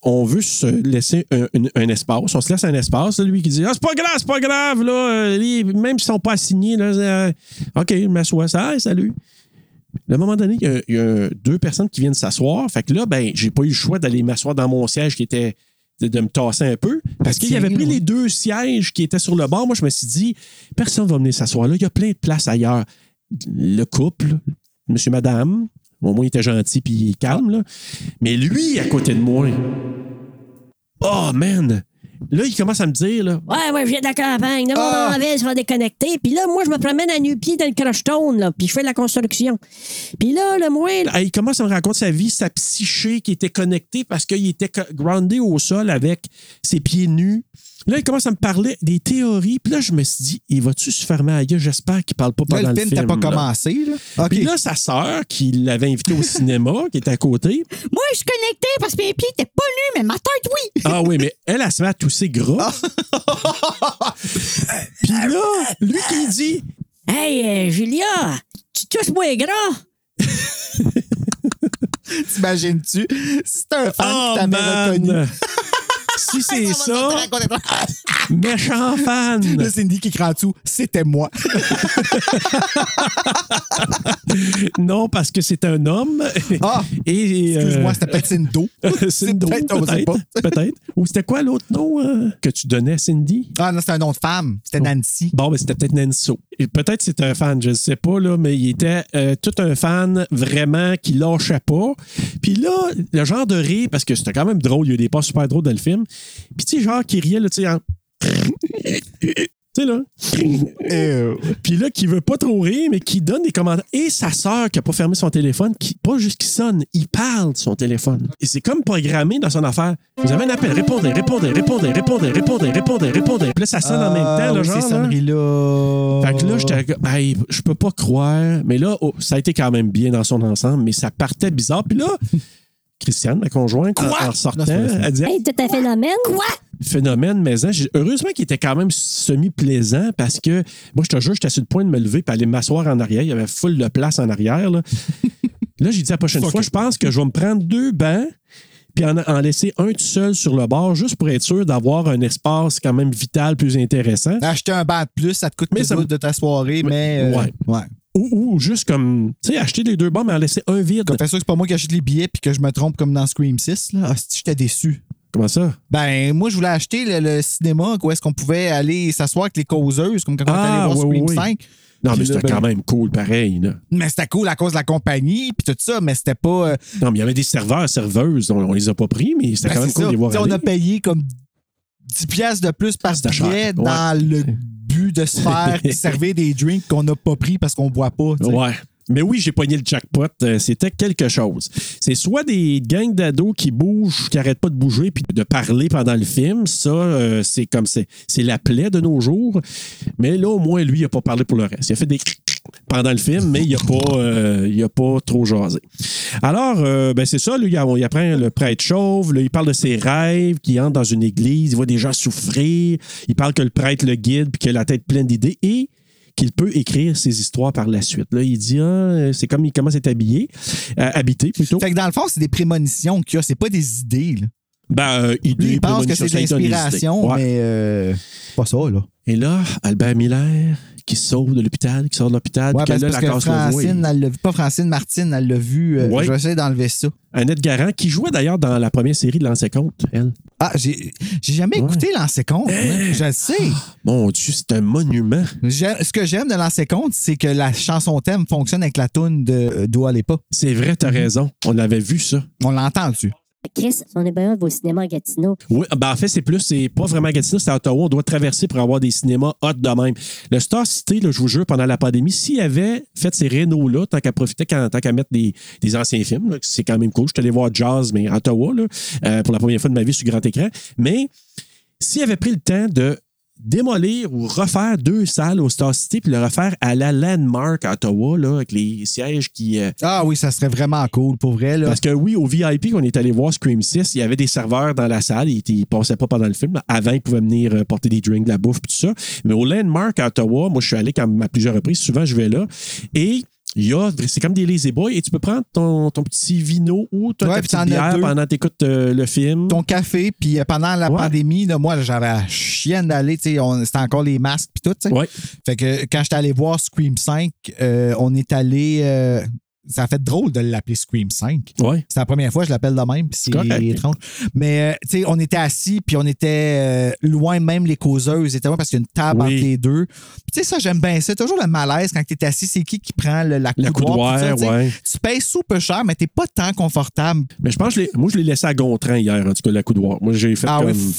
S2: on veut se laisser un, un- un espace. On se laisse un espace. Là, lui qui dit Ah, c'est pas grave, c'est pas grave, là. euh, les- même s'ils sont pas assignés, là, euh, OK, je m'assois. Ça, hey, salut. Là, À un moment donné, il y a- il y, a deux personnes qui viennent s'asseoir. Fait que là, ben, j'ai pas eu le choix d'aller m'asseoir dans mon siège qui était de, de me tasser un peu. Parce qu'il avait pris les deux sièges qui étaient sur le bord. Moi, je me suis dit, personne va venir s'asseoir là. Il y a plein de places ailleurs. Le couple, monsieur, madame, au moins, il était gentil puis calme, là. Mais lui, à côté de moi, oh man! Là, il commence à me dire, là,
S6: Ouais, ouais, je viens de la campagne. Là, mon
S2: Ah!
S6: en ville, je vais déconnecter. Puis là, moi, je me promène à nu-pied dans le crochetone, là. Puis je fais de la construction. Puis là, le moins. là-
S2: Hey, il commence à me raconter sa vie, sa psyché qui était connectée parce qu'il était co- groundé au sol avec ses pieds nus. Là, il commence à me parler des théories. Puis là, je me suis dit, il va-tu se fermer à gueule? J'espère qu'il parle pas
S7: Là,
S2: pendant
S7: le
S2: le
S7: film
S2: film.
S7: t'as pas
S2: là.
S7: commencé, là. OK.
S2: Puis là, sa sœur, qui l'avait invité au cinéma, qui était à côté.
S12: Moi, je suis connectée parce que mes pieds étaient pas nus, mais ma tête, oui.
S2: Ah oui, mais elle, elle se met à tousser gras. Puis là, lui qui dit
S6: Hey, euh, Julia, tu touches moins gras.
S7: T'imagines-tu? Si c'était un fan
S2: Oh,
S7: qui t'avait
S2: man!
S7: reconnu.
S2: Si c'est ça,
S7: Ça racontait pas.
S2: méchant fan!
S7: Le Cindy qui crie en dessous, c'était moi.
S2: Non, parce que c'est un homme.
S7: Ah!
S2: Et, euh,
S7: Excuse-moi, c'était peut-être Cindo.
S2: Cindo,
S7: Peut-être, on sait
S2: peut-être. peut-être. Ou c'était quoi l'autre nom euh, que tu donnais à Cindy?
S7: Ah non, c'était un nom de femme. C'était Nancy.
S2: Bon, mais c'était peut-être Nanso. Et Peut-être c'est un fan, je ne sais pas, là, mais il était euh, tout un fan vraiment qui lâchait pas. Puis là, le genre de rire, parce que c'était quand même drôle, il y a eu des pas super drôles dans le film. Puis tu sais, genre qui riait, là, tu sais, en- Tu sais, là. Oh.
S7: Euh,
S2: Puis là, qui veut pas trop rire, mais qui donne des commentaires. Et sa sœur qui a pas fermé son téléphone, qui, pas juste qui sonne, il parle de son téléphone. Et c'est comme programmé dans son affaire. Vous avez un appel, répondez, répondez, répondez, répondez, répondez, répondez, répondez. Puis là, ça sonne en même temps, là,
S7: ah, oui,
S2: genre.
S7: ces
S2: là.
S7: sonneries-là.
S2: Fait que là, j'étais comme, Hey, je peux pas croire. Mais là, oh, ça a été quand même bien dans son ensemble, mais ça partait bizarre. Puis là, Christiane, ma conjointe, en, en sortant, elle disait
S14: Hey, tout un phénomène. Quoi?
S2: phénomène maison. J'ai- Heureusement qu'il était quand même semi-plaisant parce que moi, je te jure, j'étais sur le point de me lever et aller m'asseoir en arrière. Il y avait full de place en arrière. Là, Là, j'ai dit la prochaine fois, je pense que je vais me prendre deux bancs puis en, en laisser un tout seul sur le bord juste pour être sûr d'avoir un espace quand même vital plus intéressant.
S7: Acheter un banc de plus, ça te coûte plus de ta soirée, mais. euh,
S2: Ouais. Ou, ou juste comme, tu sais, acheter les deux bancs mais en laisser un vide.
S7: T'es sûr que c'est pas moi qui achète les billets puis que je me trompe comme dans Scream 6, là? Ah, si, j'étais déçu.
S2: Comment ça?
S7: Ben, moi, je voulais acheter le, le cinéma où est-ce qu'on pouvait aller s'asseoir avec les causeuses, comme quand on est allé voir
S2: oui,
S7: Scream
S2: oui.
S7: 5.
S2: Non,
S7: Puis
S2: mais
S7: là,
S2: c'était
S7: ben-
S2: quand même cool, pareil. là.
S7: Mais c'était cool à cause de la compagnie puis tout ça, mais c'était pas. euh,
S2: Non, mais il y avait des serveurs, serveuses, on, on les a pas pris, mais c'était
S7: ben,
S2: quand même
S7: c'est
S2: cool
S7: ça.
S2: de les voir
S7: Tu sais, On
S2: aller.
S7: a payé comme 10 piastres de plus par
S2: cher,
S7: billet
S2: ouais.
S7: dans le but but de se faire servir des drinks qu'on n'a pas pris parce qu'on boit pas. tu sais.
S2: Ouais. Mais oui, j'ai pogné le jackpot. Euh, C'était quelque chose. C'est soit des gangs d'ados qui bougent, qui n'arrêtent pas de bouger puis de parler pendant le film. Ça, euh, c'est comme c'est, c'est la plaie de nos jours. Mais là, au moins, lui, il n'a pas parlé pour le reste. Il a fait des pendant le film, mais il n'a pas, euh, il a pas trop jasé. Alors, euh, ben c'est ça, lui, il, a- il apprend le prêtre chauve, là, il parle de ses rêves, qu'il entre dans une église, il voit des gens souffrir, il parle que le prêtre le guide, puis qu'il a la tête pleine d'idées, et qu'il peut écrire ses histoires par la suite. Là, il dit, ah, euh, c'est comme il commence à être habillé, euh, habité plutôt.
S7: Fait que dans le fond, c'est des prémonitions qu'il y a, c'est pas des idées. là.
S2: Ben, euh, idée,
S7: Lui, il pense que
S2: prémonition,
S7: c'est de
S2: ça lui donne des idées.
S7: l'inspiration,
S2: Ouais.
S7: mais euh, pas ça, là.
S2: Et là, Albert Miller, qui sauve de l'hôpital, qui sort de l'hôpital,
S7: Ouais,
S2: puis que
S7: ben, c'est
S2: là,
S7: parce
S2: la
S7: que
S2: casse le voit, il-
S7: Francine, elle l'a vu. Pas Francine, Martine, elle l'a vu. euh,
S2: Ouais.
S7: J'essaie d'enlever ça.
S2: Annette Garant, qui jouait d'ailleurs dans la première série de l'ancien compte, elle.
S7: Ah, j'ai j'ai jamais écouté Lancé Compte. hein. Je le sais.
S2: Mon Dieu, c'est un monument.
S7: J'ai- Ce que j'aime de Lancé Compte, c'est que la chanson thème fonctionne avec la toune de Doua pas.
S2: C'est vrai, t'as raison. On l'avait vu, ça.
S7: On l'entend dessus.
S14: Chris, on est bien au cinéma à Gatineau.
S2: Oui, ben en fait, c'est plus, c'est pas vraiment à Gatineau, c'est à Ottawa. On doit traverser pour avoir des cinémas hot de même. Le Star City, là, je vous jure, pendant la pandémie, s'il avait fait ces rénaux-là, tant qu'à profiter, quand- tant qu'à mettre des, des anciens films, là, c'est quand même cool. Je suis allé voir Jazz, mais à Ottawa, là, euh, pour la première fois de ma vie sur grand écran. Mais s'il avait pris le temps de démolir ou refaire deux salles au Star City, puis le refaire à la Landmark à Ottawa, là, avec les sièges qui... euh,
S7: Ah oui, ça serait vraiment cool pour vrai. Là.
S2: parce que oui, au VIP qu'on est allé voir Scream 6, il y avait des serveurs dans la salle, ils ne passaient pas pendant le film. Avant, ils pouvaient venir euh, porter des drinks, de la bouffe, puis tout ça. Mais au Landmark à Ottawa, moi je suis allé comme à plusieurs reprises, souvent je vais là. Et il y a, c'est comme des lazy boys, et tu peux prendre ton, ton petit vino ou ta,
S7: Ouais,
S2: ta
S7: puis t'en as
S2: petite bière
S7: deux.
S2: pendant que tu écoutes le film.
S7: Ton café, puis euh, pendant la pandémie, là, moi, j'avais la chienne d'aller. tu sais, on- C'était encore les masques, puis tout. tu sais.
S2: Ouais.
S7: Fait que quand j'étais allé voir Scream 5, euh, on est allé. euh, ça a fait drôle de l'appeler Scream 5.
S2: Ouais.
S7: C'est la première fois que je l'appelle de même, puis
S2: correct.
S7: c'est étrange. Mais, euh, tu sais, on était assis, puis on était euh, loin, même les causeuses étaient loin parce qu'il y a une table
S2: Oui.
S7: entre les deux. Puis, tu sais, ça, j'aime bien ça. Toujours le malaise quand tu es assis, c'est qui qui prend le- la
S2: La
S7: coudoir. puis
S2: coudoir,
S7: tout ça, tu sais.
S2: ouais.
S7: Tu payes sous peu cher, mais t'es pas tant confortable.
S2: Mais je pense que je l'ai- moi, je l'ai laissé à Gontran hier, en tout cas, la coudoir. Moi, j'ai fait
S7: Ah
S2: comme.
S7: oui,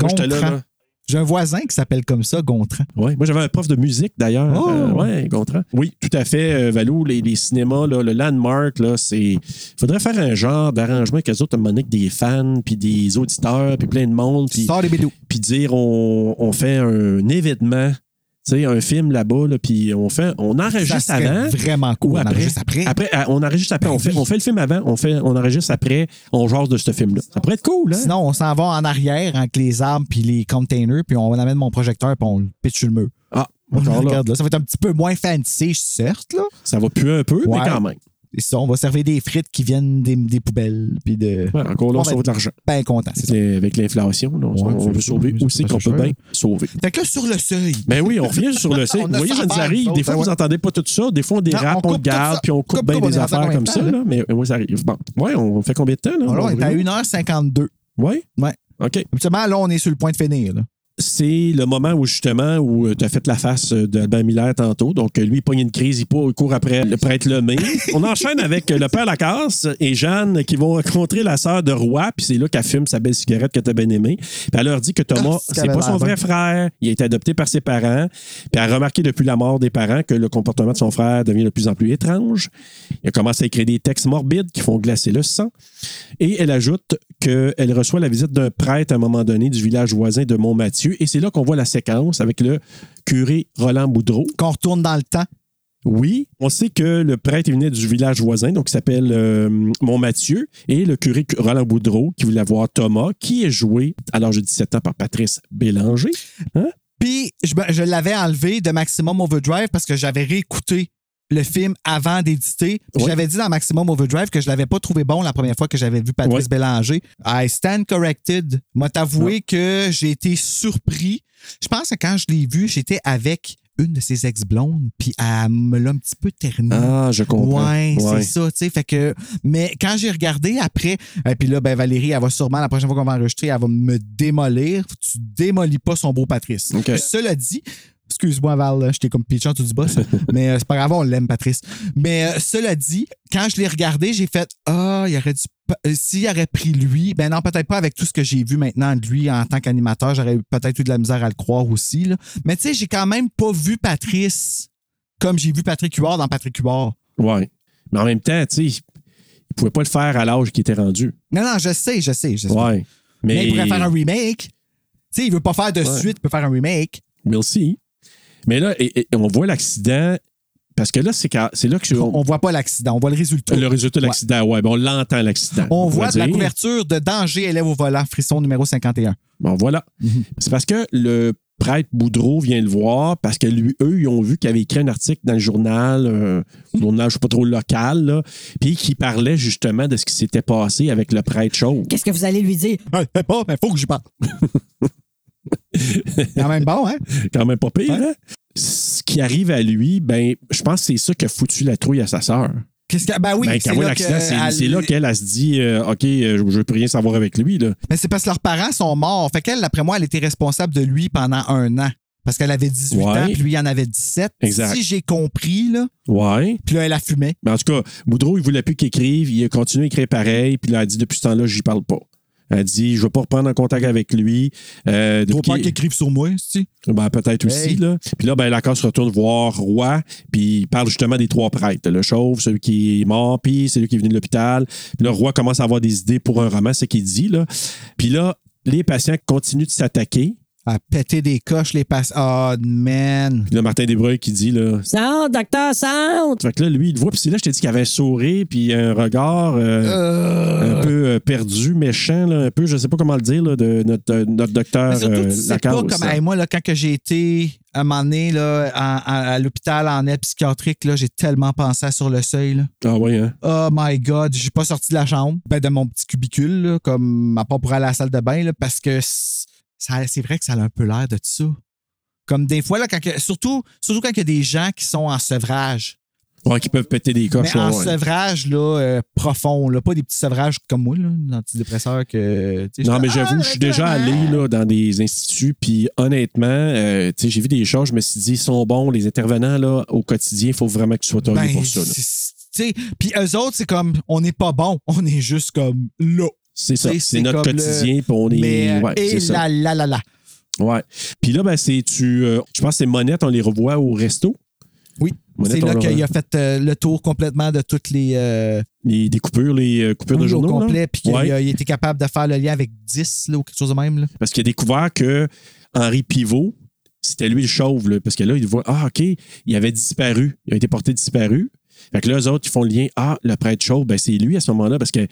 S2: Moi, j'étais là,
S7: Gontran.
S2: là.
S7: J'ai un voisin qui s'appelle comme ça, Gontran.
S2: Ouais. Moi, j'avais un prof de musique, d'ailleurs.
S7: Oh!
S2: Euh, ouais, Gontran. Oui, tout à fait, euh, Valou. Les, les cinémas, là, le landmark, là, c'est. faudrait faire un genre d'arrangement avec eux autres, à un moment donné, avec des fans, puis des auditeurs, puis plein de monde. Puis,
S7: Sors les bidous.
S2: puis dire, on, on fait un événement, tu sais, un film là-bas, là, puis on, fait, on
S7: Ça
S2: enregistre
S7: serait
S2: avant.
S7: vraiment cool.
S2: Ou
S7: On
S2: après.
S7: enregistre après.
S2: euh, on enregistre après. on, fait, on fait le film avant, on, fait, on enregistre après, on jase de ce film-là. Ça pourrait être cool, hein?
S7: Sinon, on s'en va en arrière avec les arbres puis les containers, puis on amène mon projecteur puis on le pitch sur le mur.
S2: Ah,
S7: On le
S2: encore là.
S7: regarde là. Ça va être un petit peu moins fancy, certes, là.
S2: Ça va puer un peu, mais
S7: Ouais.
S2: quand même.
S7: Et ça, on va servir des frites qui viennent des, des poubelles. Puis de...
S2: Ouais, ben, encore là, on sauve de l'argent.
S7: Bien content. c'est ça.
S2: Avec les- avec l'inflation, là, on,
S7: Ouais,
S2: on
S7: c'est
S2: veut
S7: ça.
S2: sauver
S7: Mais
S2: où
S7: c'est
S2: c'est
S7: pas
S2: qu'on
S7: ça
S2: peut
S7: cher.
S2: bien sauver.
S7: Fait que là, sur le seuil.
S2: Ben oui, on revient sur le site.
S7: On
S2: Vous
S7: a
S2: voyez,
S7: ça
S2: je
S7: à
S2: nous
S7: faire,
S2: arrive.
S7: nous
S2: Des
S7: autres,
S2: fois,
S7: ouais.
S2: vous entendez pas tout ça. Des fois, on dérape,
S7: on
S2: on,
S7: coupe tout
S2: garde,
S7: ça.
S2: puis on coupe
S7: Coupe
S2: bien
S7: pas, on
S2: des
S7: est rendu à
S2: affaires
S7: combien
S2: comme
S7: de
S2: ça.
S7: temps, là?
S2: Là. Mais ouais, ça arrive. Bon. Ouais, on fait combien de temps? Là,
S7: Alors, on est à
S2: Bruno?
S7: 1h52.
S2: Ouais?
S7: Ouais.
S2: OK.
S7: Habituellement, là, on est sur le point de finir. Là.
S2: C'est le moment où, justement, où tu as fait la face euh, d'Albert Miller tantôt. Donc, euh, lui, il pogne une crise, il pou- il court après le prêtre Lemay. On enchaîne avec euh, le père Lacasse et Jeanne qui vont rencontrer la sœur de Roy. Puis c'est là qu'elle fume sa belle cigarette que t'as bien aimée. Puis elle leur dit que Thomas,
S7: Ah, c'est
S2: c'est pas son
S7: qu'elle
S2: vrai
S7: avait
S2: frère. Il a été adopté par ses parents. Puis elle a remarqué depuis la mort des parents que le comportement de son frère devient de plus en plus étrange. Il a commencé à écrire des textes morbides qui font glacer le sang. Et elle ajoute qu'elle reçoit la visite d'un prêtre à un moment donné du village voisin de Montmathieu. Et c'est là qu'on voit la séquence avec le curé Roland Boudreau.
S7: Qu'on retourne dans le temps.
S2: Oui, on sait que le prêtre il venait du village voisin, donc il s'appelle euh, Montmathieu, et le curé Roland Boudreau qui voulait voir Thomas, qui est joué à l'âge de 17 ans par Patrice Bélanger. Hein?
S7: Puis, je, me- je l'avais enlevé de Maximum Overdrive parce que j'avais réécouté le film avant d'éditer. Puis
S2: Ouais.
S7: J'avais dit dans Maximum Overdrive que je l'avais pas trouvé bon la première fois que j'avais vu Patrice Bélanger. I stand corrected. Moi, t'avouer que j'ai été surpris. Je pense que quand je l'ai vu, j'étais avec une de ses ex-blondes, puis elle me l'a un petit peu terni.
S2: Ah, je comprends.
S7: Ouais,
S2: Ouais.
S7: c'est ça, tu sais. Fait que, mais quand j'ai regardé après, et puis là, ben Valérie, elle va sûrement, la prochaine fois qu'on va enregistrer, elle va me démolir. Tu démolis pas son beau Patrice.
S2: Ok.
S7: Cela dit, ce Excuse-moi, Val, j'étais comme pitchant tout du boss. mais euh, c'est pas grave, on l'aime, Patrice. Mais euh, cela dit, quand je l'ai regardé, j'ai fait Ah, il aurait dû. pa- euh, S'il aurait pris lui, ben non, peut-être pas avec tout ce que j'ai vu maintenant de lui en tant qu'animateur, j'aurais eu peut-être eu de la misère à le croire aussi. là. Mais tu sais, j'ai quand même pas vu Patrice comme j'ai vu Patrick Huard dans Patrick Huard.
S2: Ouais. Mais en même temps, tu sais, il il pouvait pas le faire à l'âge qu'il était rendu.
S7: Non, non, je sais, je sais, je sais.
S2: Ouais.
S7: Mais...
S2: Mais,
S7: il pourrait faire un remake. Tu sais, il veut pas faire de
S2: Ouais.
S7: suite, il peut faire un remake.
S2: We'll see. Mais là, et- et- on voit l'accident. Parce que là, c'est quand- c'est là que je-
S7: On voit pas l'accident, on voit le résultat.
S2: le résultat de
S7: Ouais.
S2: l'accident. Ouais, ben on l'entend, l'accident.
S7: On
S2: va
S7: voit de la
S2: dire.
S7: couverture de Danger élève au volant, frisson numéro 51.
S2: Bon, Ben, voilà.
S7: Mhm.
S2: C'est parce que le prêtre Boudreau vient le voir parce que lui, eux, ils ont vu qu'il avait écrit un article dans le journal, euh,
S7: Mhm.
S2: journal, je sais pas trop, local, là, puis qui parlait justement de ce qui s'était passé avec le prêtre chauve.
S12: Qu'est-ce que vous allez lui dire?
S7: Ah, je sais pas, mais faut que j'y parle. Quand même bon, hein?
S2: Quand même pas pire, hein? Ce qui arrive à lui, ben, je pense que c'est ça qui a foutu la trouille à sa sœur.
S7: Qu'est-ce que. Ben oui,
S2: Ben, quand
S7: c'est
S2: elle voit
S7: là
S2: l'accident,
S7: que-
S2: c'est
S7: elle-
S2: c'est là qu'elle elle se dit euh, OK, euh, je je veux plus rien savoir avec lui. Là.
S7: Mais c'est parce que leurs parents sont morts. Fait qu'elle, d'après moi, elle était responsable de lui pendant un an. Parce qu'elle avait 18
S2: Ouais.
S7: ans, puis lui, il en avait 17.
S2: Exact.
S7: Si j'ai compris, là.
S2: Ouais.
S7: Puis là, elle a fumé.
S2: Mais Ben, en tout cas, Boudreau, il voulait plus qu'il écrive. Il a continué à écrire pareil. Puis là, elle dit depuis ce temps-là, j'y parle pas. Elle dit je veux pas reprendre en contact avec lui. Euh,
S7: Trop
S2: depuis
S7: peur
S2: qu'il-
S7: qu'ils écrivent sur moi, tu
S2: Ben, peut-être aussi.
S7: Hey.
S2: Là. Puis là, ben, Lacan se retourne voir Roy, puis il parle justement des trois prêtres. Le chauve, celui qui est mort, puis celui qui est venu de l'hôpital. Puis là, Roy commence à avoir des idées pour un roman, c'est ce qu'il dit. Là. Puis là, les patients continuent de s'attaquer.
S7: À péter des coches, les passes. Oh, man.
S2: Puis là, Martin Desbreuils qui dit, là...
S6: Sente, docteur, sente!
S2: Fait que là, lui, il le voit, puis c'est là, je t'ai dit qu'il avait un sourire, puis un regard euh, un peu euh, perdu, méchant, là, un peu, je sais pas comment le dire, là, de notre, euh, notre docteur
S7: Mais surtout,
S2: euh,
S7: tu sais
S2: Lacasse.
S7: pas comme hey, moi, là, quand que j'ai été à un moment donné là, à, à- à l'hôpital en aide psychiatrique, là, j'ai tellement pensé à sur le seuil. là.
S2: Ah oui, hein?
S7: Oh my God, j'ai pas sorti de la chambre, ben de mon petit cubicule, là, comme à part pour aller à la salle de bain, là, parce que c- ça- c'est vrai que ça a un peu l'air de ça. Comme des fois, là, quand que- surtout, surtout quand il y a des gens qui sont en sevrage.
S2: Ouais, qui peuvent péter des coches.
S7: Mais en
S2: ouais, ouais.
S7: sevrage là, euh, profond, là, pas des petits sevrages comme moi, là, l'antidépresseur que. tu sais,
S2: Non,
S7: je-
S2: mais
S7: Ah,
S2: j'avoue, je suis déjà allé là, dans des instituts, puis honnêtement, euh, tu sais, j'ai vu des choses, je me suis dit, ils sont bons, les intervenants là, au quotidien, il faut vraiment que tu sois tourné
S7: Ben,
S2: pour ça. là.
S7: c'est- c'est- tu sais, Puis eux autres, c'est comme, on n'est pas bon, on est juste comme là.
S2: C'est ça,
S7: Tu sais,
S2: c'est notre
S7: comme le-
S2: quotidien, puis on est.
S7: Mais,
S2: ouais,
S7: et
S2: c'est ça.
S7: là, là, là, là.
S2: Ouais. Puis là, ben, c'est tu. euh, je pense que c'est Monette, on les revoit au resto.
S7: Oui.
S2: Monette,
S7: C'est
S2: on
S7: là
S2: leur-
S7: qu'il a fait euh, le tour complètement de toutes les. euh,
S2: Les, des coupures, les euh, coupures de
S7: oui, au
S2: journaux. là.
S7: complet, puis qu'il
S2: Ouais.
S7: a- il était capable de faire le lien avec 10 là, ou quelque chose de même. là.
S2: Parce qu'il a découvert que Henri Pivot, c'était lui le chauve, là, parce que là, il voit, ah, OK, il avait disparu. Il a été porté disparu. Fait que là, eux autres, ils font le lien, ah, le prêtre chauve, ben, c'est lui à ce moment-là, parce que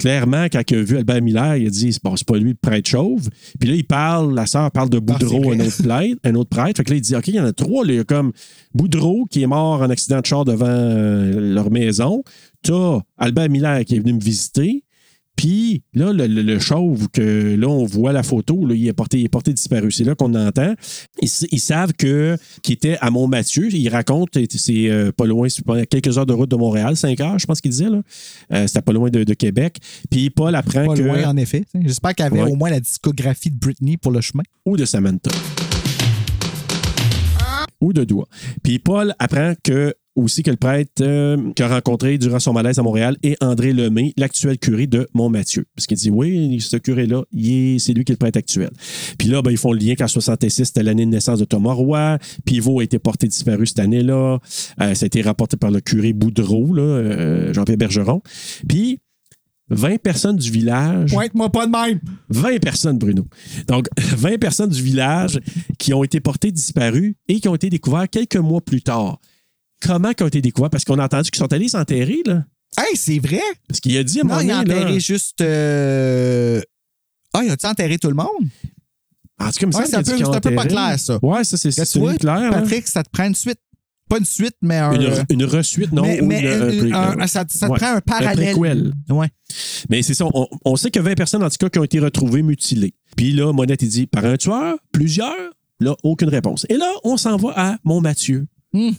S2: clairement, quand il a vu Albert Miller, il a dit, bon, c'est pas lui le prêtre chauve. Puis là, il parle, la sœur parle de Boudreau, un, autre prêtre, un autre prêtre. Fait que là, il dit, OK, il y en a trois, là. Il y a comme Boudreau, qui est mort en accident de char devant euh, leur maison. T'as Albert Miller qui est venu me visiter. Puis là, le, le- le chauve, que là, on voit la photo, là, il, est porté, il est porté disparu. C'est là qu'on entend. Ils, s- ils savent que qu'il était à Montmathieu. Il raconte, et c'est euh, pas loin, c'est pas- à quelques heures de route de Montréal, 5 heures, je pense qu'il disait. là. Euh, C'était pas loin de, de Québec. Puis Paul apprend
S7: Pas
S2: que.
S7: loin, en effet. tu sais. J'espère qu'il avait
S2: Ouais.
S7: au moins la discographie de Britney pour le chemin.
S2: ou de Samantha. Ou de Doua. Puis Paul apprend que aussi que le prêtre euh, qu'il a rencontré durant son malaise à Montréal est André Lemay, l'actuel curé de Montmathieu. Parce qu'il dit, oui, ce curé-là, il est- c'est lui qui est le prêtre actuel. Puis là, ben, ils font le lien qu'en 66, c'était l'année de naissance de Thomas Roy. Pivot a été porté disparu cette année-là. Euh, ça a été rapporté par le curé Boudreau, là, euh, Jean-Pierre Bergeron. Puis, 20 personnes du village 20 personnes, Bruno. Donc, 20 personnes du village qui ont été portées disparues et qui ont été découvertes quelques mois plus tard. Comment qu'ils ont été découvertes? Parce qu'on a entendu qu'ils sont allés s'enterrer, là.
S7: Hey, c'est vrai!
S2: Parce qu'il a dit à un
S7: Non,
S2: moment
S7: il a
S2: donné, là-
S7: enterré juste. euh, Ah, il a-tu enterré tout le monde?
S2: En tout cas, il me
S7: Ouais,
S2: semble
S7: c'est un
S2: qu'il a
S7: peu-
S2: dit qu'ils
S7: c'est un peu
S2: ont
S7: pas
S2: enterré.
S7: clair, ça.
S2: Ouais, ça, c'est
S7: Que
S2: c'est
S7: tu vois,
S2: clair. hein.
S7: Patrick, ça te prend une suite. Pas une suite, mais un.
S2: Une, une ressuite, non?
S7: mais-
S2: ou
S7: mais
S2: une- euh,
S7: un-
S2: prequel.
S7: un- ça- ça te prend un parallèle.
S2: préquel.
S7: Ouais.
S2: Mais c'est ça, on, on sait que 20 personnes, en tout cas, qui ont été retrouvées mutilées. Puis là, Monette, il dit par un tueur, plusieurs, là, aucune réponse. Et là, on s'en va à Montmathieu.
S7: Hmm.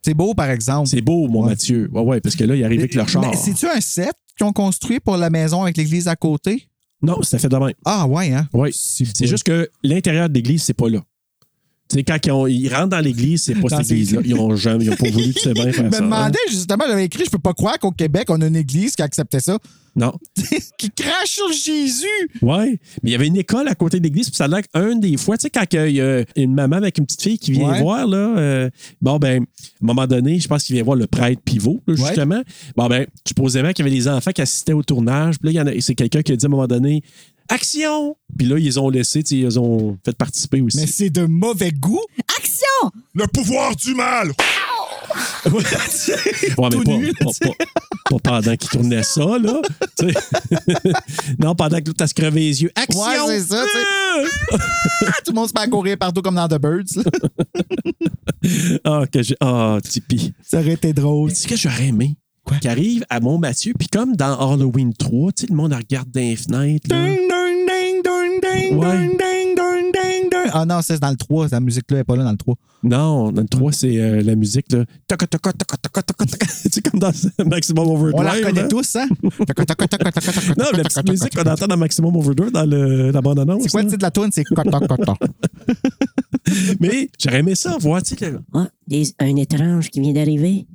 S7: C'est beau, par exemple.
S2: C'est beau, Montmathieu. Ouais, ouais, parce que là, il arrive avec leur char.
S7: Mais c'est-tu un set qu'ils ont construit pour la maison avec l'église à côté?
S2: Non, ça fait de même.
S7: Ah, ouais, hein?
S2: Oui. C'est juste que l'intérieur de l'église, c'est pas là. Tu sais, quand ils, ont- ils rentrent dans l'église, c'est pas
S7: Dans
S2: cette église-là. Ils ont jamais, ils ont pas voulu, tu sais bien,
S7: Je me
S2: faire ça. hein.
S7: demandais justement, j'avais écrit, je peux pas croire qu'au Québec, on a une église qui acceptait ça.
S2: Non.
S7: qui crache sur Jésus.
S2: Ouais. Mais il y avait une école à côté de l'église, puis ça a l'air qu'un des fois, tu sais, quand il y a une maman avec une petite fille qui vient
S7: Ouais.
S2: voir, là, euh, bon, ben, à un moment donné, je pense qu'il vient voir le prêtre pivot, là, justement. Bon, ben, supposément qu'il y avait des enfants qui assistaient au tournage, puis là, il y en a- c'est quelqu'un qui a dit à un moment donné, Action! Puis là, ils ont laissé, tu sais, ils ont fait participer aussi.
S7: Mais c'est de mauvais goût.
S12: Action!
S13: Le pouvoir du mal!
S2: Ouais, mais pas, pas- pas- pas pendant qu'il tournait ça, là. Tu sais. non, pendant que l'autre, t'as se crevé les yeux. Action!
S7: Ouais, c'est ça, tu sais. Ah, Tout le monde se met à courir partout comme dans The Birds. là.
S2: Ah, que j'ai. Ah, Tipeee.
S7: Ça aurait été drôle.
S2: Tu sais que j'aurais aimé? Quoi? Qui arrive à Mont-Mathieu, puis comme dans Halloween 3, tu sais, le monde regarde dans les fenêtres. là.
S7: Ding, ding, ding, ding,
S2: Ouais.
S7: ding, ding, ding, ding, ding. Ah non, ça, c'est dans le 3. La musique-là n'est pas là dans le 3.
S2: Non, dans le 3, c'est euh, la musique, là. Toca, toca, toca, toca, toca, toca. Tu sais, comme dans Maximum Overdrive.
S7: On la reconnaît
S2: là.
S7: tous, hein? Tac, tac, tac, tac, tac, tac, tac,
S2: Non, la
S7: tac,
S2: petite
S7: tac,
S2: musique
S7: tac,
S2: qu'on entend dans Maximum Overdrive dans le- la bande-annonce.
S7: C'est quoi le titre de la tune? C'est Coton Coton.
S2: Mais j'aurais aimé ça, voir, tu sais, le-
S6: Ah, des- un étrange qui vient d'arriver.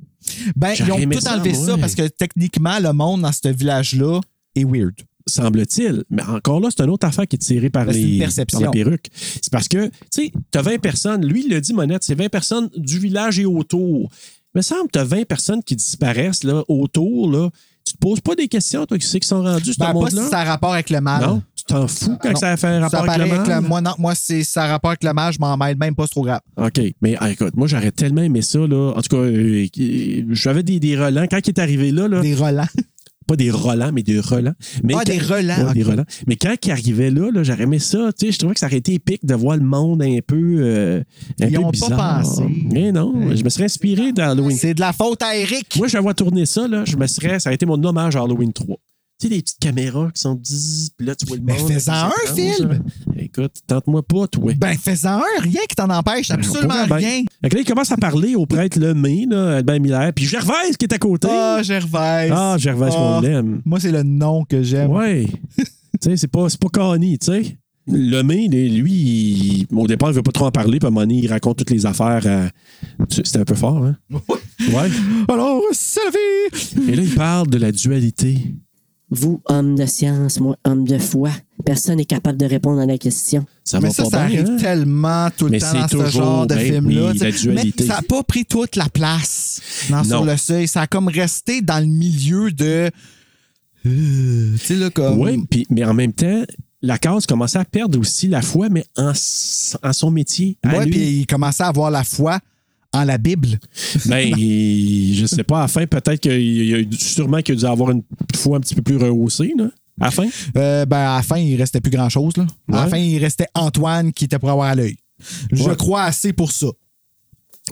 S7: Ben, ils ont
S2: J'aurais aimé
S7: tout
S2: ça,
S7: enlevé
S2: moi.
S7: ça parce que techniquement, le monde dans ce village-là est weird.
S2: semble-t-il. Mais encore là, c'est une autre affaire qui est tirée par,
S7: Ben, c'est une
S2: les,
S7: perception.
S2: par la perruque. C'est parce que, tu sais, t'as 20 personnes. Lui, il le dit, Monette, c'est 20 personnes du village et autour. Il me semble que t'as 20 personnes qui disparaissent là, autour. Là. Tu te poses pas des questions, toi, qui sais qui sont rendus, ce
S7: Ben, pas si
S2: monde-là?
S7: ça a rapport avec le mal.
S2: Non, tu t'en fous quand
S7: Non.
S2: ça a fait
S7: Ça
S2: rapport avec
S7: paraît
S2: le mal?
S7: Moi, non, moi, c'est ça a rapport avec le mal, je m'en mêle même pas, c'est trop grave.
S2: OK. Mais ah, écoute, moi, j'aurais tellement aimé ça. Là. En tout cas, euh, euh, j'avais des, des relents. Quand il est arrivé là, là
S7: Des relents.
S2: pas des relents, mais des relents. Mais
S7: Ah, des relents,
S2: Ouais, des
S7: ok.
S2: relents. Mais quand il arrivait là, là j'aurais aimé ça. Tu sais, je trouvais que ça aurait été épique de voir le monde un peu, euh, un
S7: Ils
S2: peu
S7: ont pas
S2: bizarre.
S7: pensé.
S2: Mais non, je me serais inspiré d'Halloween.
S7: C'est de la faute à Eric.
S2: Moi, je vois tourner ça, là, je me serais, ça aurait été mon hommage à Halloween 3. Tu sais, des petites caméras qui sont zzz, puis là, tu vois le
S7: Ben,
S2: monde.
S7: fais-en
S2: avec les
S7: un
S2: écrans,
S7: film.
S2: là. Écoute, tente-moi pas, toi.
S7: Ben, fais-en un, rien qui t'en empêche, absolument
S2: Ben, On pourrait bien.
S7: rien.
S2: Fait que là, il commence à parler au prêtre Lemay, là, Albert Miller, puis Gervais qui est à côté.
S7: Ah, Gervais.
S2: Ah, Gervais, qu'on
S7: Ah.
S2: l'aime.
S7: Moi, c'est le nom que j'aime.
S2: Ouais. tu sais, c'est pas, c'est pas Connie, tu sais. Le main, lui, il- au départ, il veut pas trop en parler, puis à un moment donné, il raconte toutes les affaires. à- Tu- C'était un peu fort, hein? Ouais.
S7: Alors, c'est la vie!
S2: Et là, il parle de la dualité.
S6: Vous, homme de science, moi, homme de foi, personne n'est capable de répondre à la question.
S2: Ça
S7: Ah, mais
S2: va
S7: ça,
S2: pas
S7: ça
S2: bien,
S7: arrive
S2: hein?
S7: tellement tout le
S2: Mais
S7: temps
S2: c'est
S7: dans ce
S2: toujours,
S7: genre de
S2: ben
S7: film-là.
S2: oui,
S7: tu sais.
S2: la dualité.
S7: Mais ça n'a pas pris toute la place dans
S2: Non.
S7: Sur le seuil. Ça a comme resté dans le milieu de. Euh, tu sais, là, comme.
S2: Oui, puis- mais en même temps, la case commençait à perdre aussi la foi, mais en, s- en son métier. à
S7: Ouais,
S2: lui.
S7: puis il commençait à avoir la foi en la Bible.
S2: Ben, il- je sais pas, à la fin, peut-être qu'il y a eu- sûrement qu'il a dû avoir une foi un petit peu plus rehaussée, là. À la fin?
S7: Euh, ben, à la fin, il restait plus grand-chose. là. À
S2: Ouais.
S7: la fin, il restait Antoine qui était pour avoir à l'œil. Je
S2: Ouais.
S7: crois assez pour ça.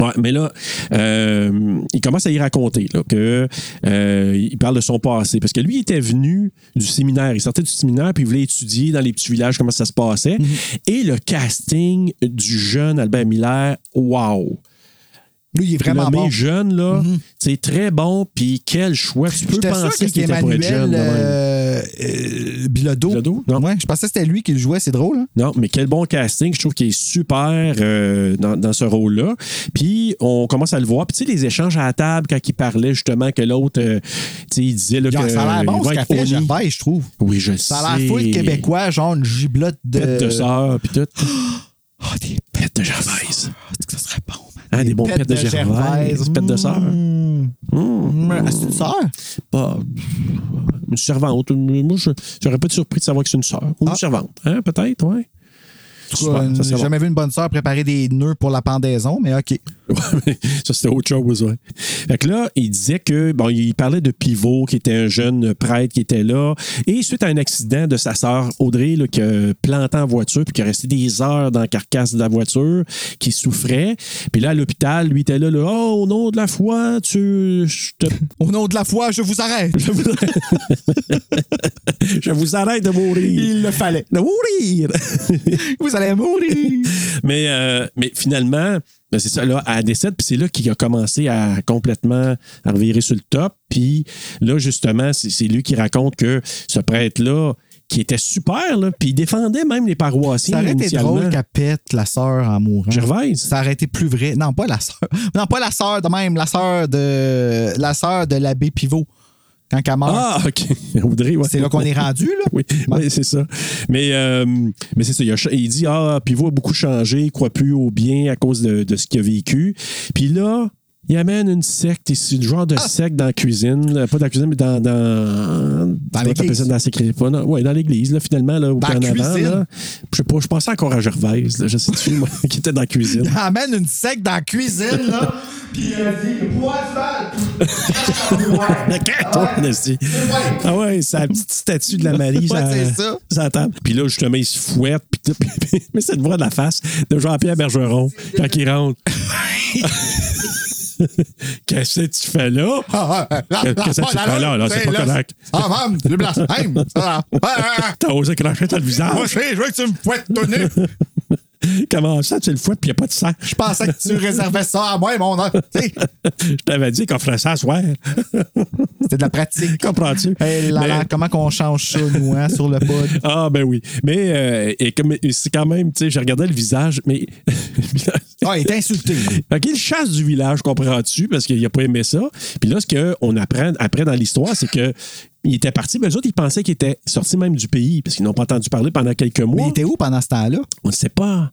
S2: Ouais, mais là, euh, il commence à y raconter là, que euh, il parle de son passé. Parce que lui, il était venu du séminaire. Il sortait du séminaire, puis il voulait étudier dans les petits villages comment ça se passait.
S7: Mm-hmm.
S2: Et le casting du jeune Albert Miller, wow!
S7: Lui, il est vraiment
S2: Nommé
S7: bon. Mhm.
S2: jeune, là, c'est très bon, puis quel choix. Tu peux
S7: J'étais sûr que
S2: penser
S7: c'était
S2: qu'il était pour être
S7: Emmanuel
S2: jeune. de même.
S7: euh, euh, Bilodeau.
S2: Bilodeau? Non.
S7: Ouais, je pensais que c'était lui qui le jouait. C'est drôle. hein?
S2: Non, mais quel bon casting. Je trouve qu'il est super euh, dans, dans ce rôle-là. Puis, on commence à le voir. Puis, tu sais, les échanges à la table, quand il parlait justement que l'autre, euh, tu sais, il disait là, que.
S7: ça a l'air
S2: il
S7: bon
S2: va
S7: ce qu'a
S2: euh, être
S7: fait
S2: puni.
S7: Gervais, je trouve.
S2: Oui, je sais.
S7: Ça a l'air full québécois, genre une giblotte de.
S2: Pète de sœur, puis tout.
S7: Ah, des
S2: Pète de Gervaise.
S7: pètes, que ça serait bon, man.
S2: Hein, des bons
S7: Pètes
S2: pètes de Gervaise. Pètes de sœur.
S7: Mmh.
S2: Mmh.
S7: Mmh. Ah, C'est une sœur?
S2: Pas. Une servante. Une- Moi, je n'aurais pas été surpris de savoir que c'est une sœur. Ou une
S7: Ah.
S2: servante, hein, peut-être, ouais.
S7: En tout
S2: Super,
S7: cas,
S2: ça serait
S7: J'ai
S2: bon.
S7: jamais vu une bonne sœur préparer des nœuds pour la pendaison, mais OK.
S2: Ouais, mais ça, c'était autre chose, ouais. Fait que là, il disait que, bon, il parlait de Pivot, qui était un jeune prêtre qui était là. Et suite à un accident de sa sœur Audrey, là, qui a planté en voiture, puis qui a resté des heures dans la carcasse de la voiture, qui souffrait. Puis là, à l'hôpital, lui était là, là, oh, au nom de la foi, tu. Je, te-
S7: Au nom de la foi, je vous arrête.
S2: je vous... je vous arrête de mourir.
S7: Il le fallait.
S2: De mourir!
S7: Vous allez mourir.
S2: Mais, euh, mais finalement, ben, c'est ça, là, elle décède, puis c'est là qu'il a commencé à complètement à revirer sur le top. Puis là, justement, c'est c'est lui qui raconte que ce prêtre-là, qui était super, là, puis il défendait même les paroissiens.
S7: Ça aurait été
S2: initialement.
S7: drôle qu'elle pète la sœur en mourant.
S2: Gervaise.
S7: Ça aurait été plus vrai. Non, pas la sœur. Non, pas la sœur de même, la sœur de la sœur de l'abbé Pivot. Quand elle meurt.
S2: Ah, OK. Audrey, ouais.
S7: C'est là qu'on est rendu, là.
S2: oui, oui, c'est ça. Mais, euh, mais c'est ça. Il, a cha- il dit Ah, Pivot a beaucoup changé, il croit plus au bien à cause de, de ce qu'il a vécu. Puis là, il amène une secte ici, le genre de
S7: Ah!
S2: secte dans la cuisine. là, Pas dans la cuisine, mais dans. Dans, comment t'appelles
S7: l'église.
S2: ça, Dans, la sécré- pas, non, ouais, dans l'église, là, finalement, là, au
S7: Dans la
S2: carnaval,
S7: cuisine.
S2: là. Je sais pas, je pensais encore à Gervaise, là, je sais plus, moi, qui était dans la cuisine.
S7: Elle amène une sec dans la cuisine, là. Puis euh, elle dit Poil sale.
S2: Mais quand, toi, Nasty? Ah ouais, c'est la petite statue de la Marie.
S7: Ouais,
S2: ça,
S7: c'est ça.
S2: ça table. Puis là, justement, il se fouette. Puis tout. Puis- mais c'est de voir de la face de Jean-Pierre Bergeron quand il rentre. Qu'est-ce que tu fais là?
S7: Ah, ah, ah,
S2: Qu'est-ce que tu fais là? là c'est pas correct.
S7: Ah, femme, le blasphème. ça. Ah, ah,
S2: T'as osé cracher dans le
S7: ah.
S2: visage.
S7: Moi, je sais, je veux que tu me fouettes ton nez.
S2: Comment ça, tu le fouettes puis il n'y a pas de sang?
S7: Je pensais que tu réservais ça à moi, mon homme. Tu sais,
S2: Je t'avais dit qu'on ferait ça à soir.
S7: C'était de la pratique.
S2: Comprends-tu?
S7: Hey, là,
S2: Mais-
S7: là, comment qu'on change ça, nous, hein, sur le pod?
S2: Ah, ben oui. Mais euh, et comme, c'est quand même, tu sais, je regardais le visage, mais.
S7: Ah, il est insulté. lui.
S2: Fait qu'il chasse du village, comprends-tu, parce qu'il a pas aimé ça. Puis là, ce qu'on apprend après dans l'histoire, c'est que il était parti, mais eux autres, ils pensaient qu'il était sorti même du pays, parce qu'ils n'ont pas entendu parler pendant quelques
S7: Mais il
S2: mois.
S7: était où pendant ce temps-là?
S2: On ne sait pas.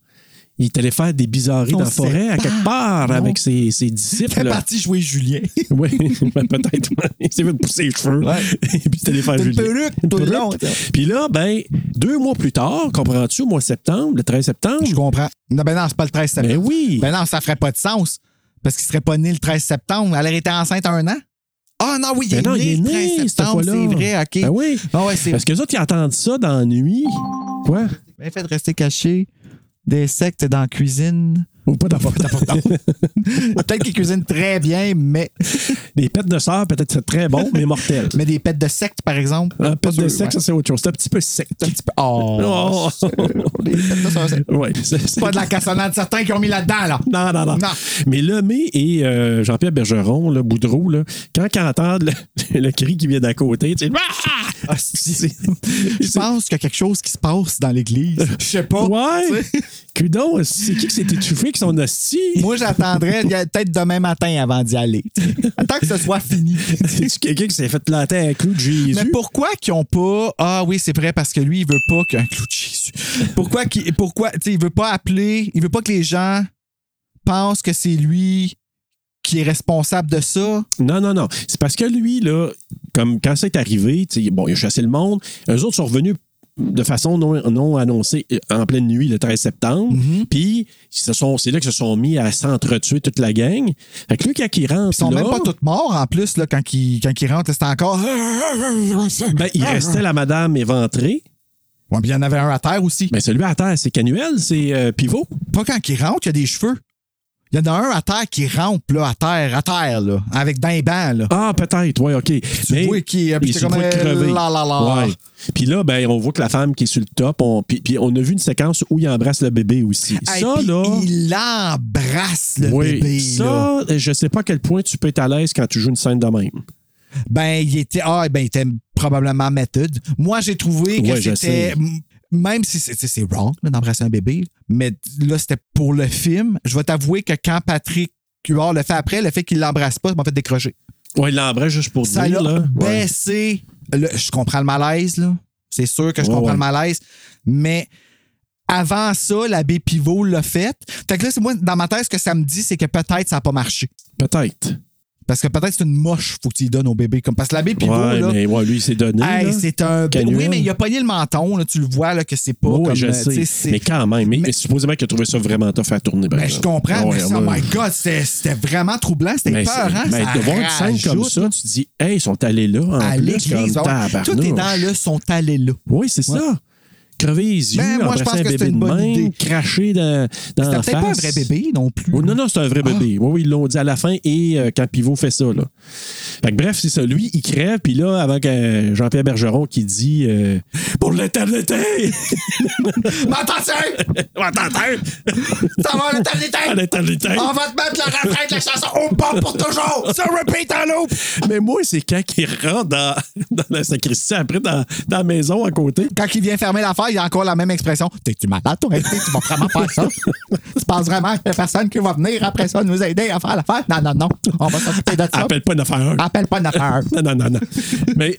S2: Il est allé faire des bizarreries
S7: On
S2: dans la
S7: sait
S2: forêt, à
S7: pas.
S2: quelque part,
S7: Non.
S2: avec ses, ses
S7: Il fait
S2: disciples.
S7: parti jouer Julien.
S2: Oui, ben, peut-être. ouais. Il s'est fait pousser les cheveux.
S7: Ouais.
S2: Et puis, il est allé faire
S7: T'as une
S2: Julien.
S7: perruque tout le long.
S2: Puis là, ben, deux mois plus tard, comprends-tu, au mois de septembre, le 13 septembre,
S7: Je comprends. Non, ben non, c'est pas le 13 septembre.
S2: Ben oui.
S7: Ben non, ça ferait pas de sens. Parce qu'il serait pas né le 13 septembre. Elle aurait été enceinte à un an. Ah non, oui, il
S2: Ben
S7: est
S2: non,
S7: né
S2: il est
S7: le
S2: né,
S7: 13
S2: cette
S7: septembre.
S2: fois-là.
S7: C'est vrai, OK.
S2: Ben oui.
S7: Ah ouais, c'est
S2: Parce que les autres, ils entendent ça dans la nuit. Quoi?
S7: bien fait de rester caché. Des sectes dans la cuisine.
S2: Ou pas dans
S7: Peut-être qu'ils cuisinent très bien, mais,
S2: Des pets de sœur, peut-être c'est très bon, mais mortel.
S7: mais des pets de sectes, par exemple.
S2: Un pet de
S7: sûr,
S2: sexe,
S7: ouais.
S2: ça c'est autre chose. C'est un petit peu sec.
S7: C'est un petit peu. Oh!
S2: Oh.
S7: Des pets de sectes.
S2: Ouais, c'est-
S7: C'est pas de la cassonade, certains qui ont mis là-dedans, là.
S2: Non, non, non.
S7: Non.
S2: Mais Lemay et euh, Jean-Pierre Bergeron, là, Boudreau, là, quand ils entendent le, le cri qui vient d'à côté, tu sais, Ah!
S7: Ah, c'est- Je pense qu'il y a quelque chose qui se passe dans l'église. Je sais pas.
S2: Ouais!
S7: tu sais.
S2: Cudon, c'est qui qui s'est étouffé avec son hostie?
S7: Moi, j'attendrais il y a peut-être demain matin avant d'y aller. Attends que ce soit fini.
S2: C'est-tu quelqu'un qui s'est fait planter un clou de Jésus?
S7: Mais pourquoi qu'ils ont pas Ah oui, c'est vrai parce que lui il veut pas qu'un clou de Jésus. Pourquoi qu'il pourquoi tu sais il veut pas appeler, il veut pas que les gens pensent que c'est lui qui est responsable de ça.
S2: Non, non, non. C'est parce que lui, là, comme quand ça est arrivé, tu sais, bon, il a chassé le monde. Eux autres sont revenus de façon non, non annoncée euh, en pleine nuit le 13 septembre.
S7: Mm-hmm.
S2: Puis, ils se sont- c'est là qu'ils se sont mis à s'entretuer toute la gang. Fait que là, quand ils rentrent.
S7: Ils sont
S2: là,
S7: même pas tous morts en plus là quand ils quand ils rentrent, là, c'est encore
S2: ben,
S7: Ah,
S2: il restait la madame éventrée.
S7: Ouais, puis il y en avait un à terre aussi.
S2: Mais celui à terre, c'est Canuel, c'est euh, Pivot.
S7: Pas quand ils rentrent, il y a des cheveux. Il y en a un à terre qui rampe là à terre, à terre là, avec d'un banc là.
S2: Ah, peut-être, ouais, OK.
S7: Tu vois qui euh, puis
S2: il
S7: c'est
S2: se
S7: comme
S2: voit
S7: euh,
S2: crever.
S7: la, la, la.
S2: Ouais. Puis là, ben, on voit que la femme qui est sur le top, on, puis, puis on a vu une séquence où il embrasse le bébé aussi.
S7: Hey,
S2: ça,
S7: puis
S2: là.
S7: Il embrasse le
S2: oui,
S7: bébé. là.
S2: ça, je sais pas à quel point tu peux être à l'aise quand tu joues une scène de même.
S7: Ben, il était. Ah, ben, il était probablement méthode. Moi, j'ai trouvé que
S2: Ouais, je sais.
S7: c'était. m- Même si c'est- c'est c'est wrong là, d'embrasser un bébé, mais là, c'était pour le film. Je vais t'avouer que quand Patrick Huard le fait après, le fait qu'il l'embrasse pas, ça m'a fait décrocher.
S2: Ouais, il l'embrasse juste pour
S7: Ça
S2: dire,
S7: l'a ben,
S2: là. Ouais.
S7: baissé. le- je comprends le malaise, là. C'est sûr que je
S2: Ouais,
S7: comprends
S2: ouais.
S7: le malaise. Mais avant ça, l'abbé Pivot l'a fait. Fait que là, c'est moi, dans ma thèse, ce que ça me dit, c'est que peut-être ça n'a pas marché.
S2: Peut-être.
S7: Parce que peut-être c'est une moche, faut que tu lui donnes au bébé. Comme, parce que l'abbé Pivot,
S2: Ouais,
S7: là,
S2: mais ouais, lui, il s'est donné.
S7: hey,
S2: là.
S7: c'est un.
S2: Canuel.
S7: Oui, mais il a pogné le menton, là, tu le vois là, que c'est pas
S2: Ouais,
S7: comme.
S2: je
S7: euh, tu
S2: sais.
S7: c'est-
S2: Mais quand même, mais,
S7: Mais-
S2: supposément qu'il a trouvé ça vraiment tough à tourner. par
S7: Ben, je
S2: exemple.
S7: comprends,
S2: Ouais,
S7: mais ça,
S2: on a-
S7: my God, c'était c'était vraiment troublant, c'était
S2: Mais c'est-
S7: peur, hein?
S2: mais
S7: ça
S2: de voir une scène comme
S7: rajoute,
S2: ça, tu dis, hey, ils sont allés là. En
S7: à
S2: plus,
S7: l'église.
S2: comme
S7: ouais. Tout est dans
S2: tabarnouche.
S7: le sont allés là.
S2: Oui, c'est
S7: Ouais.
S2: ça. Crever les yeux,
S7: Ben, moi, je
S2: embrasser
S7: pense
S2: un
S7: que
S2: bébé
S7: c'est
S2: de
S7: une bonne
S2: main,
S7: idée.
S2: cracher dans, dans
S7: C'était
S2: la
S7: peut-être pas un
S2: face.
S7: vrai bébé Ah. non plus.
S2: Oh, non, non, c'est un vrai bébé. Oui, oui, ils l'ont dit à la fin et euh, quand Pivot fait ça, là. Fait que bref, c'est ça. Lui, il crève, puis là, avant que Jean-Pierre Bergeron qui dit euh, Pour l'éternité!
S7: M'entends-tu?
S2: M'entends-tu?
S7: Ça va à l'éternité!
S2: À l'éternité!
S7: On va te mettre le refrain de la chanson au pop pour toujours! Ça repeat en loop!
S2: Mais moi, c'est quand il rentre dans, dans la sacristie, après dans, dans, la maison à côté.
S7: Quand il vient fermer l'affaire, il a encore la même expression. T'es-tu malade, toi? Tu vas vraiment faire ça? tu penses vraiment qu'il y a personne qui va venir après ça nous aider à faire l'affaire? Non, non, non. On va s'occuper de ça. Ah.
S2: Appelle pas une affaire 1.
S7: Appelle pas une affaire
S2: 1. non, non, non, non. Mais.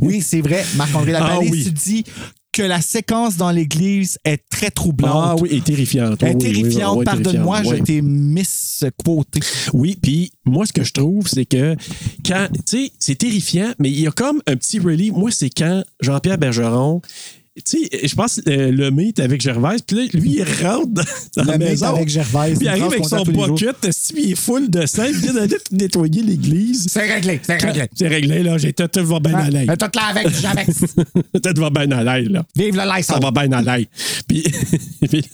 S7: oui, c'est vrai. Marc-André Lapalais, ah, oui. tu dis que la séquence dans l'église est très troublante.
S2: Ah oui, et terrifiante.
S7: Elle est
S2: oui,
S7: terrifiante.
S2: Oui,
S7: Pardonne-moi, je t'ai misquoté.
S2: Oui, puis moi, ce que je trouve, c'est que quand. Tu sais, c'est terrifiant, mais il y a comme un petit relief. Moi, c'est quand Jean-Pierre Bergeron tu sais, je pense que euh, le mate avec Gervais, puis là, lui, il rentre dans, dans
S7: le
S2: la maison.
S7: avec Gervais.
S2: Puis il arrive avec son bucket, il est full de sang, il vient d'aller nettoyer l'église.
S7: C'est réglé, c'est réglé.
S2: C'est réglé, là. J'ai tout, tout va
S7: Ah,
S2: bien à l'aise.
S7: Tout là avec Gervais.
S2: tout va bien à l'aise, là.
S7: Vive le l'aise.
S2: Ça va bien à l'aise. Puis.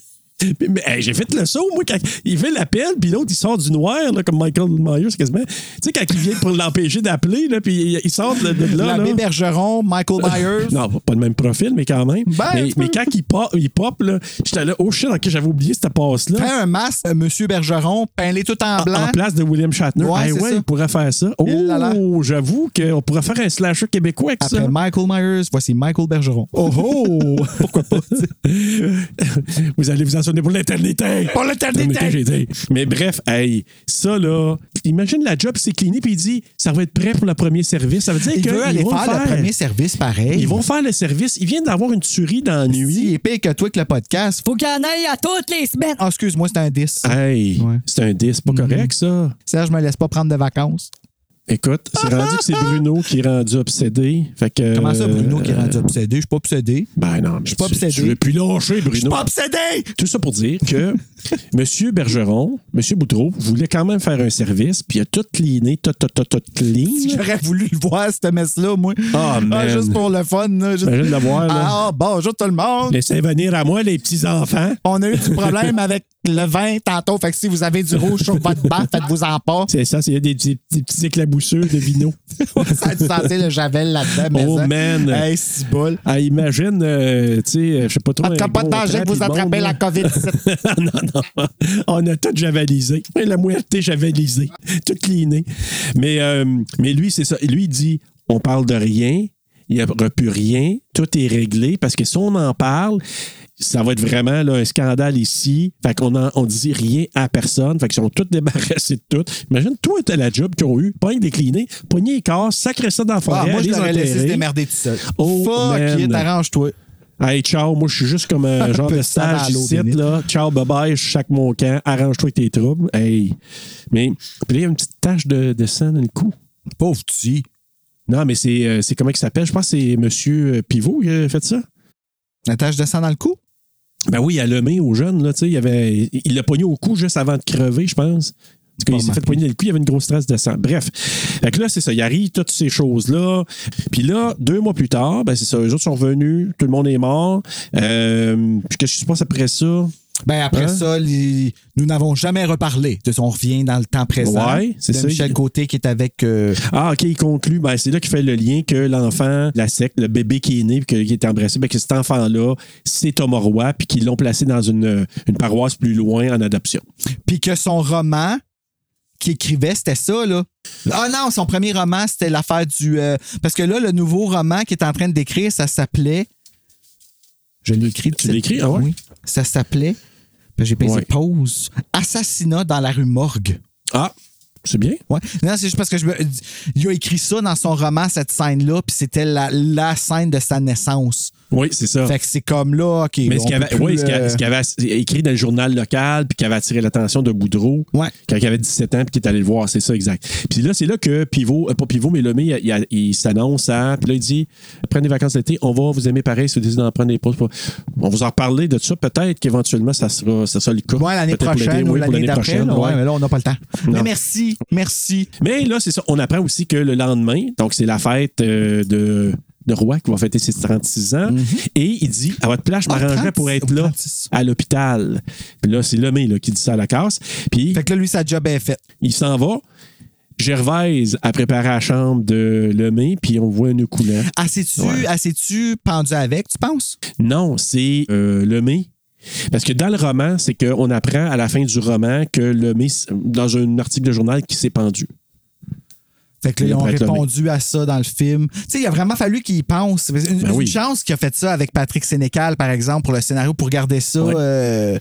S2: Mais, mais hey, j'ai fait le saut, moi, quand il fait l'appel, puis l'autre, il sort du noir, là, comme Michael Myers, quasiment. Tu sais, quand il vient pour l'empêcher d'appeler, là, puis il sort de, de là.
S7: L'abbé Bergeron, Michael Myers.
S2: non, pas le même profil, mais quand même.
S7: Ben,
S2: mais, mais, quand il pop, il pop là, j'étais là, oh shit, ok, j'avais oublié cette passe-là.
S7: Fais un masque, euh, Monsieur Bergeron, peins-les tout en blanc.
S2: En, en place de William Shatner.
S7: Ouais,
S2: hey, ouais
S7: ça.
S2: il pourrait faire ça. Oh, j'avoue qu'on pourrait faire un slasher québécois avec
S7: Après
S2: ça.
S7: Michael Myers, voici Michael Bergeron.
S2: Oh oh! Pourquoi pas? vous allez vous en pour l'éternité.
S7: Pour l'éternité.
S2: j'ai dit. Mais bref, hey, ça là, imagine la job s'est cleanée puis il dit ça va être prêt pour le premier service. Ça veut dire
S7: il
S2: que
S7: veut
S2: ils
S7: aller
S2: vont
S7: faire,
S2: faire,
S7: le premier service pareil.
S2: Ils vont faire le service. Ils viennent d'avoir une tuerie dans la nuit.
S7: Si épais que toi que le podcast.
S12: Faut qu'il y en ait à toutes les semaines.
S7: Ah, oh, excuse-moi, c'est un 10.
S2: Hey, ouais. c'est un 10,
S7: Mhm.
S2: pas mm -hmm. correct ça.
S7: Serge me laisse pas prendre de vacances.
S2: Écoute, c'est rendu que c'est Bruno qui est rendu obsédé. Fait que, euh,
S7: Comment ça, Bruno qui est rendu obsédé? Je suis pas obsédé.
S2: Ben non, mais
S7: je suis pas obsédé.
S2: Tu, veux plus lâcher, Bruno. Je
S7: suis pas obsédé!
S2: Tout ça pour dire que M. Bergeron, M. Boutreau, voulait quand même faire un service, puis il a tout cleané, tout, tout, tout, tout clean.
S7: J'aurais voulu le voir, cette messe-là, moi.
S2: Ah, man.
S7: juste pour le fun. Juste...
S2: Imagine le voir, là.
S7: Ah, bonjour tout le monde.
S2: Laissez venir à moi, les petits-enfants.
S7: On a eu du problème avec le vin tantôt. Fait que si vous avez du rouge sur votre banc, faites-vous en pas.
S2: C'est ça, c'est des, des, des petits éclaboussures de vino.
S7: ça a dû sentir le javel là-dedans.
S2: Oh
S7: ça.
S2: man!
S7: Hey, c'est bol.
S2: Ah, imagine, euh, tu sais, je sais pas trop.
S7: En tout cas, pas de danger que vous attrapez la COVID.
S2: non, non. On a tout javalisé. La moitié javalisée. Tout cleané. Mais, euh, mais lui, c'est ça. Lui, il dit on parle de rien. Il n'y aura plus rien. Tout est réglé parce que si on en parle, ça va être vraiment là, un scandale ici. Fait qu'on on dit rien à personne. Fait qu'ils sont tous débarrassés de tout. Imagine, toi, t'as la job qu'ils ont eu, pas décliné, poignet et corps, sacré ça dans la forêt.
S7: Ah, moi, je l'aurais laissé se démerder tout seul. Oh, Fuck, yeah, t'arranges-toi.
S2: Hey, ciao, moi, je suis juste comme un genre de sage ici, là. Ciao, bye-bye, je chaque mon camp. Arrange-toi avec tes troubles. Hey. Mais, puis là, il y a une petite tache de, de sang dans le cou.
S7: Pauvre petit.
S2: Non, mais c'est, c'est comment il s'appelle? Je pense que c'est M. Pivot qui a fait ça.
S7: La tache de sang dans le cou?
S2: Ben oui, il a le au jeune, là, tu sais, il avait. Il l'a pogné au cou juste avant de crever, je pense. Parce qu'il s'est fait poigner le cou, il y avait une grosse trace de sang. Bref. Fait que là, c'est ça. Il arrive, toutes ces choses-là. Puis là, deux mois plus tard, ben c'est ça. Eux autres sont revenus, tout le monde est mort. Euh, puis qu'est-ce qui se passe après ça?
S7: Ben après hein? ça, les... nous n'avons jamais reparlé. De on revient dans le temps présent.
S2: Ouais, c'est ça.
S7: Michel Côté qui est avec. Euh...
S2: Ah, OK, il conclut. Ben, c'est là qu'il fait le lien que l'enfant, la secte, le bébé qui est né puis qui est embrassé, ben, que cet enfant-là, c'est Thomas Roy, puis qu'ils l'ont placé dans une, euh, une paroisse plus loin en adoption.
S7: Puis que son roman, qui écrivait, c'était ça, là. Ah non, son premier roman, c'était l'affaire du. Euh, parce que là, le nouveau roman qu'il est en train d'écrire, ça s'appelait. Je l'écris.
S2: Tu l'écris, ah ouais? Oui.
S7: Ça s'appelait. ben, J'ai payé ouais. pause. Assassinat dans la rue Morgue.
S2: Ah! C'est bien.
S7: Ouais. Non, c'est juste parce que je me... il a écrit ça dans son roman, cette scène-là, puis c'était la, la, scène de sa naissance.
S2: Oui, c'est ça.
S7: Fait que c'est comme là, OK.
S2: Ah. Mais ce qu'il avait, ouais, euh... qu avait, qu avait, écrit dans le journal local, puis qui avait attiré l'attention de Boudreau,
S7: ouais.
S2: quand il avait 17 ans, puis qui est allé le voir, c'est ça, exact. Puis là, c'est là que Pivot, euh, pas Pivot, mais Lemay, il, il, il, il s'annonce à. Puis là, il dit prenez des vacances d'été, on va vous aimer pareil si vous décidez d'en prendre des pauses. Pour... On va vous en reparler de ça, peut-être qu'éventuellement, ça sera, ça sera le cas.
S7: Ouais, l'année prochaine, ou l'année d'après. Ouais, mais là, on n'a pas le temps. Non. Mais merci. Merci.
S2: Mais là, c'est ça. On apprend aussi que le lendemain, donc c'est la fête euh, de, de Roy qui va fêter ses 36 ans. Mm
S7: Mhm.
S2: -hmm. Et il dit À votre
S7: Ah,
S2: place, je m'arrangerais pour être là à l'hôpital. Puis là, c'est Lemay là, qui dit ça à la casse. Puis,
S7: fait que là, lui, sa job est faite.
S2: Il s'en va. Gervaise a préparé la chambre de Lemay, puis on voit un nœud coulant.
S7: Ah, c'est-tu
S2: Ouais.
S7: ah, c'est-tu pendu avec, tu penses?
S2: Non, c'est euh, Lemay. Parce que dans le roman, c'est qu'on apprend à la fin du roman que Lemay, s- dans un article de journal, qui s'est pendu.
S7: Fait que là,
S2: Il
S7: ils ont
S2: pourrait être le
S7: répondu à ça dans le film. Tu sais, il a vraiment fallu qu'ils y pensent. Une, une
S2: Ben oui.
S7: chance qu'il a fait ça avec Patrick Sénécal, par exemple, pour le scénario, pour garder ça, euh,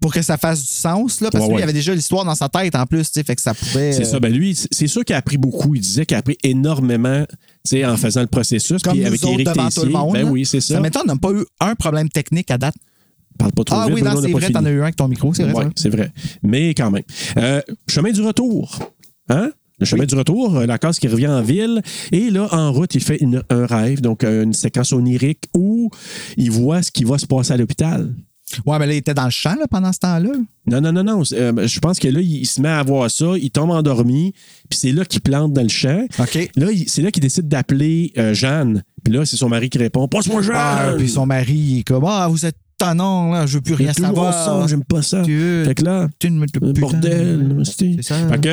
S7: pour que ça fasse du sens. Là, parce
S2: Ouais,
S7: que lui,
S2: ouais.
S7: il avait déjà l'histoire dans sa tête en plus, tu sais, fait que ça pouvait.
S2: C'est
S7: euh,
S2: ça. Ben lui, c- c'est sûr qu'il a appris beaucoup. Il disait qu'il a appris énormément tu sais, en faisant le processus.
S7: Comme
S2: puis
S7: nous
S2: avec
S7: autres
S2: Éric
S7: devant tout
S2: Tessier.
S7: le monde.
S2: Ben
S7: là.
S2: oui, c'est ça.
S7: Ça m'étonne, on n'a pas eu un problème technique à date.
S2: Parle pas trop
S7: Ah
S2: vite,
S7: oui,
S2: Bruno,
S7: non,
S2: on n'a
S7: c'est
S2: pas
S7: vrai,
S2: fini.
S7: t'en as eu un avec ton micro, c'est vrai.
S2: Ouais,
S7: ça.
S2: c'est vrai. Mais quand même. Euh, chemin du retour. Hein? Le chemin du retour, euh, la case qui revient en ville. Et là, en route, il fait une- un rêve, donc euh, une séquence onirique où il voit ce qui va se passer à l'hôpital.
S7: Ouais, mais là, il était dans le champ là, pendant ce temps-là.
S2: Non, non, non, non. Euh, je pense que là, il se met à voir ça, il tombe endormi, puis c'est là qu'il plante dans le champ.
S7: OK.
S2: Là, il- c'est là qu'il décide d'appeler euh, Jeanne. Puis là, c'est son mari qui répond Passe-moi Jeanne
S7: Ah, puis son mari, il est comme Ah, vous êtes tannant, là, je veux plus
S2: Il y a
S7: rien
S2: toujours
S7: savoir.
S2: ça, j'aime pas ça.
S7: Dieu,
S2: Fait que là,
S7: tu ne me- putain.
S2: bordel. c'est-
S7: C'est ça.
S2: Fait que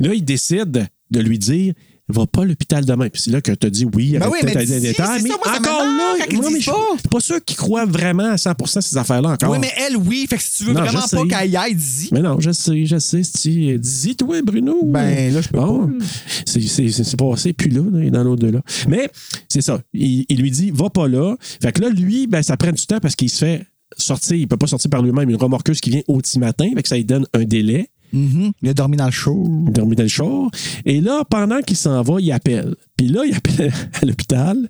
S2: là, il décide de lui dire Va pas à l'hôpital demain. Puis c'est là que tu as dit oui,
S7: Ben
S2: avec
S7: oui,
S2: peut-être
S7: mais
S2: des
S7: dis,
S2: détails.
S7: c'est
S2: Mais
S7: ça, moi, ça
S2: encore
S7: m'énerve
S2: là,
S7: quand ils
S2: moi, mais
S7: disent
S2: je
S7: pas.
S2: je suis pas sûr qu'il croit vraiment à 100 ces affaires-là encore.
S7: Oui, mais elle, oui. Fait que si tu veux
S2: Non,
S7: vraiment
S2: je sais.
S7: pas qu'elle y aille, dis
S2: Mais non, je sais, je sais. si- Dis-y, toi, Bruno.
S7: Ben, là, je peux
S2: Bon, c'est- c'est c'est- c'est passé, puis là, là, et dans l'au-delà. Mais c'est ça. Il, il lui dit, va pas là. Fait que là, lui, ben, ça prend du temps parce qu'il se fait sortir. Il peut pas sortir par lui-même. Une remorqueuse qui vient au petit matin. Fait que ça lui donne un délai.
S7: Mhm. Il a dormi dans le show.
S2: Il dormit dans le char. Et là, pendant qu'il s'en va, il appelle. Puis là, il appelle à l'hôpital.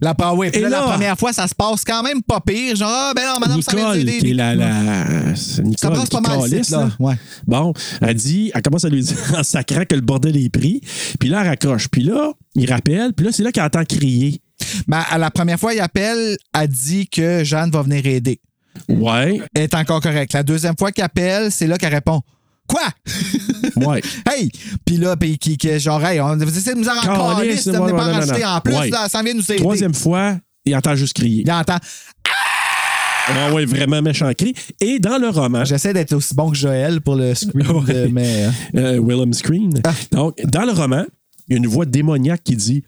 S7: La, ah ouais, puis
S2: Et
S7: là,
S2: là-
S7: la première fois, ça se passe quand même pas pire. Genre, ah, ben non, madame, ça va
S2: Nicole,
S7: être des-
S2: qui est
S7: des-
S2: la. la c'est Nicole,
S7: brasse pas
S2: qui
S7: mal,
S2: calisse,
S7: c'est là.
S2: là.
S7: Ouais.
S2: Bon, elle dit, elle commence à lui dire en sacrant que le bordel est pris. Puis là, elle raccroche. Puis là, il rappelle. Puis là, c'est là qu'elle entend crier.
S7: Ben, à la première fois, il appelle, elle dit que Jeanne va venir aider.
S2: Ouais,
S7: Elle est encore correcte. La deuxième fois qu'elle appelle, c'est là qu'elle répond. Quoi?
S2: ouais.
S7: Hey! Puis là, puis qui, qui- genre, hey, on, vous essayez de nous en rendre
S2: Calisse,
S7: liste, de
S2: ouais,
S7: venir
S2: ouais,
S7: pas
S2: non,
S7: en rajouter
S2: non, non.
S7: en plus,
S2: Ouais.
S7: là, elle s'en vient nous aider.
S2: Troisième fois, il entend juste crier.
S7: Il entend.
S2: Ah ouais, vraiment méchant cri. Et dans le roman,
S7: J'essaie d'être aussi bon que Joël pour le screen,
S2: Ouais.
S7: de- mais. euh,
S2: euh, Willem Screen.
S7: Ah.
S2: Donc, dans le roman, il y a une voix démoniaque qui dit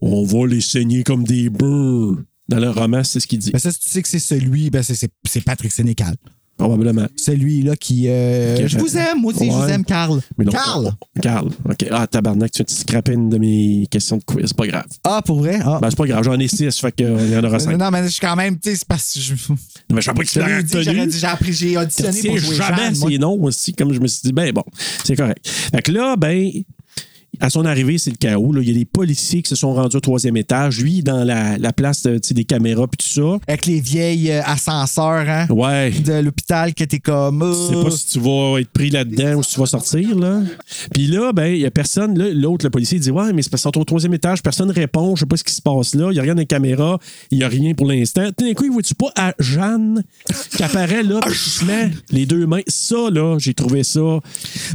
S2: On va les saigner comme des bœufs. Dans le roman, c'est ce qu'il dit.
S7: Ben ça, si tu sais que c'est celui, ben c'est- c'est c'est Patrick Sénécal.
S2: Probablement.
S7: Celui-là qui. euh,
S2: Qui a
S7: je
S2: fait-
S7: vous aime, moi aussi, je vous
S2: Ouais.
S7: aime, Carl.
S2: Mais non,
S7: Carl!
S2: on- on- Carl. OK. Ah, tabarnak, tu as scrappé une de mes questions de quiz. C'est pas grave.
S7: Ah, pour vrai? Ah.
S2: Ben, c'est pas grave. J'en ai six, fait qu'on y en aura cinq.
S7: Mais non, mais je suis quand même, tu sais, c'est parce que je.
S2: Mais je sais pas que tu
S7: Je l'ai
S2: l'aurais
S7: dit, j'aurais
S2: retenu.
S7: dit, j'ai appris, j'ai auditionné
S2: C'est
S7: pour jouer
S2: jamais
S7: Jeanne, moi.
S2: c'est non aussi, comme je me suis dit, ben bon, c'est correct. Fait que là, ben, à son arrivée, c'est le chaos. là. Il y a des policiers qui se sont rendus au troisième étage. Lui, dans la, la place de- tu sais, des caméras puis tout ça.
S7: Avec les vieilles euh, ascenseurs, hein,
S2: Ouais.
S7: de l'hôpital que t'es comme. euh,
S2: Je sais pas si tu vas être pris là-dedans ou si tu vas sortir, là. Puis là, ben, il y a personne. là, L'autre, le policier, il dit Ouais, mais c'est parce qu'ils sont au troisième étage, personne répond, je sais pas ce qui se passe là, il n'y a rien dans les caméras, il n'y a rien pour l'instant. Tout d'un coup, il voit-tu pas à Jeanne qui apparaît là, puis qui se met les deux mains. Ça, là, j'ai trouvé ça.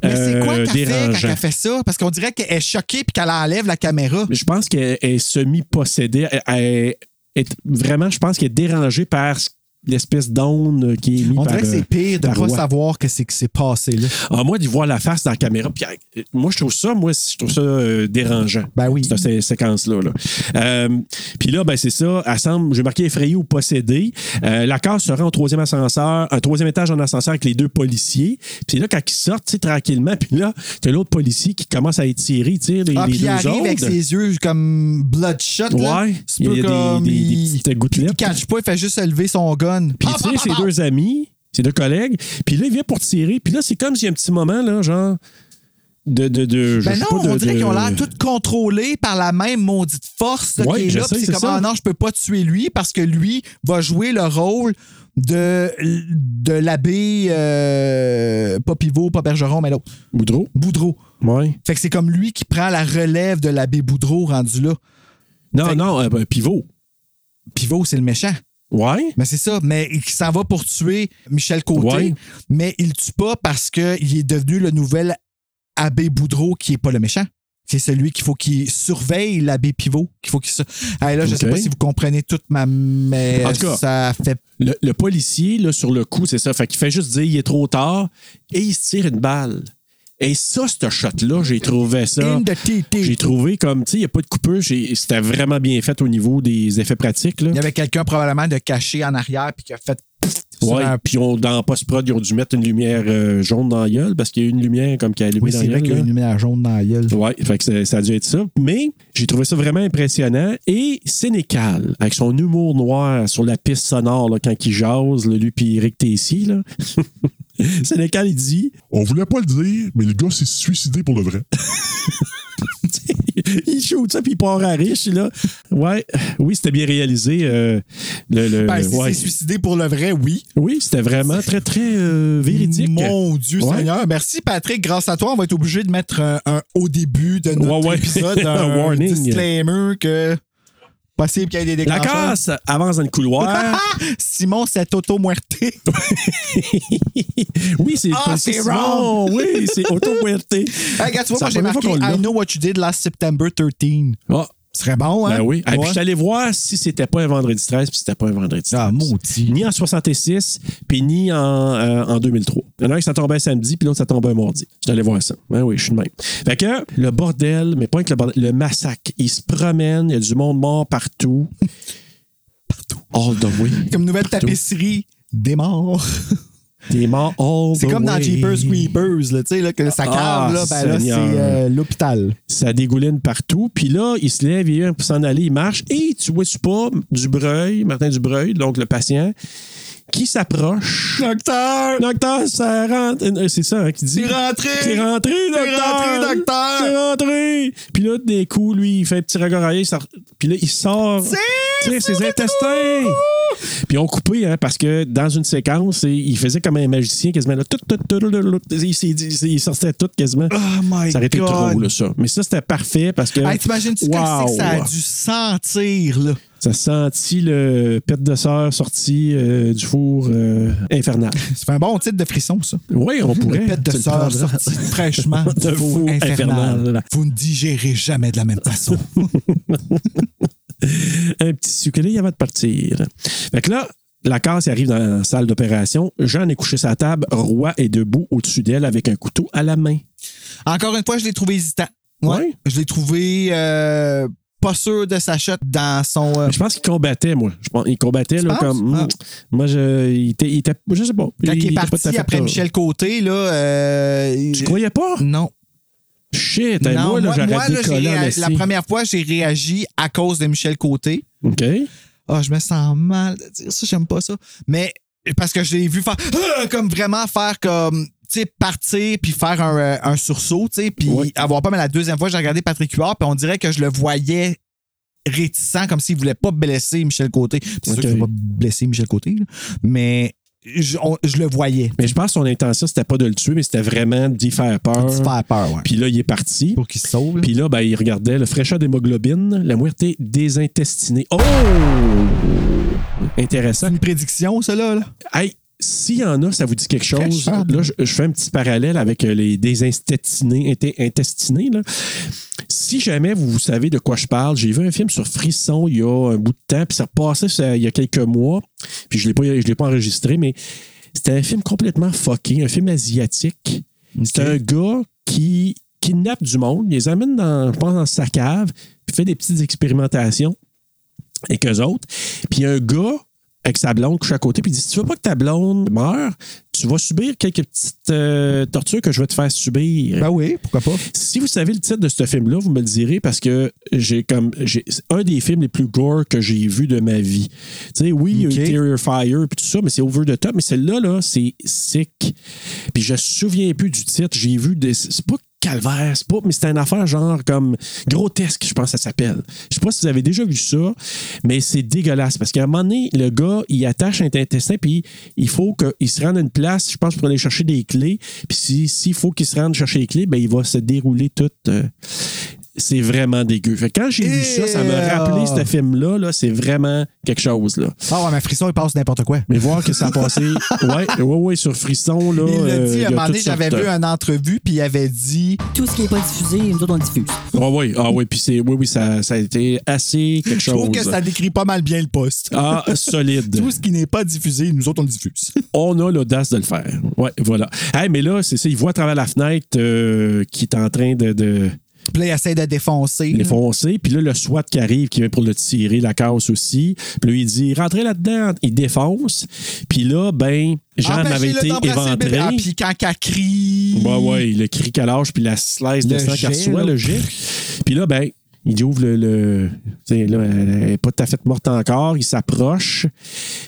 S7: mais c'est quoi
S2: euh,
S7: qu'elle fait quand
S2: dérangeant.
S7: elle fait ça? Parce qu'on dirait qu'elle est choquée puis qu'elle enlève la caméra.
S2: Je pense qu'elle est semi-possédée. Elle- elle est- vraiment, je pense qu'elle est dérangée par ce- l'espèce d'onde qui est mise
S7: On
S2: par,
S7: dirait que
S2: euh,
S7: c'est pire de
S2: par
S7: pas
S2: Roy.
S7: savoir que c'est que c'est passé, là.
S2: Ah, moi, d'y voir la face dans la caméra. Puis, euh, moi, je trouve ça, moi, je trouve ça euh, dérangeant.
S7: Ben oui.
S2: Cette, sé- séquence-là. là. Euh, puis là, ben, c'est ça. Elle semble, j'ai marqué effrayée ou possédée. Euh, la case se rend au troisième ascenseur, un troisième étage en ascenseur avec les deux policiers. Puis là, quand ils sortent, tu sais, tranquillement, puis là, t'as l'autre policier qui commence à étirer, tu sais, les,
S7: Ah,
S2: les
S7: puis il
S2: deux
S7: arrive
S2: autres.
S7: avec ses yeux comme bloodshot. là.
S2: Ouais.
S7: C'est
S2: Il y a
S7: peu
S2: des-
S7: comme
S2: des- des
S7: il-
S2: petites gouttelettes.
S7: Il catch pas, il fait juste lever son gun.
S2: Puis il tire ses deux amis, ses deux collègues. Puis là, il vient pour tirer. Puis là, c'est comme s'il y a un petit moment, là, genre. De, de, de, je
S7: Ben
S2: sais
S7: non,
S2: pas, de-
S7: on dirait
S2: de-
S7: qu'ils ont l'air tout contrôlés par la même maudite force là,
S2: Ouais,
S7: qui est
S2: je
S7: là.
S2: sais,
S7: puis
S2: c'est
S7: C'est comme,
S2: ça.
S7: ah non, je peux pas tuer lui parce que lui va jouer le rôle de, de l'abbé, euh, pas Pivot, pas Bergeron, mais l'autre,
S2: Boudreau.
S7: Boudreau.
S2: Ouais.
S7: Fait que c'est comme lui qui prend la relève de l'abbé Boudreau rendu là.
S2: Non,
S7: Fait-
S2: non, euh, ben, pivot.
S7: Pivot, c'est le méchant.
S2: Ouais.
S7: Mais c'est ça, mais il s'en va pour tuer Michel Côté,
S2: Ouais.
S7: mais il le tue pas parce qu'il est devenu le nouvel abbé Boudreau qui est pas le méchant. C'est celui qu'il faut qu'il surveille l'abbé Pivot, qu'il faut qu'il sur- Hey, là, je sais
S2: Ok.
S7: pas si vous comprenez toute ma mais
S2: En tout cas.
S7: ça fait
S2: Le, le policier, là, sur le coup, c'est ça. Fait qu'il fait juste dire il est trop tard et il se tire une balle. Et ça, ce shot-là, j'ai trouvé ça. J'ai trouvé comme, tu sais, il n'y a pas de coupeux. C'était vraiment bien fait au niveau des effets pratiques. Là.
S7: Il y avait quelqu'un probablement de caché en arrière puis qui a fait. pfft sur
S2: Ouais,
S7: un-
S2: puis on, dans Post-Prod, ils ont dû mettre une lumière euh, jaune dans la gueule parce qu'il y a une lumière comme qui a allumé
S7: Oui,
S2: dans
S7: c'est
S2: la
S7: vrai
S2: gueule. hein.
S7: qu'il y a
S2: là.
S7: une lumière jaune dans la gueule.
S2: Ouais, fait que c'est- ça a dû être ça. Mais j'ai trouvé ça vraiment impressionnant. Et Sénécal, avec son humour noir sur la piste sonore, là, quand il jase, là, lui puis Eric Tessier, là. Sénécal, il dit
S13: On voulait pas le dire, mais le gars s'est suicidé pour le vrai.
S2: il shoot ça puis il part à riche là. Ouais, oui, c'était bien réalisé euh, le, le-
S7: Ben, si
S2: ouais.
S7: c'est suicidé pour le vrai, oui.
S2: Oui, c'était vraiment très très euh, véridique.
S7: Mon Dieu
S2: Ouais.
S7: Seigneur. Merci Patrick. Grâce à toi, on va être obligé de mettre un, un- au début de notre
S2: Ouais, ouais.
S7: épisode
S2: Un
S7: un
S2: warning.
S7: disclaimer que possible qu'il y ait des
S2: La
S7: déclencheurs.
S2: casse avance dans le couloir.
S7: Simon s'est auto-muerté.
S2: oui, c'est
S7: Ah,
S2: pas-
S7: c'est
S2: Simon,
S7: wrong.
S2: Oui, c'est auto puerté
S7: Hey, regarde, tu vois,
S2: C'est la
S7: moi,
S2: première
S7: j'ai marqué
S2: fois qu'on l'a.
S7: I know what you did last September 13.
S2: Ah.
S7: Ce serait bon, hein?
S2: Ben oui. Ah, puis
S7: Ouais.
S2: je suis allé voir si c'était pas un vendredi 13, puis c'était pas un vendredi 13.
S7: Ah, maudit.
S2: Ni en 66, puis ni en, euh, en 2003. Il y en a un qui ça tombait un samedi, puis l'autre ça tombait un mardi. Je suis allé voir ça. Ben oui, je suis de même. Fait que le bordel, mais pas avec le bordel, le massacre. Ils se promènent, il y a du monde mort partout. partout. All the way.
S7: Comme nouvelle tapisserie, des morts.
S2: Des morts all
S7: C'est
S2: the
S7: comme dans
S2: way.
S7: Jeepers Creepers, là, tu sais, là, que ça
S2: Oh, Ah,
S7: cave, là, ben là, c'est
S2: Seigneur.
S7: euh, l'hôpital.
S2: Ça dégouline partout. Puis là, il se lève, il est pour s'en aller, il marche. Et tu vois-tu pas Dubreuil, Martin Dubreuil, donc le patient, qui s'approche.
S7: Docteur!
S2: Docteur, ça rentre. Euh, C'est ça hein, qui dit.
S7: T'es rentré!
S2: T'es rentré, docteur!
S7: rentré, docteur!
S2: T'es rentré! Puis là, des coups, lui, il fait un petit regard arrière, il sort- Puis là, il sort. tire ses intestins! Puis on coupé, hein, parce que dans une séquence, il faisait comme un magicien quasiment. Là, tout, tout, tout, tout, tout, tout, il, s'est dit- il sortait tout quasiment.
S7: Oh my
S2: ça aurait été
S7: God.
S2: trop, là, ça. Mais ça, c'était parfait parce que.
S7: Hey, t'imagines-tu que c'est que ça a
S2: Wow!
S7: dû sentir, là?
S2: Ça sentit le pète de sœur sorti euh, du four euh, infernal.
S7: Ça fait un bon titre de frisson, ça.
S2: Oui, on pourrait.
S7: Le pète de
S2: Tu le
S7: sœur
S2: prendras.
S7: sorti fraîchement
S2: De
S7: du four
S2: four
S7: infernal.
S2: infernal.
S7: Vous ne digérez jamais de la même façon.
S2: un petit sucré avant de partir. Fait que là, la casse arrive dans la salle d'opération. Jean est couché sa table. Roy est debout au-dessus d'elle avec un couteau à la main.
S7: Encore une fois, je l'ai trouvé hésitant. Ouais.
S2: Ouais.
S7: Je l'ai trouvé euh, pas sûr de sa shot dans son. euh,
S2: Je pense qu'il combattait, moi. Je pense, il combattait, là,
S7: penses?
S2: comme. hmm.
S7: Ah.
S2: Moi, je, il était, il était- Je sais pas.
S7: quand il, est
S2: était pas tout à
S7: parti
S2: fait
S7: après
S2: là.
S7: Michel Côté, là. euh,
S2: Tu croyais pas?
S7: Non.
S2: Shit, hey,
S7: Non,
S2: moi, là, euh, j'aurais
S7: moi, là, j'ai
S2: décollé en
S7: réa-
S2: esti.
S7: la première fois, j'ai réagi à cause de Michel Côté.
S2: OK.
S7: Ah, je me sens mal de dire ça, j'aime pas ça. Mais parce que je l'ai vu faire Ah! comme vraiment faire comme tu sais partir puis faire un, euh, un sursaut, tu sais, puis avoir pas mais la deuxième fois, j'ai regardé Patrick Huard puis on dirait que je le voyais réticent comme s'il voulait pas blesser Michel Côté. Puis C'est sûr
S2: Ok.
S7: qu'il veut pas blesser Michel Côté, là. mais je, on- je le voyais.
S2: Mais je pense que son intention, c'était pas de le tuer, mais c'était vraiment d'y faire peur.
S7: Tu faire peur, ouais.
S2: Puis là, il est parti.
S7: Pour qu'il se sauve. là.
S2: Puis là, ben, il regardait le fraîcheur d'hémoglobine, la muerte désintestinée. Oh! Intéressant.
S7: C'est une prédiction, ça, là. là.
S2: Hey, s'il y en a, ça vous dit quelque chose.
S7: Fraîcheur de-
S2: Là, je, je fais un petit parallèle avec euh, les désintestinés. inté- intestinés, là. Si jamais vous savez de quoi je parle, j'ai vu un film sur Frisson il y a un bout de temps, puis ça repassait ça, il y a quelques mois, puis je ne l'ai pas enregistré, mais c'était un film complètement fucké, un film asiatique. C'est un gars qui kidnappe du monde, il les amène dans, je pense, dans sa cave, puis fait des petites expérimentations et qu'eux autres. Puis il y a un gars avec sa blonde couche à côté, puis il dit Si tu veux pas que ta blonde meure, tu vas subir quelques petites euh, tortures que je vais te faire subir.
S7: Ben oui, pourquoi pas.
S2: Si vous savez le titre de ce film-là, vous me le direz parce que j'ai comme j'ai c'est un des films les plus gore que j'ai vu de ma vie. Tu sais, oui,
S7: Ok.
S2: il y a Interior Fire puis tout ça, mais c'est over the top. Mais celle-là, là, c'est sick. Puis je me souviens plus du titre. J'ai vu des. C'est pas calvaire, c'est pas. Mais c'est une affaire genre comme grotesque, je pense que ça s'appelle. Je sais pas si vous avez déjà vu ça, mais c'est dégueulasse. Parce qu'à un moment donné, le gars, il attache un intestin, puis il faut qu'il se rende à une place, je pense, pour aller chercher des clés. Puis si- s'il faut qu'il se rende chercher les clés, ben il va se dérouler tout. euh, c'est vraiment dégueu. Fait que quand j'ai vu ça, ça m'a rappelé ce film-là. Là, c'est vraiment quelque chose. Là.
S7: Ah ouais, mais Frisson, il passe n'importe quoi.
S2: Mais voir que ça a passé. ouais, ouais, ouais, sur Frisson. Là,
S7: Il l'a
S2: euh,
S7: dit,
S2: y
S7: à
S2: a
S7: un moment
S2: toutes
S7: donné, j'avais
S2: sortes.
S7: vu une entrevue, puis il avait dit...
S12: Tout ce qui n'est pas diffusé, nous autres, on le diffuse.
S2: Ah oui, ah oui, puis c'est oui, oui, ça, ça a été assez quelque
S7: Je
S2: chose.
S7: trouve que ça décrit pas mal bien le poste.
S2: Ah, solide.
S7: Tout ce qui n'est pas diffusé, nous autres, on le diffuse.
S2: On a l'audace de le faire. Ouais, voilà. Hey, mais là, c'est ça, il voit à travers la fenêtre euh, qui est en train de, de
S7: Puis là, il essaie de défoncer.
S2: les foncer. Puis là, le SWAT qui arrive, qui vient pour le tirer, la casse aussi. Puis là, il dit rentrez là-dedans. Il défonce. Puis là, ben, Jeanne
S7: Empêchez-le
S2: avait été
S7: d'embrasser le bébé.
S2: éventrée.
S7: Ah, puis quand elle crie...
S2: Ouais, Bah ouais, le cri qu'elle lâche, puis la slice de
S7: Le oh.
S2: sang qu'elle
S7: jet,
S2: reçoit,
S7: là.
S2: le jet. Puis là, ben, il ouvre le. le tu sais, là, elle n'est pas tout à fait morte encore. Il s'approche.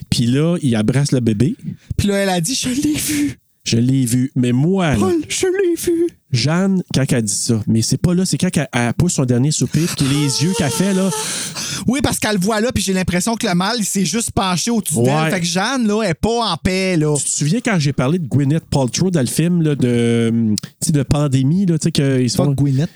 S2: Puis là, il abrace le bébé.
S7: Puis là, elle a dit, je l'ai vu.
S2: Je l'ai vu. Mais moi, là,
S7: Paul, je l'ai vu.
S2: Jeanne, quand elle dit ça, mais c'est pas là, c'est quand elle, elle pousse son dernier soupir, puis les yeux qu'elle fait, là.
S7: Oui, parce qu'elle le voit là, puis j'ai l'impression que le mal, il s'est juste penché au-dessus
S2: Ouais.
S7: d'elle. Fait que Jeanne, là, elle est pas en paix, là.
S2: Tu te souviens quand j'ai parlé de Gwyneth Paltrow dans le film là, de, hum, tu sais, de pandémie, là, tu sais, qu'ils se
S7: Pas
S2: font.
S7: Gwyneth,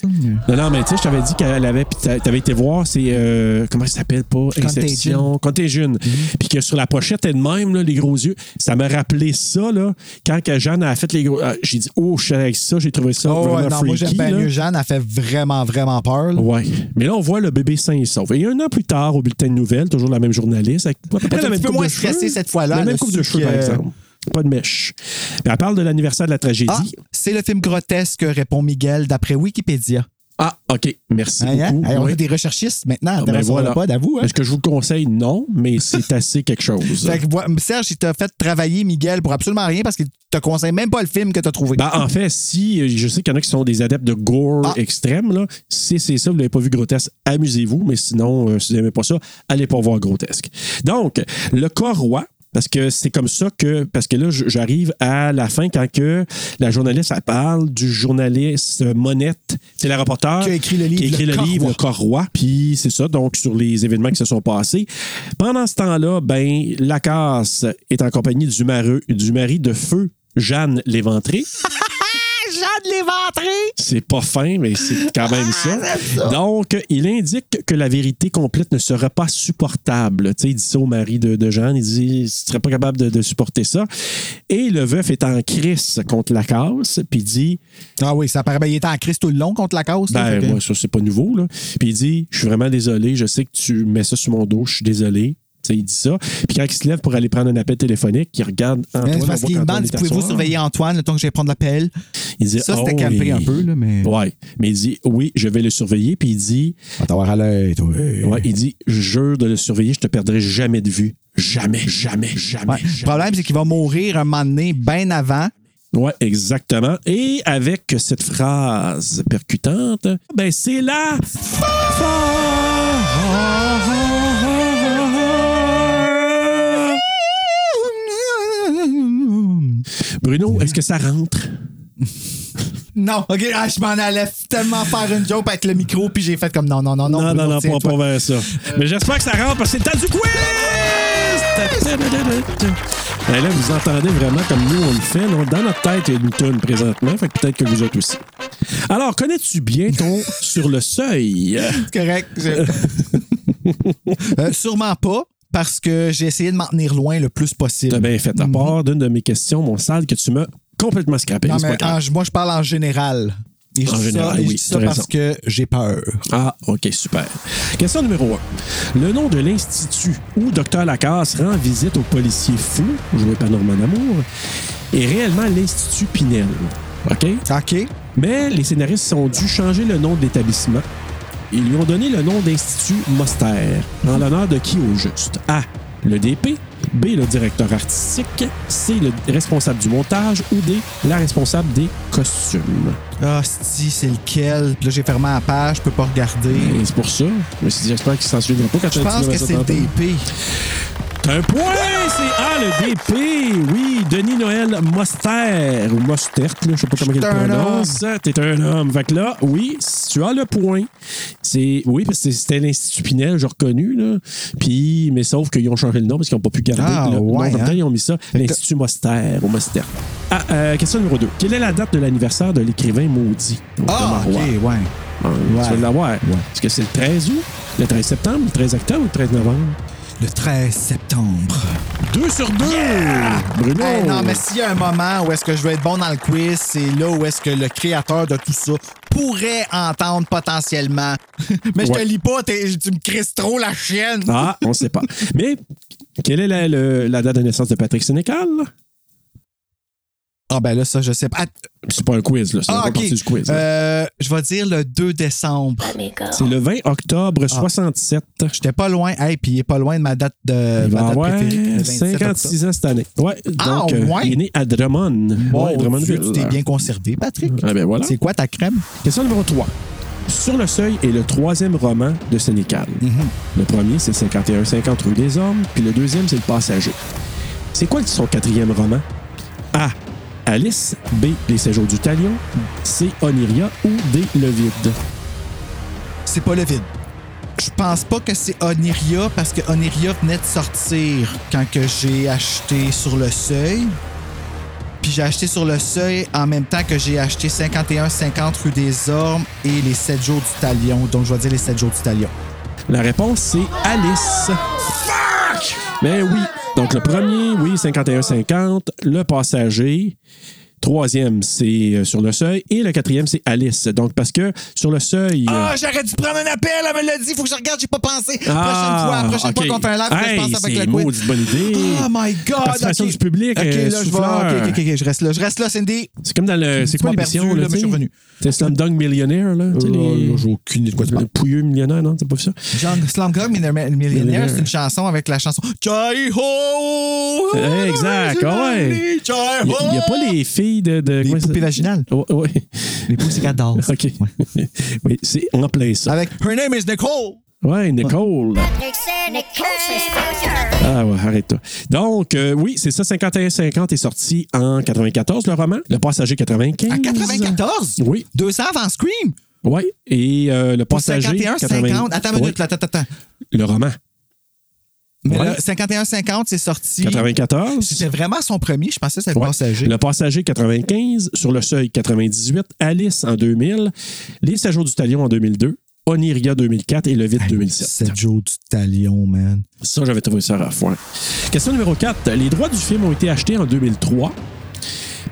S7: là.
S2: Non, non, mais tu sais, je t'avais dit qu'elle avait, puis t'a- t'avais été voir, c'est, euh, comment ça s'appelle pas? Inception, Contagion.
S7: Mm-hmm.
S2: Puis que sur la pochette elle-même, là, les gros yeux, ça m'a rappelé ça, là, quand que Jeanne a fait les gros. ah, j'ai dit, oh, je suis avec ça, j'ai trouvé ça
S7: Oh, ouais,
S2: vraiment
S7: non, moi, j'aime
S2: freaky.
S7: bien
S2: là. Oh,
S7: mieux Jeanne. Elle fait vraiment, vraiment peur. là.
S2: Ouais. Mais là, on voit le bébé sain et sauf. Et un an plus tard, au bulletin de nouvelles, toujours la même journaliste, avec à peu près
S7: Elle est
S2: la
S7: un
S2: même
S7: petit peu
S2: coupe
S7: moins
S2: de cheveux.
S7: stressée cette fois-là,
S2: La
S7: elle
S2: même
S7: a
S2: coupe
S7: su
S2: de cheveux, par
S7: que-
S2: exemple. Pas de mèche. Puis elle parle de l'anniversaire de la tragédie.
S7: Ah, c'est le film grotesque, répond Miguel, d'après Wikipédia.
S2: Ah, OK. Merci
S7: Hein, hein?
S2: beaucoup.
S7: Hey, on
S2: Oui.
S7: a des recherchistes maintenant.
S2: Ah, ben
S7: Intéressant,
S2: voilà.
S7: on a pas d'avoue. hein?
S2: Est-ce que je vous le conseille? Non, mais c'est assez quelque chose.
S7: Fait que, ouais, Serge, il t'a fait travailler Miguel pour absolument rien parce qu'il te conseille même pas le film que t'as trouvé.
S2: Ben, en fait, si euh, je sais qu'il y en a qui sont des adeptes de gore
S7: Ah.
S2: extrême, là, si c'est ça, vous l'avez pas vu grotesque, amusez-vous, mais sinon, euh, si vous n'aimez pas ça, allez pas voir grotesque. Donc, le corps roi. Parce que c'est comme ça que. Parce que là, j- j'arrive à la fin quand que la journaliste, elle parle du journaliste euh, Monette. C'est la reporter
S7: Qui a écrit le livre,
S2: Qui a écrit
S7: Le
S2: le,
S7: Corps
S2: livre,
S7: Roi.
S2: Le Corps Roi. Puis c'est ça, donc sur les événements qui se sont passés. Pendant ce temps-là, ben, Lacasse est en compagnie du, mareux- du mari de feu Jeanne Léventrée.
S7: Jeanne Léventrée!
S2: C'est pas fin, mais c'est quand
S7: Ah,
S2: même ça. Donc, il indique que la vérité complète ne sera pas supportable. Tu sais, il dit ça au mari de, de Jeanne. Il dit ne serait pas capable de, de supporter ça. Et le veuf est en crise contre la casse, puis il dit
S7: Ah oui, ça paraît. bien. il était en crise tout le long contre la cause. là, fait
S2: Ben,
S7: que-
S2: moi, ça, c'est pas nouveau. Là. Puis il dit Je suis vraiment désolé, je sais que tu mets ça sur mon dos, je suis désolé. Tu sais, il dit ça. Puis quand il se lève pour aller prendre un appel téléphonique, il regarde
S7: Hein,
S2: Antoine.
S7: c'est parce
S2: on voit
S7: qu'il
S2: qu'Antoine
S7: demande
S2: est à
S7: pouvez-vous
S2: soir.
S7: surveiller Antoine le temps que je vais prendre l'appel.
S2: Il dit,
S7: Ça, c'était
S2: Oh,
S7: campé
S2: il-
S7: un peu, là, mais.
S2: Ouais, mais il dit oui, je vais le surveiller. Puis il dit
S7: On va t'avoir à l'œil, toi.
S2: Ouais, il dit Je jure de le surveiller, je te perdrai jamais de vue. Jamais, jamais, jamais.
S7: Ouais. Le problème, c'est qu'il va mourir un moment donné, bien avant.
S2: Ouais, exactement. Et avec cette phrase percutante, ben c'est là. Bruno, est-ce que ça rentre?
S7: Non, ok, ah, je m'en allais tellement faire une joke avec le micro, puis j'ai fait comme non, non, non, non.
S2: Non, non,
S7: Bruno,
S2: non,
S7: tiens,
S2: pas,
S7: toi.
S2: pas vers ça. Mais j'espère que ça rentre parce que c'est le temps du quiz! Ben là, vous entendez vraiment comme nous, on le fait. là. Dans notre tête, il y a une tonne présentement. Fait que peut-être que vous autres aussi. Alors, connais-tu bien ton sur le seuil?
S7: C'est correct. je- Euh, sûrement pas, parce que j'ai essayé de m'en tenir loin le plus
S2: T'as
S7: possible. Mm.
S2: bien fait à part d'une de mes questions, mon sale, que tu m'as complètement scrappé.
S7: Non,
S2: C'est
S7: mais
S2: pas grave.
S7: en- moi, je parle en général. Et je
S2: En
S7: dis ça-
S2: général,
S7: et je
S2: oui,
S7: dis ça
S2: t'as
S7: parce
S2: raison.
S7: que j'ai peur.
S2: Ah, OK, super. Question numéro 1. Le nom de l'institut où Dr Lacasse rend visite au policier fou, joué par Norman Amour, est réellement l'Institut Pinel. OK?
S7: OK?
S2: Mais les scénaristes ont dû changer le nom de l'établissement. Ils lui ont donné le nom d'Institut Moster, en l'honneur de qui au juste? A. Le DP, B. Le directeur artistique, C. Le responsable du montage ou D. La responsable des costumes.
S7: Ah, si, c'est lequel? Puis là, j'ai fermé la page, je peux pas regarder.
S2: Et c'est pour ça. Mais c'est- j'espère qu'ils s'en souviendront pas quand
S7: Je
S2: tu vas
S7: pense que
S2: dire ça
S7: c'est le
S2: tantôt.
S7: DP.
S2: T'as un point, c'est A, le DP. Oui, Denis Noël Mostert, ou Mostert, là, je sais pas comment il
S7: J'suis un
S2: le prononce. T'es un homme. Fait que là, oui, si tu as le point. C'est, oui, parce que c'était l'Institut Pinel, j'ai reconnu, là. Puis, mais sauf qu'ils ont changé le nom parce qu'ils n'ont pas pu garder
S7: Ah,
S2: le
S7: ouais,
S2: nom. Pourtant,
S7: hein.
S2: ils ont mis ça, l'Institut Mostert, ou Mostert. Ah, euh, question numéro 2. Quelle est la date de l'anniversaire de l'écrivain maudit? Donc,
S7: Ah,
S2: Thomas
S7: ok,
S2: Roy.
S7: ouais.
S2: Bon, Tu vas l'avoir. Est-ce que c'est le 13 août, le 13 septembre, le 13 octobre ou le 13 novembre?
S7: Le 13 septembre.
S2: 2 sur 2! Bruno!
S7: Hey, Eh non, mais s'il y a un moment où est-ce que je vais être bon dans le quiz, c'est là où est-ce que le créateur de tout ça pourrait entendre potentiellement. mais je
S2: Ouais.
S7: te lis pas, t'es- tu me crises trop la chienne.
S2: Ah, on sait pas. Mais quelle est la, le- la date de naissance de Patrick Sénécal?
S7: Ah ben là, ça, je sais pas.
S2: C'est pas un quiz, là. C'est
S7: Ah,
S2: pas
S7: ok.
S2: partie du quiz. hein. là.
S7: Euh, je vais dire le 2 décembre.
S2: C'est le 20 octobre
S7: Ah.
S2: 67.
S7: J'étais pas loin. Hey, puis il est pas loin de ma date de
S2: Il
S7: ma
S2: va
S7: date
S2: avoir
S7: préférée, le 27
S2: 56 ans cette année. Ouais,
S7: Ah,
S2: donc euh,
S7: ouais.
S2: il est né à Drummond.
S7: Mon
S2: ouais,
S7: Dieu,
S2: Drummondville.
S7: tu t'es bien conservé, Patrick.
S2: Ah ben voilà.
S7: C'est quoi ta crème?
S2: Question numéro 3. Sur le seuil est le troisième roman de Sénécal. Le premier, c'est 51-50 rue des Hommes, puis le deuxième, c'est Le Passager. C'est quoi son quatrième roman? A. Alice. B. Les Séjours du Talion. C. Oniria. Ou D. Le Vide.
S7: C'est pas le vide. Je pense pas que c'est Oniria parce que Oniria venait de sortir quand que j'ai acheté sur le seuil. Puis j'ai acheté sur le seuil en même temps que j'ai acheté 51-50 rue des Ormes et les 7 jours du talion. Donc je vais dire les 7 jours du talion.
S2: La réponse, c'est Alice. Fuck! Mais oui. Donc, le premier, oui, 51-50. Le passager. Troisième, c'est euh, sur le seuil. Et le quatrième, c'est Alice. Donc, parce que sur le seuil.
S7: Ah,
S2: euh,
S7: j'aurais dû prendre un appel, elle me l'a dit, faut que je regarde, j'ai pas pensé.
S2: Ah,
S7: prochaine fois, prochaine
S2: ok.
S7: fois qu'on fait un live, faut que
S2: Hey,
S7: je pense avec
S2: c'est
S7: le quiz.
S2: maudite bonne idée.
S7: Oh my god!
S2: Ah, Participation
S7: ok.
S2: du public, euh,
S7: Ok, là, je vais.
S2: souffleur.
S7: Ok, ok, ok, je reste là. Je reste là, Cindy.
S2: C'est comme dans le. C'est
S7: Tu
S2: quoi
S7: m'as
S2: l'émission,
S7: perdu,
S2: là?
S7: là, mais je suis revenu.
S2: C'est Slumdog Millionnaire, là? tu sais, les-
S7: là, j'ai aucune idée de quoi tu parles.
S2: Les pouilleux millionnaires, non? C'est pas ça?
S7: John Slumdog Millionaire,
S2: Millionaire.
S7: Millionaire, c'est une chanson avec la chanson Jai Ho!
S2: Eh, exact, ouais.
S7: Jai
S2: Il
S7: Ho!
S2: n'y a, pas les filles de. de les
S7: poupées vaginales.
S2: Oui.
S7: Les poussicats d'or.
S2: OK. oui, c'est en plein ça.
S7: Avec Her name is Nicole!
S2: Ouais, Nicole. Ah ouais, arrête-toi. Donc, euh, oui, c'est ça, 51-50 est sorti en 94, le roman. Le passager 95.
S7: En 94?
S2: Mmh. Oui.
S7: 200 avant Scream!
S2: Oui. Et euh, le
S7: Pour
S2: passager.
S7: 51-50. Attends une
S2: Oui,
S7: minute, là, attends, attends. attends.
S2: Le roman.
S7: Mais
S2: Ouais.
S7: là, 51-50, c'est sorti.
S2: 94.
S7: C'était vraiment son premier, je pensais que c'était
S2: Ouais.
S7: le passager.
S2: Le passager 95, sur le seuil 98, Alice en 2000, Les Séjours du Talion en 2002, Oniria 2004 et Le Vide 2007.
S7: 7 jours du talion, man.
S2: Ça, j'avais trouvé ça rare. ouais. Question numéro 4. Les droits du film ont été achetés en 2003.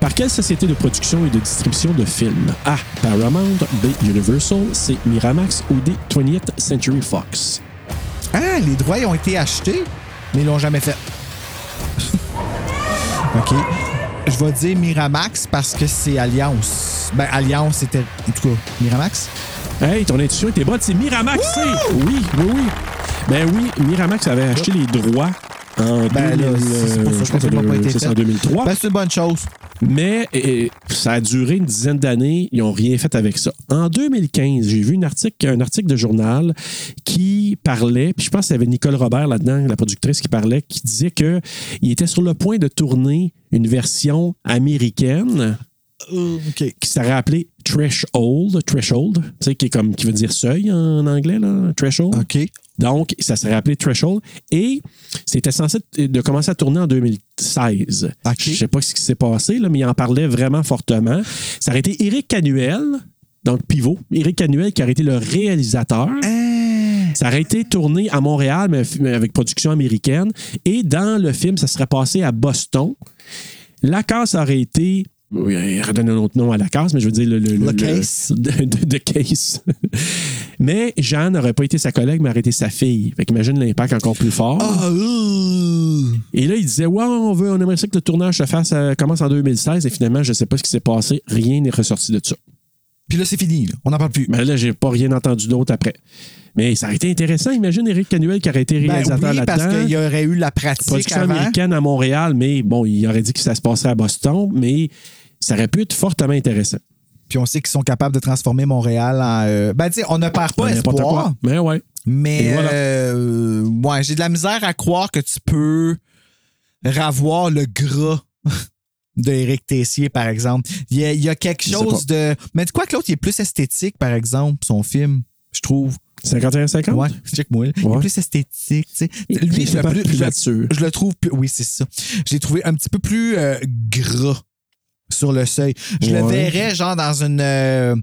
S2: Par quelle société de production et de distribution de films A. Paramount, B. Universal, C. Miramax ou D. 20th Century Fox
S7: Ah, les droits ils ont été achetés, mais ils l'ont jamais fait. OK. Je vais dire Miramax parce que c'est Alliance. Ben, Alliance, c'était. En tout cas, Miramax.
S2: Hey, ton intuition était bonne, c'est Miramax, c'est! Oui, oui, oui. Ben oui, Miramax avait acheté les droits en
S7: Ben, là,
S2: 2000,
S7: c'est c'est pour ça
S2: euh,
S7: que
S2: je pense
S7: ça n'a pas été
S2: c'est
S7: fait.
S2: en 2003.
S7: Ben, c'est une bonne chose.
S2: Mais euh, ça a duré une dizaine d'années, ils n'ont rien fait avec ça. En 2015, j'ai vu un article, un article de journal qui parlait, puis je pense qu'il y avait Nicole Robert là-dedans, la productrice qui parlait, qui disait que il était sur le point de tourner une version américaine
S7: Euh, OK.
S2: qui serait appelée Threshold, Threshold, tu sais, qui, est comme, qui veut dire seuil en anglais, là, Threshold.
S7: OK.
S2: Donc, ça serait appelé Threshold. Et c'était censé t- de commencer à tourner en 2016. Je sais pas ce qui s'est passé, là, mais il en parlait vraiment fortement. Ça aurait été Eric Canuel, donc pivot. Eric Canuel qui aurait été le réalisateur. Ça aurait été tourné à Montréal, mais f- mais avec production américaine. Et dans le film, ça serait passé à Boston. La casse aurait été. Oui, il aurait donné un autre nom à la casse, mais je veux dire le. Le, le-
S7: case.
S2: de, de- de case. mais Jeanne n'aurait pas été sa collègue, mais aurait été sa fille. Fait qu'imagine l'impact encore plus fort.
S7: Ah, euh.
S2: Et là, il disait Ouais, on veut, on aimerait ça que le tournage se fasse, euh, commence en 2016. Et finalement, je ne sais pas ce qui s'est passé. Rien n'est ressorti de ça.
S7: Puis là, c'est fini. là. On n'en parle plus.
S2: Mais là, j'ai pas rien entendu d'autre après. Mais ça aurait été intéressant. Imagine Eric Canuel qui aurait été
S7: Ben
S2: réalisateur
S7: oui, parce
S2: là-dedans.
S7: qu'il y aurait eu la pratique
S2: production
S7: avant.
S2: américaine à Montréal, mais bon, il aurait dit que ça se passait à Boston, mais ça aurait pu être fortement intéressant.
S7: Puis on sait qu'ils sont capables de transformer Montréal en. euh, Ben, tu sais, on ne perd pas
S2: Ben, n'importe
S7: espoir.
S2: quoi. Mais ouais.
S7: Mais
S2: Et voilà.
S7: euh, ouais, j'ai de la misère à croire que tu peux ravoir le gras d'Éric Tessier, par exemple. Il y a, il y a quelque
S2: Je sais
S7: chose de. Mais tu quoi que l'autre, il est plus esthétique, par exemple, son film, je trouve.
S2: 51-50?
S7: Ouais, check moi. Il est
S2: Ouais.
S7: plus esthétique. tu sais.
S2: Il-
S7: Lui,
S2: il
S7: je le,
S2: fait
S7: plus-
S2: plus
S7: je le-
S2: mature.
S7: je le trouve plus. Oui, c'est ça. J'ai trouvé un petit peu plus euh, gras sur le seuil. Je le
S2: Ouais.
S7: verrais, genre, dans une. euh,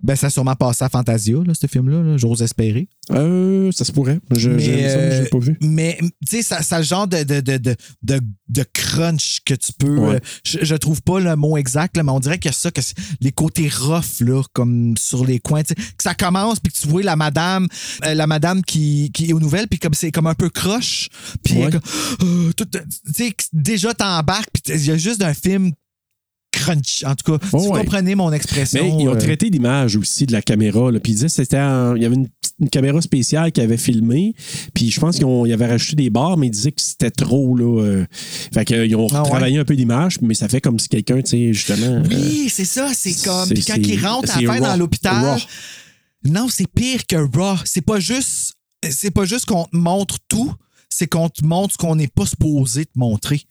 S7: Ben, ça a sûrement passé à Fantasia, là, ce film-là, là, j'ose espérer.
S2: Euh, ça se pourrait. Je
S7: Mais, euh,
S2: je- ça, je l'ai pas vu.
S7: Mais, tu sais, ça, ça a le genre de, de, de, de, de- de crunch que tu peux.
S2: Ouais.
S7: euh, je, je trouve pas le mot exact, là, mais on dirait qu'il y a ça, que c'est- les côtés rough, là, comme sur les coins. tu sais, Que ça commence, puis que tu vois la madame, euh, la madame qui, qui est aux nouvelles, puis comme c'est comme un peu croche. Puis elle est comme, Ah, tout, euh, tu sais, que déjà t'embarques, puis il y a juste un film crunch. En tout cas, si vous
S2: ouais.
S7: comprenez mon expression.
S2: Mais ils ont
S7: euh,
S2: traité l'image aussi de la caméra. là. Puis ils disaient que c'était en- il y avait une, petite- une caméra spéciale qui avait filmé. Puis je pense qu'ils ont- ils avaient rajouté des barres, mais ils disaient que c'était trop. Là, euh. Fait qu'ils ont
S7: Ah ouais.
S2: retravaillé un peu l'image, mais ça fait comme si quelqu'un, tu sais, justement. euh,
S7: Oui, c'est ça, c'est comme.
S2: c'est-
S7: Puis quand
S2: c'est-
S7: ils rentrent à
S2: c'est
S7: la fin
S2: raw,
S7: dans l'hôpital.
S2: raw.
S7: Non, c'est pire que Raw. C'est pas juste. C'est pas juste qu'on te montre tout, c'est qu'on te montre ce qu'on n'est pas supposé te montrer.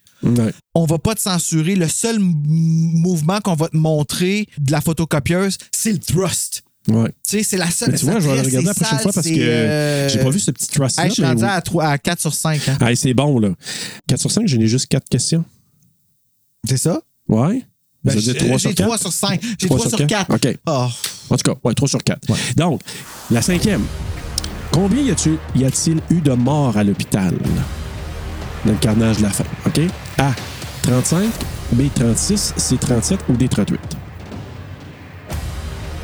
S7: On va pas te censurer. Le seul m- mouvement qu'on va te montrer de la photocopieuse, c'est le thrust.
S2: Ouais.
S7: Tu sais, c'est la seule.
S2: Mais tu vois,
S7: ça
S2: je vais le
S7: reste,
S2: regarder la
S7: c'est
S2: prochaine
S7: sale,
S2: fois parce
S7: c'est,
S2: que
S7: euh,
S2: j'ai pas vu ce petit thrust-là,
S7: Hey, je suis
S2: mais
S7: rendu
S2: oui.
S7: à, trois- à 4 sur hein. 5.
S2: Ah, c'est bon, là. 4 sur 5, j'en ai juste 4 questions.
S7: C'est ça?
S2: Ouais.
S7: Ben,
S2: Ça veut dire
S7: j'ai-
S2: trois
S7: j'ai
S2: quatre?
S7: trois sur cinq. J'ai
S2: Trois
S7: trois sur quatre.
S2: OK.
S7: Oh.
S2: En tout cas, ouais, 3 sur 4. Donc, la cinquième. Combien y a-tu- y a-t-il eu de morts à l'hôpital dans le carnage de la fin? OK? A, 35, B, 36, C, 37 ou D, 38?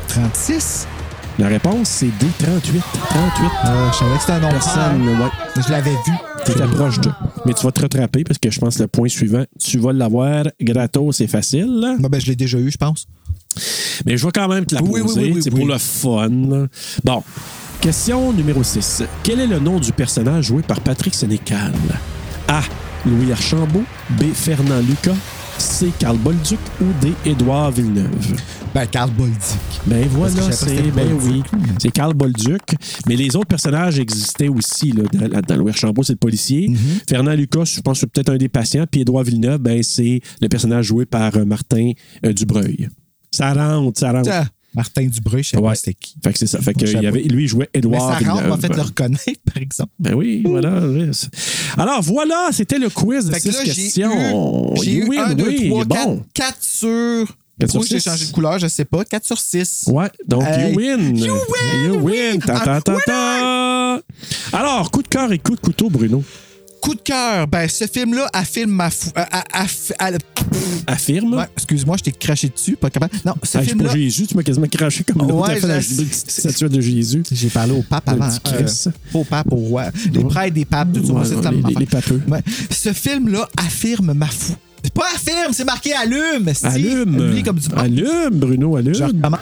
S7: 36?
S2: La réponse, c'est D, 38. 38.
S7: Ah, je savais que c'était un nom
S2: Personne, ouais.
S7: Je l'avais vu.
S2: Tu t'approches de. Mais tu vas te rattraper parce que je pense que le point suivant, tu vas l'avoir gratos c'est facile.
S7: Ben, ben, je l'ai déjà eu, je pense.
S2: Mais je vais quand même te la
S7: Oui, oui,
S2: poser.
S7: oui, oui,
S2: c'est
S7: oui.
S2: pour le fun. là. Bon. Question numéro 6. Quel est le nom du personnage joué par Patrick Sénécal? A. Louis Archambault. B. Fernand Lucas. C. Carl Bolduc. Ou D. Édouard Villeneuve.
S7: Ben, Carl Bolduc.
S2: Ben
S7: Parce que
S2: voilà,
S7: je savais pas
S2: c'est.
S7: c'était
S2: Ben oui.
S7: Bolduc.
S2: C'est Carl Bolduc. Mais les autres personnages existaient aussi. Là, dans, là-dedans. Louis Archambault, c'est le policier.
S7: Mhm.
S2: Fernand Lucas, je pense, c'est peut-être un des patients. Puis Édouard Villeneuve, ben, c'est le personnage joué par euh, Martin euh, Dubreuil. Ça rentre, ça rentre.
S7: Tiens, Ah Martin Dubreuil, je sais
S2: Ah. Ouais.
S7: pas c'était qui.
S2: Fait que c'est ça. Fait que
S7: Je
S2: il
S7: sais
S2: y
S7: pas.
S2: avait, lui, il jouait
S7: Mais
S2: Edouard
S7: ça rentre, en fait,
S2: Villeneuve.
S7: le reconnaître, par exemple.
S2: Ben oui, voilà. oui. Alors voilà, c'était le quiz de
S7: Fait que
S2: six
S7: là, j'ai
S2: questions.
S7: eu, j'ai eu
S2: Oui,
S7: 1, 2,
S2: oui,
S7: 3, 4,
S2: bon.
S7: 4 sur...
S2: Quatre
S7: Pourquoi
S2: sur
S7: j'ai
S2: six.
S7: changé de couleur, je sais pas. 4 sur 6.
S2: Ouais, donc
S7: Hey.
S2: you win.
S7: Euh, You win,
S2: You win. Ta, ta, ta,
S7: I'm
S2: ta. Alors, coup de cœur et coup de couteau, Bruno.
S7: Coup de cœur, ben ce film-là affirme ma fou... euh, a- aff- a-
S2: Affirme.
S7: Ouais, Excuse-moi, je t'ai craché dessus, pas capable. Non, ce
S2: Ah, je suis
S7: film-là...
S2: pour Jésus, tu m'as quasiment craché comme l'autre
S7: Ouais,
S2: a fait la
S7: je-
S2: petite statue de Jésus.
S7: J'ai parlé au pape
S2: Le
S7: avant.
S2: petit Christ.
S7: euh, au pape, au roi. Les prêtres, des papes, tout ça.
S2: Ouais,
S7: c'est
S2: ouais,
S7: ça,
S2: les-
S7: mon
S2: les-
S7: affaire.
S2: les papeux.
S7: Ouais. Ce film-là affirme ma fou. C'est Pas affirme, c'est marqué allume. si.
S2: Allume.
S7: Lui, comme du
S2: Allume, Bruno, allume.
S7: Je recommence.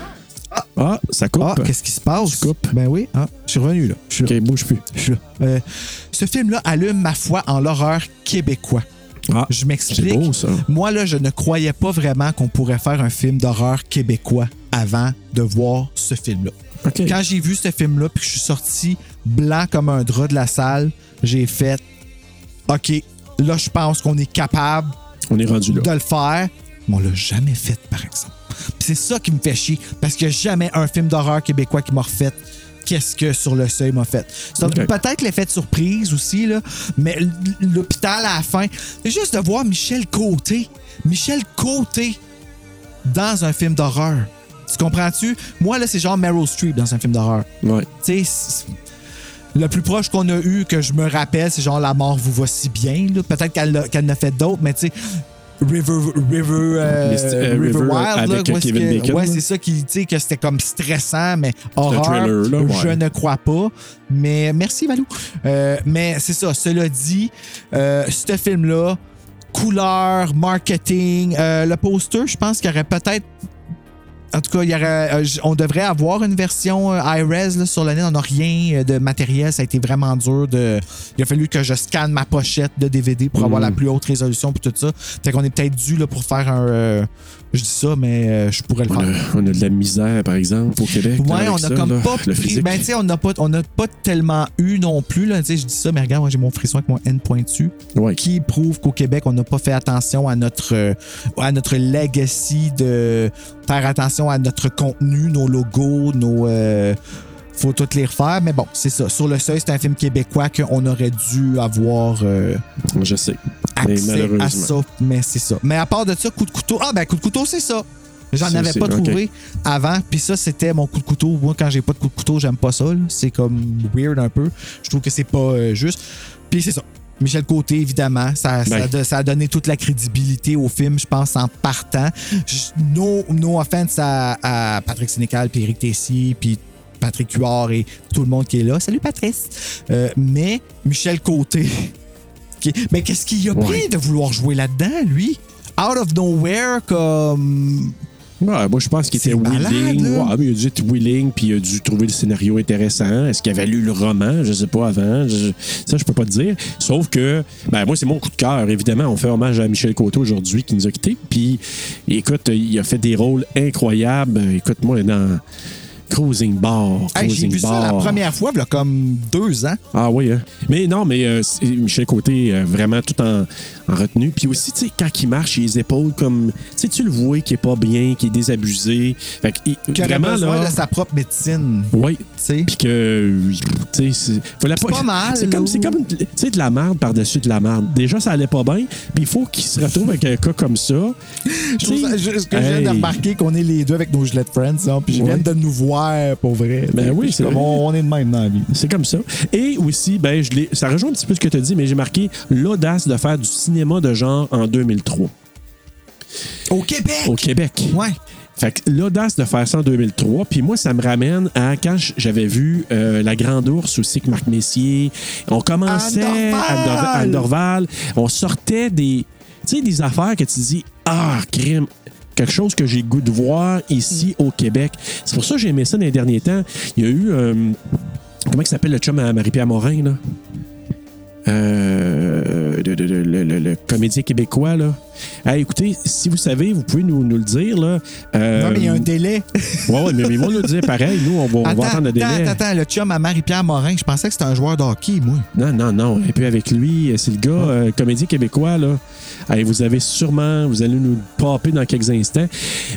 S2: Ah, ça coupe.
S7: Ah, qu'est-ce qui se passe? Ben oui, ah, je suis revenu là. Je suis là.
S2: OK, bouge plus.
S7: Je suis là. Euh, ce film-là allume ma foi en l'horreur québécois.
S2: Ah,
S7: je m'explique.
S2: beau, ça.
S7: Moi, là, je ne croyais pas vraiment qu'on pourrait faire un film d'horreur québécois avant de voir ce film-là.
S2: OK.
S7: Quand j'ai vu ce film-là, puis que je suis sorti blanc comme un drap de la salle, j'ai fait OK, là, je pense qu'on est capable
S2: On est rendu là.
S7: de le faire, mais on l'a jamais fait, par exemple. Puis C'est ça qui me fait chier, parce qu'il n'y a jamais un film d'horreur québécois qui m'a refait qu'est-ce que Sur le Seuil m'a fait. Ça,
S2: Ok.
S7: Peut-être l'effet de surprise aussi, là, mais l- l'hôpital à la fin, juste de voir Michel Côté, Michel Côté dans un film d'horreur. Tu comprends-tu? Moi, là, c'est genre Meryl Streep dans un film d'horreur.
S2: Ouais.
S7: Tu sais, c'est- le plus proche qu'on a eu que je me rappelle, c'est genre La mort vous voit si bien. là. Peut-être qu'elle l'a- qu'elle en a fait d'autres, mais tu sais, River, River, euh,
S2: Mystic- euh,
S7: River
S2: River
S7: Wild,
S2: avec,
S7: là,
S2: euh,
S7: où est-ce
S2: Kevin
S7: que-
S2: Bacon,
S7: ouais,
S2: là.
S7: c'est ça qui, tu sais, que c'était comme stressant, mais horreur.
S2: thriller, là, ouais.
S7: Je ne crois pas, mais merci Valou. Euh, mais c'est ça, cela dit, euh, ce film-là, couleur, marketing, euh, le poster, je pense qu'il y aurait peut-être en tout cas, il y aurait- euh, j- on devrait avoir une version euh, iRes là, sur le net. On n'a rien euh, de matériel. Ça a été vraiment dur. De... Il a fallu que je scanne ma pochette de DVD pour avoir
S2: Mm.
S7: la plus haute résolution pour tout ça. Fait qu'on est peut-être dû là, pour faire un... euh, Je dis ça, mais euh, je pourrais le
S2: On a,
S7: faire.
S2: on a de la misère, par exemple, au Québec. là,
S7: Ouais,
S2: avec
S7: on
S2: ça,
S7: a comme
S2: là,
S7: pas
S2: le
S7: pris.
S2: physique.
S7: Ben, tu sais, on n'a pas, on n'a pas tellement eu non plus. Là, Tu sais, je dis ça, mais regarde, moi, j'ai mon frisson avec mon N pointu.
S2: Ouais.
S7: Qui prouve qu'au Québec, on n'a pas fait attention à notre, euh, à notre legacy de faire attention à notre contenu, nos logos, nos. euh, faut toutes les refaire, mais bon, c'est ça. Sur le seuil, c'est un film québécois qu'on aurait dû avoir euh,
S2: Je sais. Mais
S7: accès à
S2: malheureusement.
S7: ça, mais c'est ça. Mais à part de ça, coup de couteau. Ah, ben, coup de couteau, c'est ça. J'en
S2: C'est-
S7: avais
S2: c'est-
S7: pas trouvé
S2: ok.
S7: avant. Puis ça, c'était mon coup de couteau. Moi, quand j'ai pas de coup de couteau, j'aime pas ça. là. C'est comme weird un peu. Je trouve que c'est pas euh, juste. Puis c'est ça. Michel Côté, évidemment, ça, ça,
S2: Ouais.
S7: do- ça a donné toute la crédibilité au film, je pense, en partant. Je- No, no offense à, à Patrick Sénécal, puis Eric Tessier, puis Patrick Huard et tout le monde qui est là. Salut, Patrice! Euh, mais Michel Côté, qui- mais qu'est-ce qu'il a pris de vouloir jouer là-dedans, lui? Out of nowhere, comme.
S2: Ouais, moi, je pense qu'il était
S7: malade,
S2: willing.
S7: là.
S2: Ouais, mais il a dû être willing, puis il a dû trouver le scénario intéressant. Est-ce qu'il avait lu le roman? Je sais pas avant. Je- ça, je peux pas te dire. Sauf que, ben, moi, c'est mon coup de cœur. Évidemment, on fait hommage à Michel Coteau aujourd'hui qui nous a quittés. Puis, écoute, il a fait des rôles incroyables. Écoute-moi, dans Cruising Bar.
S7: Hey, j'ai
S2: Cruising
S7: vu ça
S2: Bar.
S7: la première fois, il y a comme deux ans.
S2: Ah oui, hein. Mais non, mais euh, c'est- Michel Côté, euh, vraiment tout en, en retenue. Puis aussi, tu sais, quand il marche, les épaules comme. Tu sais, tu le vois qu'il est pas bien, qu'il est désabusé. Fait que, il-
S7: Qui aurait
S2: vraiment,
S7: besoin
S2: là.
S7: de sa propre médecine.
S2: Oui.
S7: Puis
S2: que. euh, Tu sais, c'est- fallait
S7: C'est pas mal,
S2: C'est comme,
S7: là.
S2: c'est comme tu sais, de la merde par-dessus de la merde. Déjà, ça allait pas bien, puis il faut qu'il se retrouve avec un cas comme ça.
S7: Je trouve ça- je- ce que j'ai
S2: Hey.
S7: remarqué qu'on est les deux avec nos gilets de Friends, hein, puis je viens
S2: Ouais.
S7: de nous voir pour vrai.
S2: Ben oui,
S7: Puis
S2: c'est
S7: comme
S2: vrai.
S7: on, on est de même dans la vie.
S2: C'est comme ça. Et aussi, ben, je l'ai- ça rejoint un petit peu ce que tu as dit, mais j'ai marqué l'audace de faire du cinéma de genre en 2003.
S7: Au Québec!
S2: Au Québec.
S7: Ouais.
S2: Fait que l'audace de faire ça en 2003, puis moi, ça me ramène à quand j- j'avais vu euh, La Grande Ourse aussi avec Marc Messier. On commençait à Dorval. à Dorval. On sortait des, tu sais, des affaires que tu dis Ah, crime! Quelque chose que j'ai goût de voir ici au Québec. C'est pour ça que j'ai aimé ça dans les derniers temps. Il y a eu. euh, comment il s'appelle le chum à Marie-Pierre Morin, là? Euh, de- de- de- le, le- le comédien québécois, là. Ah, écoutez, si vous savez, vous pouvez nous, nous le dire, là. Euh,
S7: non, mais il y a un délai.
S2: Ouais, ouais, mais ils vont nous le dire pareil. Nous, on va, on va
S7: Attends,
S2: attendre le délai.
S7: attends, attends, le chum à Marie-Pierre Morin, je pensais que c'était un joueur de hockey, moi.
S2: Non, non, non. Et puis avec lui, c'est le gars, euh, comédien québécois, là. Allez, vous avez sûrement, vous allez nous le popper dans quelques instants.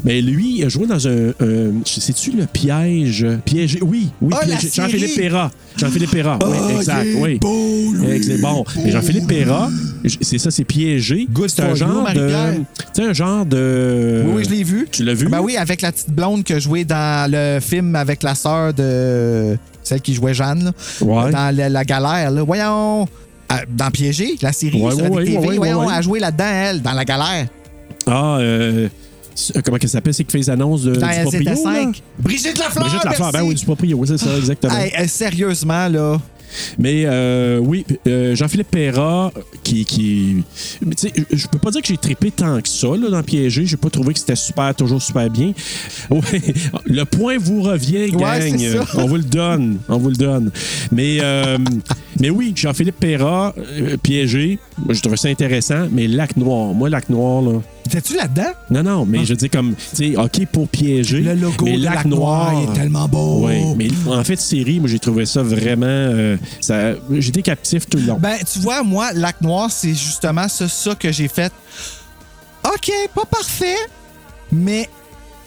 S2: Mais lui, il a joué dans un. un- Sais-tu le piège Piégé. Oui, oui,
S7: Ah, la
S2: piégé. Jean-Philippe
S7: série!
S2: Perra. Jean-Philippe Perra. oui,
S7: Ah,
S2: exact.
S7: il est
S2: oui.
S7: beau, lui,
S2: Ex- c'est bon.
S7: il
S2: Mais
S7: est beau.
S2: Jean-Philippe Perra, j- c'est ça, c'est piégé. C'est
S7: for
S2: un
S7: you,
S2: genre de.
S7: Marie-Pierre.
S2: C'est un genre de.
S7: Oui, oui, je l'ai vu.
S2: Euh, Tu l'as vu?
S7: Ben oui, avec la petite blonde que jouait dans le film avec la sœur de celle qui jouait Jeanne, là.
S2: Ouais.
S7: dans la, la galère. Là. Voyons, à- dans Piégé, la série
S2: Ouais,
S7: sur
S2: ouais,
S7: la
S2: ouais,
S7: TV,
S2: ouais, ouais,
S7: voyons,
S2: ouais.
S7: elle jouait là-dedans, elle, dans la galère.
S2: Ah, euh, c- euh, comment qu'elle s'appelle? C'est qui fait les annonces de,
S7: Dans
S2: Euh, du
S7: LCT5.
S2: proprio? là?
S7: Brigitte Lafleur!
S2: Brigitte Lafleur, ben
S7: merci.
S2: oui, du proprio, oui, c'est
S7: Ah,
S2: ça, exactement.
S7: Hey, hey, sérieusement, là.
S2: Mais euh, oui, euh, Jean-Philippe Perra, qui. qui mais tu sais, je- je peux pas dire que j'ai trippé tant que ça là, dans Piégé. J'ai pas trouvé que c'était super, toujours super bien. Ouais, le point vous revient,
S7: Ouais,
S2: gang.
S7: c'est ça.
S2: On vous le donne. On vous le donne. Mais, euh, mais oui, Jean-Philippe Perra, euh, Piégé, moi, je trouvais ça intéressant. Mais Lac Noir, moi, Lac Noir, là.
S7: T'es-tu là-dedans?
S2: Non, non, mais je dis comme, tu sais, OK pour piéger.
S7: Ah. Le logo
S2: mais
S7: de
S2: Lac
S7: Lac Noir, il est tellement beau.
S2: Oui, mais en fait, série, moi, j'ai trouvé ça vraiment. euh, ça, j'étais captif tout le long.
S7: Ben, tu vois, moi, Lac Noir, c'est justement ce, ça que j'ai fait. OK, pas parfait, mais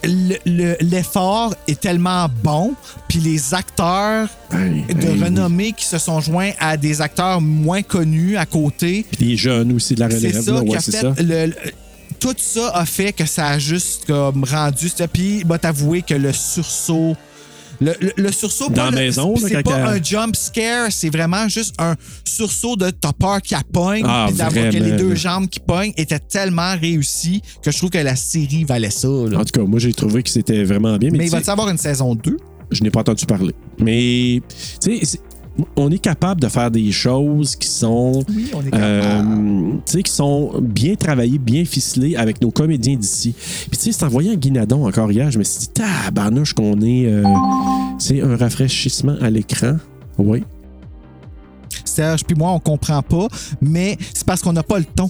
S7: le- le- l'effort est tellement bon, puis les acteurs
S2: Hey,
S7: de
S2: hey,
S7: renommée qui se sont joints à des acteurs moins connus à côté,
S2: Puis les jeunes aussi de la relève.
S7: c'est ça
S2: là, ouais,
S7: qui a
S2: c'est
S7: fait
S2: ça.
S7: le- le- tout ça a fait que ça a juste comme rendu ça. Puis, bah, t'avouer que le sursaut. Le, le- le sursaut.
S2: Dans
S7: pas
S2: la
S7: le-
S2: maison, là,
S7: C'est
S2: quand
S7: pas
S2: elle-
S7: un jump scare, c'est vraiment juste un sursaut de t'as peur qui pogne.
S2: Ah,
S7: puis d'avoir que les
S2: vraiment,
S7: deux
S2: là.
S7: jambes qui pognent étaient tellement réussies que je trouve que la série valait ça. là.
S2: En tout cas, moi, j'ai trouvé que c'était vraiment bien. Ah, Mais,
S7: Mais il
S2: tu
S7: va
S2: sais,
S7: avoir une saison 2.
S2: je n'ai pas entendu parler. Mais, tu sais, c'est- on est capable de faire des choses qui sont.
S7: Oui, on est ah.
S2: euh, tu sais, qui sont bien travaillées, bien ficelées avec nos comédiens d'ici. Puis, tu sais, c'est en voyant Guinadon encore hier, je me suis dit, tabarnouche qu'on est. euh, c'est un rafraîchissement à l'écran. Oui.
S7: Serge, puis moi, on comprend pas, mais c'est parce qu'on n'a pas le ton.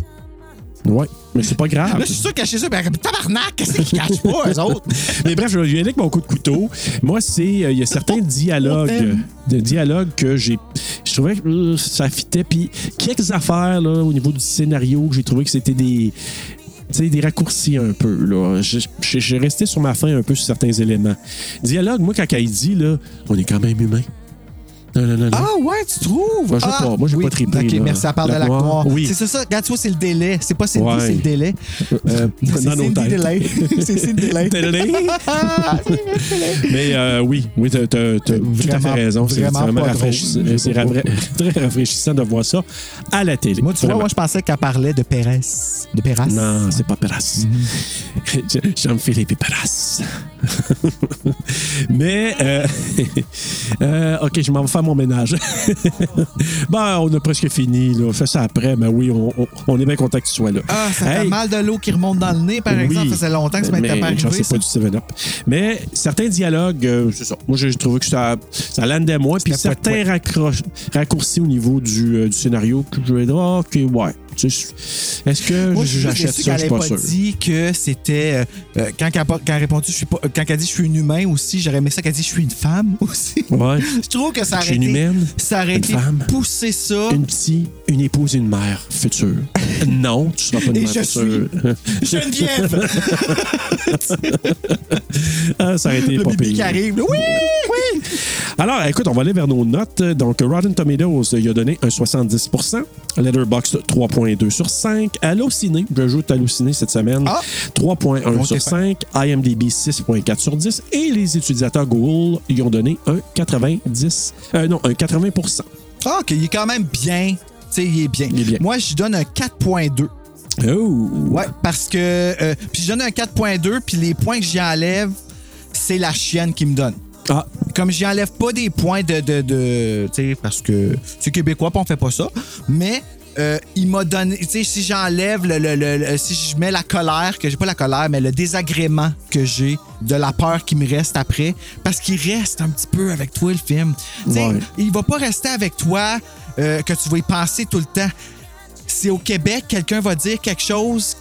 S2: Oui. Mais c'est pas grave.
S7: Là, je suis sûr que chez eux, ben, comme, tabarnak, qu'est-ce qu'ils cachent pas, eux autres?
S2: Mais bref, je vais y aller avec mon coup de couteau. Moi, c'est. euh, Il y a certains dialogues. De dialogues que j'ai. Je trouvais que euh, ça fitait. Puis, quelques affaires, là, au niveau du scénario, que j'ai trouvé que c'était des. Tu sais, des raccourcis un peu, là. Je- je- J'ai resté sur ma fin un peu sur certains éléments. Dialogue, moi, quand elle dit, là, on est quand même humain. Non, non, non. non.
S7: Ah ouais, tu trouves?
S2: Moi, je sais
S7: ah,
S2: pas. Moi, j'ai
S7: oui.
S2: pas trippé.
S7: OK,
S2: là.
S7: merci. Ça parle de la
S2: Lac Noir.
S7: Noire.
S2: Oui.
S7: C'est ça, ça. Regarde, tu vois, c'est le délai. C'est pas Cindy,
S2: Ouais.
S7: c'est le délai.
S2: Euh,
S7: c'est
S2: dans nos
S7: Cindy
S2: têtes.
S7: Delay. c'est Cindy Delay.
S2: Delay. Mais euh, oui, oui, t'as, t'as- t'as tout à
S7: vraiment-
S2: fait raison. C'est
S7: vraiment
S2: vraiment
S7: pas
S2: rafraîchissant,
S7: drôle.
S2: c'est rafra- très rafraîchissant de voir ça à la télé.
S7: Moi, tu vois,
S2: Vraiment.
S7: moi, je pensais qu'elle parlait de Pérez. De Pérez.
S2: Non, c'est pas Peras.
S7: Mm-hmm.
S2: Je- Jean-Philippe Peras. Mais, euh, euh, OK, je m'en vais faire mon ménage. ben, on a presque fini. Là. Fais ça après. Ben oui, on, on- on est bien content que tu sois là.
S7: Ah, ça fait
S2: Hey,
S7: mal de l'eau qui remonte dans le nez, par
S2: oui.
S7: exemple. Ça fait longtemps que ça
S2: Mais
S7: m'était pas
S2: j'en
S7: arrivé.
S2: sais
S7: ça.
S2: pas du 7-Up. Mais certains dialogues, euh, c'est ça. Moi, j'ai trouvé que ça, ça landait moins. Puis
S7: C'était
S2: certains raccroche- raccourcis au niveau du, euh, du scénario que je vais dire, Ah, OK, ouais. Tu sais, Est-ce que
S7: Moi, je suis juste
S2: j'achète
S7: déçu
S2: ça? Je
S7: qu'elle
S2: suis
S7: ait
S2: pas
S7: pas
S2: sûr.
S7: dit que c'était. euh, euh, quand elle a pas- quand elle a répondu, je suis pas- euh, quand elle a dit je suis un humain aussi, j'aurais aimé ça qu'elle dit je suis une femme aussi.
S2: Ouais.
S7: Je trouve que ça
S2: Je suis
S7: aurait
S2: une
S7: été,
S2: humaine,
S7: ça aurait
S2: une
S7: été
S2: femme,
S7: pousser ça.
S2: une petite, une épouse et une mère future. Non, tu seras pas
S7: Et
S2: une mère
S7: je
S2: future.
S7: Geneviève!
S2: Ah, ça aurait été
S7: Le
S2: pas
S7: bébé
S2: pire.
S7: qui arrive. Oui! Oui!
S2: Alors, écoute, on va aller vers nos notes. Donc, Rotten Tomatoes, il a donné un 70 Letterboxd, 3.2 sur 5. Allociné, j'ajoute Allociné cette semaine, 3.1
S7: On
S2: sur
S7: t'est
S2: 5. IMDb, 6.4 sur 10. Et les utilisateurs Google, ils ont donné un 90... euh, non, un 80
S7: Ah, OK, il est quand même bien. Tu sais, il est bien.
S2: Il est bien.
S7: Moi, je donne un 4.2.
S2: Oh!
S7: Ouais, parce que. euh, puis je donne un 4.2, puis les points que j'y enlève, c'est la chienne qui me donne.
S2: Ah.
S7: Comme j'y enlève pas des points de. de, de tu sais, parce que c'est québécois, puis on fait pas ça. Mais. euh, il m'a donné, tu sais, si j'enlève le, le- le- le- si je mets la colère, que j'ai pas la colère, mais le désagrément que j'ai de la peur qui me reste après, parce qu'il reste un petit peu avec toi le film. Tu sais,
S2: Ouais.
S7: il va pas rester avec toi euh, que tu vas y penser tout le temps. Si au Québec, quelqu'un va dire quelque chose,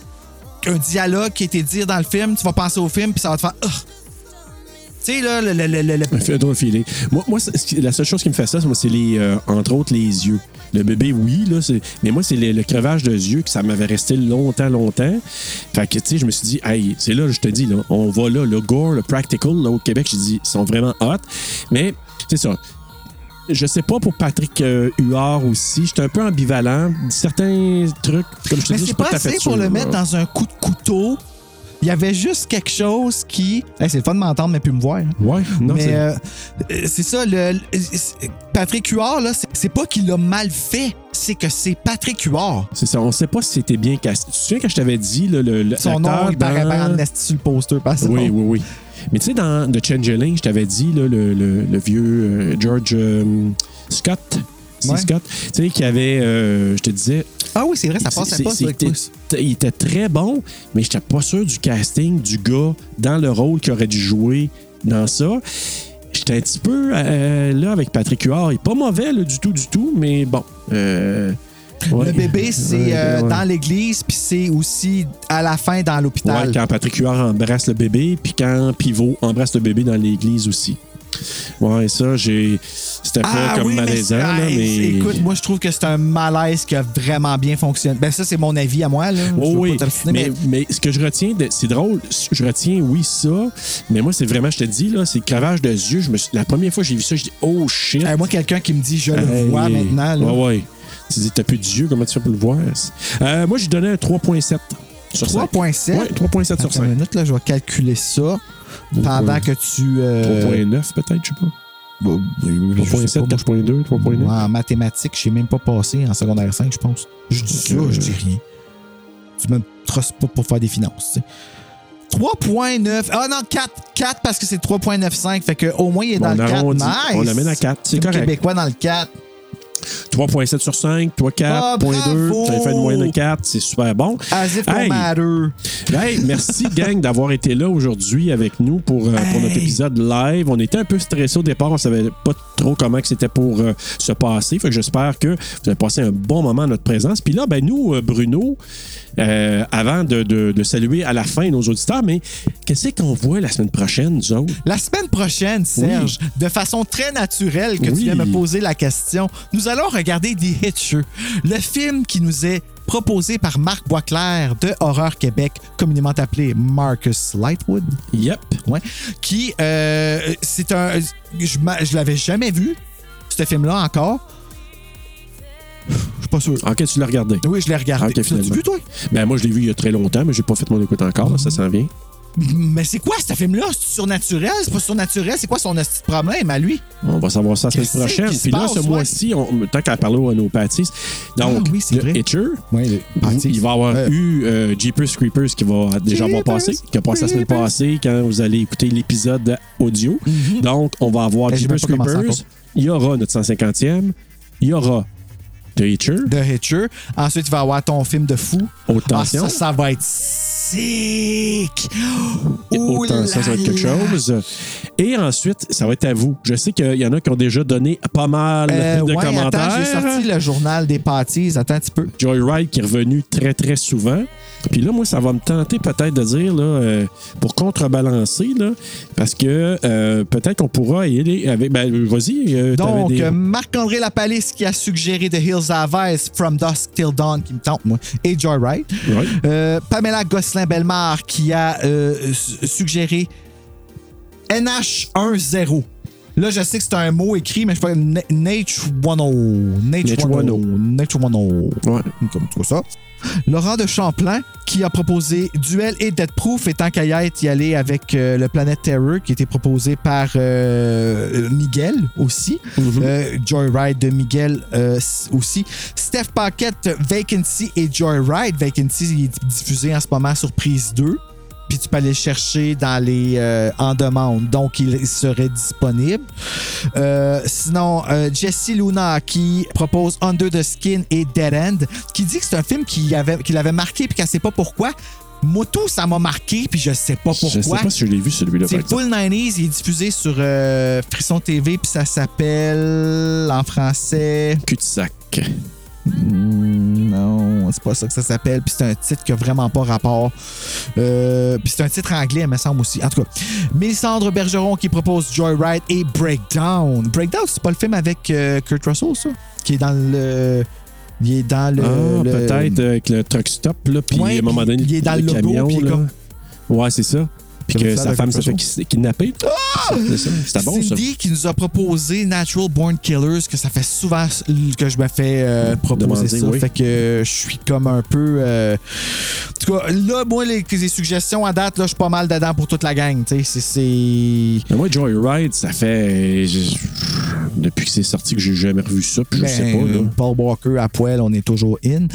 S7: un dialogue qui a été dit dans le film, tu vas penser au film, puis ça va te faire. Ah! Tu sais, là, le. le, le- le- le-
S2: Un fait- drôle feeling. Moi, moi c'est- ce qui- la seule chose qui me fait ça, c'est moi, c'est les, euh, entre autres les yeux. Le bébé, oui, là, c'est- mais moi, c'est les- le crevage de yeux que ça m'avait resté longtemps, longtemps. Fait que, tu sais, je me suis dit, hey, c'est là, je te dis, là, on va là, le gore, le practical, là, au Québec, j'ai dit, ils sont vraiment hot. Mais, c'est ça. Je sais pas pour Patrick euh, Huard aussi, j'étais un peu ambivalent. Certains trucs, comme je te dis,
S7: Mais
S2: je suis
S7: c'est
S2: pas,
S7: pas
S2: tout à fait
S7: assez pour
S2: sûr,
S7: le
S2: là.
S7: mettre dans un coup de couteau. Il y avait juste quelque chose qui. Hey, c'est le fun de m'entendre, mais plus me voir. hein.
S2: Ouais, non,
S7: mais
S2: c'est-
S7: euh, euh, c'est ça, le, le- c'est- Patrick Huard, là, c'est- c'est pas qu'il l'a mal fait, c'est que c'est Patrick Huard.
S2: c'est ça. On sait pas si c'était bien casté. Tu te souviens quand je t'avais dit, là, le, le
S7: Son nom,
S2: acteur
S7: il paraît
S2: dans-
S7: par amnesty sur le poster, par exemple.
S2: Oui, oui, oui. Mais tu sais, dans The Changeling, je t'avais dit, là, le, le- le vieux euh, George euh, Scott, C.
S7: Ouais.
S2: Scott, tu sais, qui avait, euh, je te disais,
S7: Ah oui, c'est vrai, ça
S2: c'est-
S7: passait
S2: c'est-
S7: pas, ça,
S2: c'est-
S7: avec
S2: t'es-
S7: toi.
S2: t'es- il était très bon, mais j'étais pas sûr du casting du gars dans le rôle qu'il aurait dû jouer dans ça. J'étais un petit peu euh, là avec Patrick Huard. Il est pas mauvais là, du tout, du tout, mais bon. euh, ouais.
S7: Le bébé,
S2: Ouais,
S7: c'est euh,
S2: ouais.
S7: dans l'église, puis c'est aussi à la fin dans l'hôpital.
S2: Ouais, quand Patrick Huard embrasse le bébé, puis quand Pivot embrasse le bébé dans l'église aussi. Ouais, ça, j'ai. C'était pas comme
S7: Ah mais
S2: malaisant,
S7: c'est-
S2: là,
S7: hey,
S2: mais.
S7: Écoute, moi, je trouve que c'est un malaise qui a vraiment bien fonctionné. Ben, ça, c'est mon avis à moi, là. Je
S2: Oh
S7: veux
S2: oui,
S7: pas t'obstiner,
S2: mais, mais ce que je retiens, de- c'est drôle, je retiens, oui, ça, mais moi, c'est vraiment, je te dis, là, c'est le cravage de yeux. Je me suis- la première fois que j'ai vu ça, j'ai dit, oh shit.
S7: Hey, euh, moi, quelqu'un qui me dit je Ah le
S2: Hey.
S7: vois maintenant, là.
S2: Ouais, ouais. Tu dis, t'as plus d'yeux, comment tu fais pour le voir? Euh, moi, j'ai donné un 3,7 sur 5.
S7: 3.7.
S2: Ouais, 3,7 sur
S7: Attends une
S2: 5.
S7: minute, là, je vais calculer ça pendant
S2: Ouais.
S7: que tu. euh,
S2: 3,9 peut-être, je sais pas.
S7: bon, je sais
S2: 3,7,
S7: pas,
S2: 4,2, 3,9.
S7: moi, En mathématiques, je sais même pas passé en secondaire 5, je pense. Je dis ça,
S2: Euh,
S7: je dis rien. Tu me trosses pas pour faire des finances, tu sais. 3.9. Ah non, 4. 4 parce que c'est 3.95. Fait que au moins, il est
S2: Bon,
S7: dans
S2: on
S7: le 4.
S2: arrondit.
S7: Nice.
S2: On l'amène à 4, c'est
S7: Team
S2: correct.
S7: Québécois dans le 4.
S2: 3.7 sur 5, toi
S7: Ah,
S2: 4.2,
S7: bravo!
S2: t'as fait une moyenne de 4, c'est super bon.
S7: As if no
S2: Hey!
S7: matter.
S2: Hey, merci gang d'avoir été là aujourd'hui avec nous pour, euh, pour notre épisode live. On était un peu stressé au départ, on savait pas trop comment que c'était pour euh, se passer. Fait que j'espère que vous avez passé un bon moment à notre présence. Puis là, ben nous, euh, Bruno, euh, avant de, de- de saluer à la fin nos auditeurs, mais qu'est-ce qu'on voit la semaine prochaine, nous autres?
S7: La semaine prochaine, Serge, de façon très naturelle que
S2: Oui.
S7: tu viens me poser la question, nous allons regarder The Hitcher, le film qui nous est proposé par Marc Boisclair de Horreur Québec, communément appelé Marcus Lightwood.
S2: Yep.
S7: Ouais. Qui, euh, c'est un. Je, m'a- je l'avais jamais vu. ce film-là encore. Je suis pas sûr.
S2: Ok, tu l'as regardé.
S7: Oui, je l'ai regardé.
S2: Ok, finalement.
S7: L'as-tu vu, toi?
S2: Ben, moi, je l'ai vu il y a très longtemps, mais j'ai pas fait mon écoute encore. là, ça s'en vient.
S7: Mais c'est quoi ce film-là? C'est surnaturel? C'est pas surnaturel? C'est quoi son hostie de problème à lui?
S2: On va savoir ça la
S7: Qu'est-ce
S2: semaine prochaine.
S7: qui se
S2: Puis là,
S7: passe,
S2: ce
S7: ouais?
S2: mois-ci, on- tant qu'à parler aux homéopathistes, donc,
S7: Ah oui, c'est
S2: le
S7: vrai.
S2: Hitcher,
S7: Patties.
S2: il va avoir
S7: Ouais.
S2: eu euh, Jeepers Creepers qui va déjà avoir
S7: Jeepers
S2: passé, qui a passé la semaine
S7: Creepers.
S2: passée quand vous allez écouter l'épisode audio. Donc, on va avoir
S7: Eh, j'ai
S2: Jeepers
S7: même pas commencé
S2: Creepers,
S7: encore.
S2: il y aura notre 150e, il y aura The Hitcher,
S7: The Hitcher. Ensuite, il va avoir ton film de fou.
S2: Haute
S7: Ah,
S2: Tension.
S7: ça, ça va être sick!
S2: Et
S7: Ouh
S2: autant ça, ça va être
S7: Oh là
S2: quelque
S7: là.
S2: chose. Et ensuite, ça va être à vous. Je sais qu'il y en a qui ont déjà donné pas mal
S7: Euh,
S2: de
S7: ouais,
S2: commentaires.
S7: attends, j'ai sorti le journal des pâtisses. Attends un petit peu.
S2: Joyride qui est revenu très, très souvent. Puis là, moi, ça va me tenter peut-être de dire, là, euh, pour contrebalancer, là, parce que euh, peut-être qu'on pourra y aller avec. Ben, vas-y. euh, t'avais
S7: Donc,
S2: des-
S7: euh, Marc-André Lapalisse qui a suggéré The Hills Have Eyes, From Dusk Till Dawn, qui me tente, moi, et Joyride.
S2: Ouais.
S7: Euh, Pamela Gosselin-Bellemare qui a euh, su- suggéré NH10. Là, je sais que c'est un mot écrit, mais je sais pas. Na- Nature 10. Nature 10. Nature 10.
S2: Ouais.
S7: Comme tout ça. Laurent de Champlain qui a proposé Duel et Death Proof, et tant qu'à y être, y aller avec euh, le Planet Terror qui était proposé par euh, Miguel aussi. Euh, Joyride de Miguel euh, s- aussi. Steph Paquette, Vacancy et Joyride. Vacancy il est diffusé en ce moment sur Prise 2. Puis tu peux aller le chercher dans les euh, en demande. Donc, il serait disponible. Euh, sinon, euh, Jesse Luna qui propose Under the Skin et Dead End, qui dit que c'est un film qui avait, qui l'avait marqué puis qu'elle sait pas pourquoi. Moto, ça m'a marqué, puis je sais pas pourquoi.
S2: Je sais pas si je l'ai vu, celui-là. par
S7: C'est
S2: exemple.
S7: Full 90s, il est diffusé sur euh, Frisson TV, puis ça s'appelle en français.
S2: Cul-de-sac.
S7: Mm, Non, c'est pas ça que ça s'appelle. Puis c'est un titre qui a vraiment pas rapport. Euh, puis c'est un titre anglais, il me semble aussi. En tout cas, Mélissandre Bergeron qui propose Joyride et Breakdown. Breakdown, c'est pas le film avec euh, Kurt Russell, ça? Qui est dans le. Il est dans le.
S2: Ah,
S7: le-
S2: peut-être avec le truck stop, là, puis
S7: Ouais,
S2: à un moment
S7: puis
S2: donné,
S7: il est dans le logo,
S2: camion,
S7: puis il est
S2: là.
S7: comme-
S2: Ouais, c'est ça. Puis
S7: Comme
S2: que
S7: ça,
S2: sa
S7: avec
S2: femme
S7: le
S2: se fait kis- kidnapper. C'est ça. C'était bon, ça.
S7: Ah! Cindy qui nous a proposé Natural Born Killers, que ça fait souvent s- que je me fais euh, proposer
S2: Demander,
S7: ça.
S2: oui.
S7: Fait que euh, je suis comme un peu. euh, En tout cas, là, moi, les, les suggestions à date, là, je suis pas mal dedans pour toute la gang. tu sais. C'est- C'est.
S2: Mais moi, Joyride, ça fait. je- Depuis que c'est sorti que j'ai jamais revu ça, puis je
S7: Ben,
S2: sais pas, là.
S7: Paul Walker à poil, on est toujours in.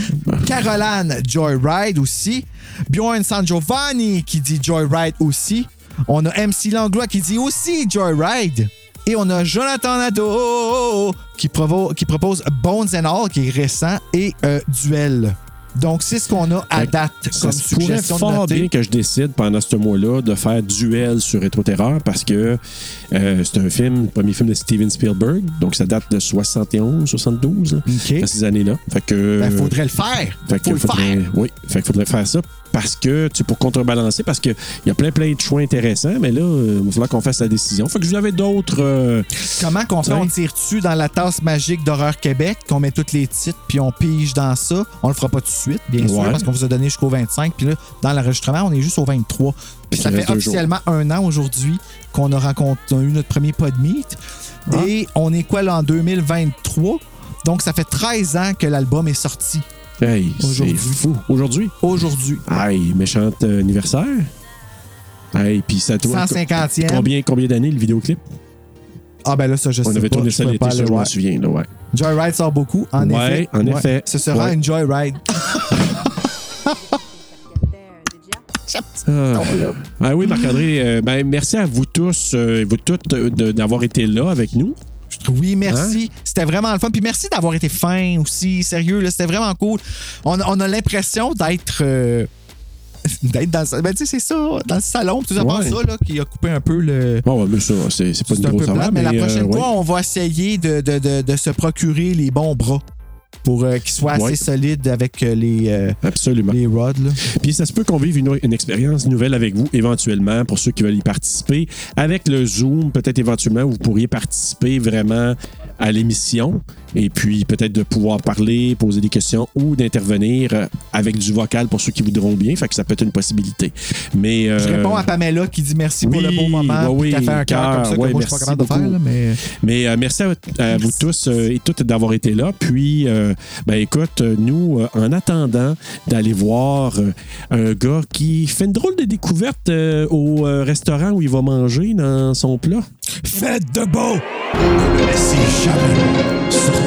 S7: Caroline Joyride aussi. Bjorn San Giovanni qui dit Joyride aussi. On a MC Langlois qui dit aussi Joyride. Et on a Jonathan Nadeau qui, provo- qui propose Bones and All qui est récent et euh, Duel. Donc c'est ce qu'on a à
S2: Fait que
S7: date
S2: Ça
S7: comme
S2: se pourrait
S7: suggestion de
S2: fort
S7: noter.
S2: bien que je décide pendant ce mois-là de faire duel sur Rétro Terreur parce que euh, c'est un film, le premier film de Steven Spielberg, donc ça date de 71, 72, là,
S7: OK.
S2: dans ces années-là. Fait que.
S7: Ben, faudrait le faire.
S2: Fait que
S7: Faut le
S2: faudrait,
S7: faire.
S2: Oui, fait qu'il faudrait faire ça parce que, tu sais, pour contrebalancer, parce qu'il y a plein, plein de choix intéressants, mais là, euh, il va falloir qu'on fasse la décision. Fait que vous avez d'autres. euh,
S7: Comment qu'on fait?
S2: Ouais.
S7: On tire-tu dans la tasse magique d'Horreur Québec, qu'on met tous les titres, puis on pige dans ça? On le fera pas tout de suite, bien sûr,
S2: Ouais.
S7: parce qu'on vous a donné jusqu'au 25. Puis là, dans l'enregistrement, on est juste au 23.
S2: Il
S7: Puis ça
S2: reste
S7: fait
S2: deux jours.
S7: officiellement un an aujourd'hui qu'on a, rencontré, on a eu notre premier pod meet.
S2: Ah.
S7: Et on est quoi là en 2023? Donc, ça fait 13 ans que l'album est sorti
S2: hey, c'est
S7: Aujourd'hui.
S2: fou. Aujourd'hui?
S7: aujourd'hui.
S2: Hey, méchant euh, anniversaire. Hey, puis ça tourne.
S7: 150e.
S2: Combien, combien d'années le vidéoclip?
S7: Ah, ben là, ça, je
S2: On
S7: sais
S2: avait
S7: pas.
S2: tourné
S7: je
S2: ça
S7: peux
S2: l'été,
S7: pas
S2: ça,
S7: le
S2: je m'en
S7: voir.
S2: souviens, là, ouais.
S7: Joyride sort beaucoup, en
S2: Ouais,
S7: effet.
S2: en effet.
S7: Ce sera
S2: Ouais.
S7: une Joyride.
S2: Ah. Ah oui, Marc-André, euh, ben, merci à vous tous euh, et vous toutes euh, de- d'avoir été là avec nous.
S7: Oui, merci.
S2: Hein?
S7: C'était vraiment le fun. Puis merci d'avoir été fin aussi. Sérieux, là, c'était vraiment cool. On, on a l'impression d'être. euh, d'être dans le salon. Ben, tu sais, c'est ça, dans le salon. Puis Tout ça,
S2: Ouais.
S7: ça, là, qui a coupé un peu le.
S2: Bon, ouais, mais ça, c'est c'est pas une
S7: C'est un peu
S2: grosse
S7: plat,
S2: affaire,
S7: mais, la prochaine
S2: euh, ouais.
S7: fois, on va essayer de, de- de- de se procurer les bons bras pour euh, qu'ils soient
S2: Ouais.
S7: assez solides avec euh, les, euh,
S2: Absolument.
S7: les rods. là.
S2: Puis ça se peut qu'on vive une, une expérience nouvelle avec vous éventuellement pour ceux qui veulent y participer. Avec le Zoom, peut-être éventuellement, vous pourriez participer vraiment à l'émission. Et puis, peut-être de pouvoir parler, poser des questions ou d'intervenir avec du vocal pour ceux qui voudront bien. Fait que ça peut être une possibilité. Mais,
S7: Je
S2: euh,
S7: réponds à Pamela qui dit merci pour
S2: oui,
S7: le beau moment.
S2: ouais,
S7: puis
S2: oui,
S7: qu'elle fait un cœur comme ça que
S2: ouais,
S7: moi, je suis pas
S2: merci
S7: capable de
S2: beaucoup.
S7: faire. là, mais...
S2: Mais euh, merci à, à vous tous euh, et toutes d'avoir été là. Puis, euh, ben écoute, euh, nous, euh, en attendant d'aller voir euh, un gars qui fait une drôle de découverte euh, au euh, restaurant où il va manger dans son plat.
S15: Faites de beau! Ne me laissez jamais sortir.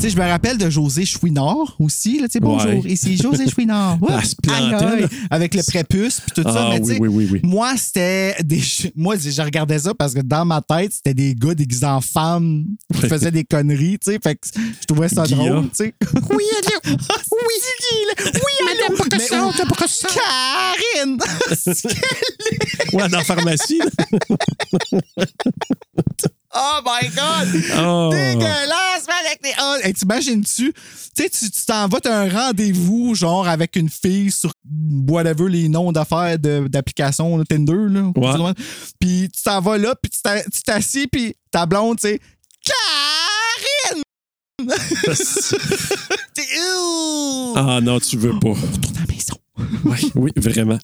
S7: Tu sais, je me rappelle de José Chouinard aussi. Là, tu sais, bonjour,
S2: Ouais.
S7: ici José Chouinard. Ouais.
S2: Ah, se plantait,
S7: Aïe, aïe.
S2: là.
S7: Avec le prépuce puis tout
S2: Ah,
S7: ça. mais tu
S2: oui,
S7: sais,
S2: oui, oui, oui.
S7: Moi, c'était des. Moi, je regardais ça parce que dans ma tête, c'était des gars déguisés en femmes qui
S2: Ouais.
S7: faisaient des conneries. Tu sais, fait que je trouvais ça
S2: Guilla.
S7: drôle. Tu sais. Oui, allô. Oui, Guy, là. Oui, allô.
S15: Madame Pocasson,
S7: Mais- Karine.
S2: Ouais, dans la pharmacie.
S7: Oh my God!
S2: Oh.
S7: Dégueulasse, mais avec les. Oh, hey, T'imagines-tu? Tu sais, tu tu t'en vas, t'as un rendez-vous, genre, avec une fille sur whatever les noms d'affaires de- d'applications, là, Tinder, là.
S2: Ouais.
S7: ou- Puis tu t'en vas là, puis tu t'a- tu t'assis, puis ta blonde, tu sais. Karine! T'es- Ouh!
S2: Ah non, tu veux pas.
S7: Retourne à la maison.
S2: Oui, oui, vraiment.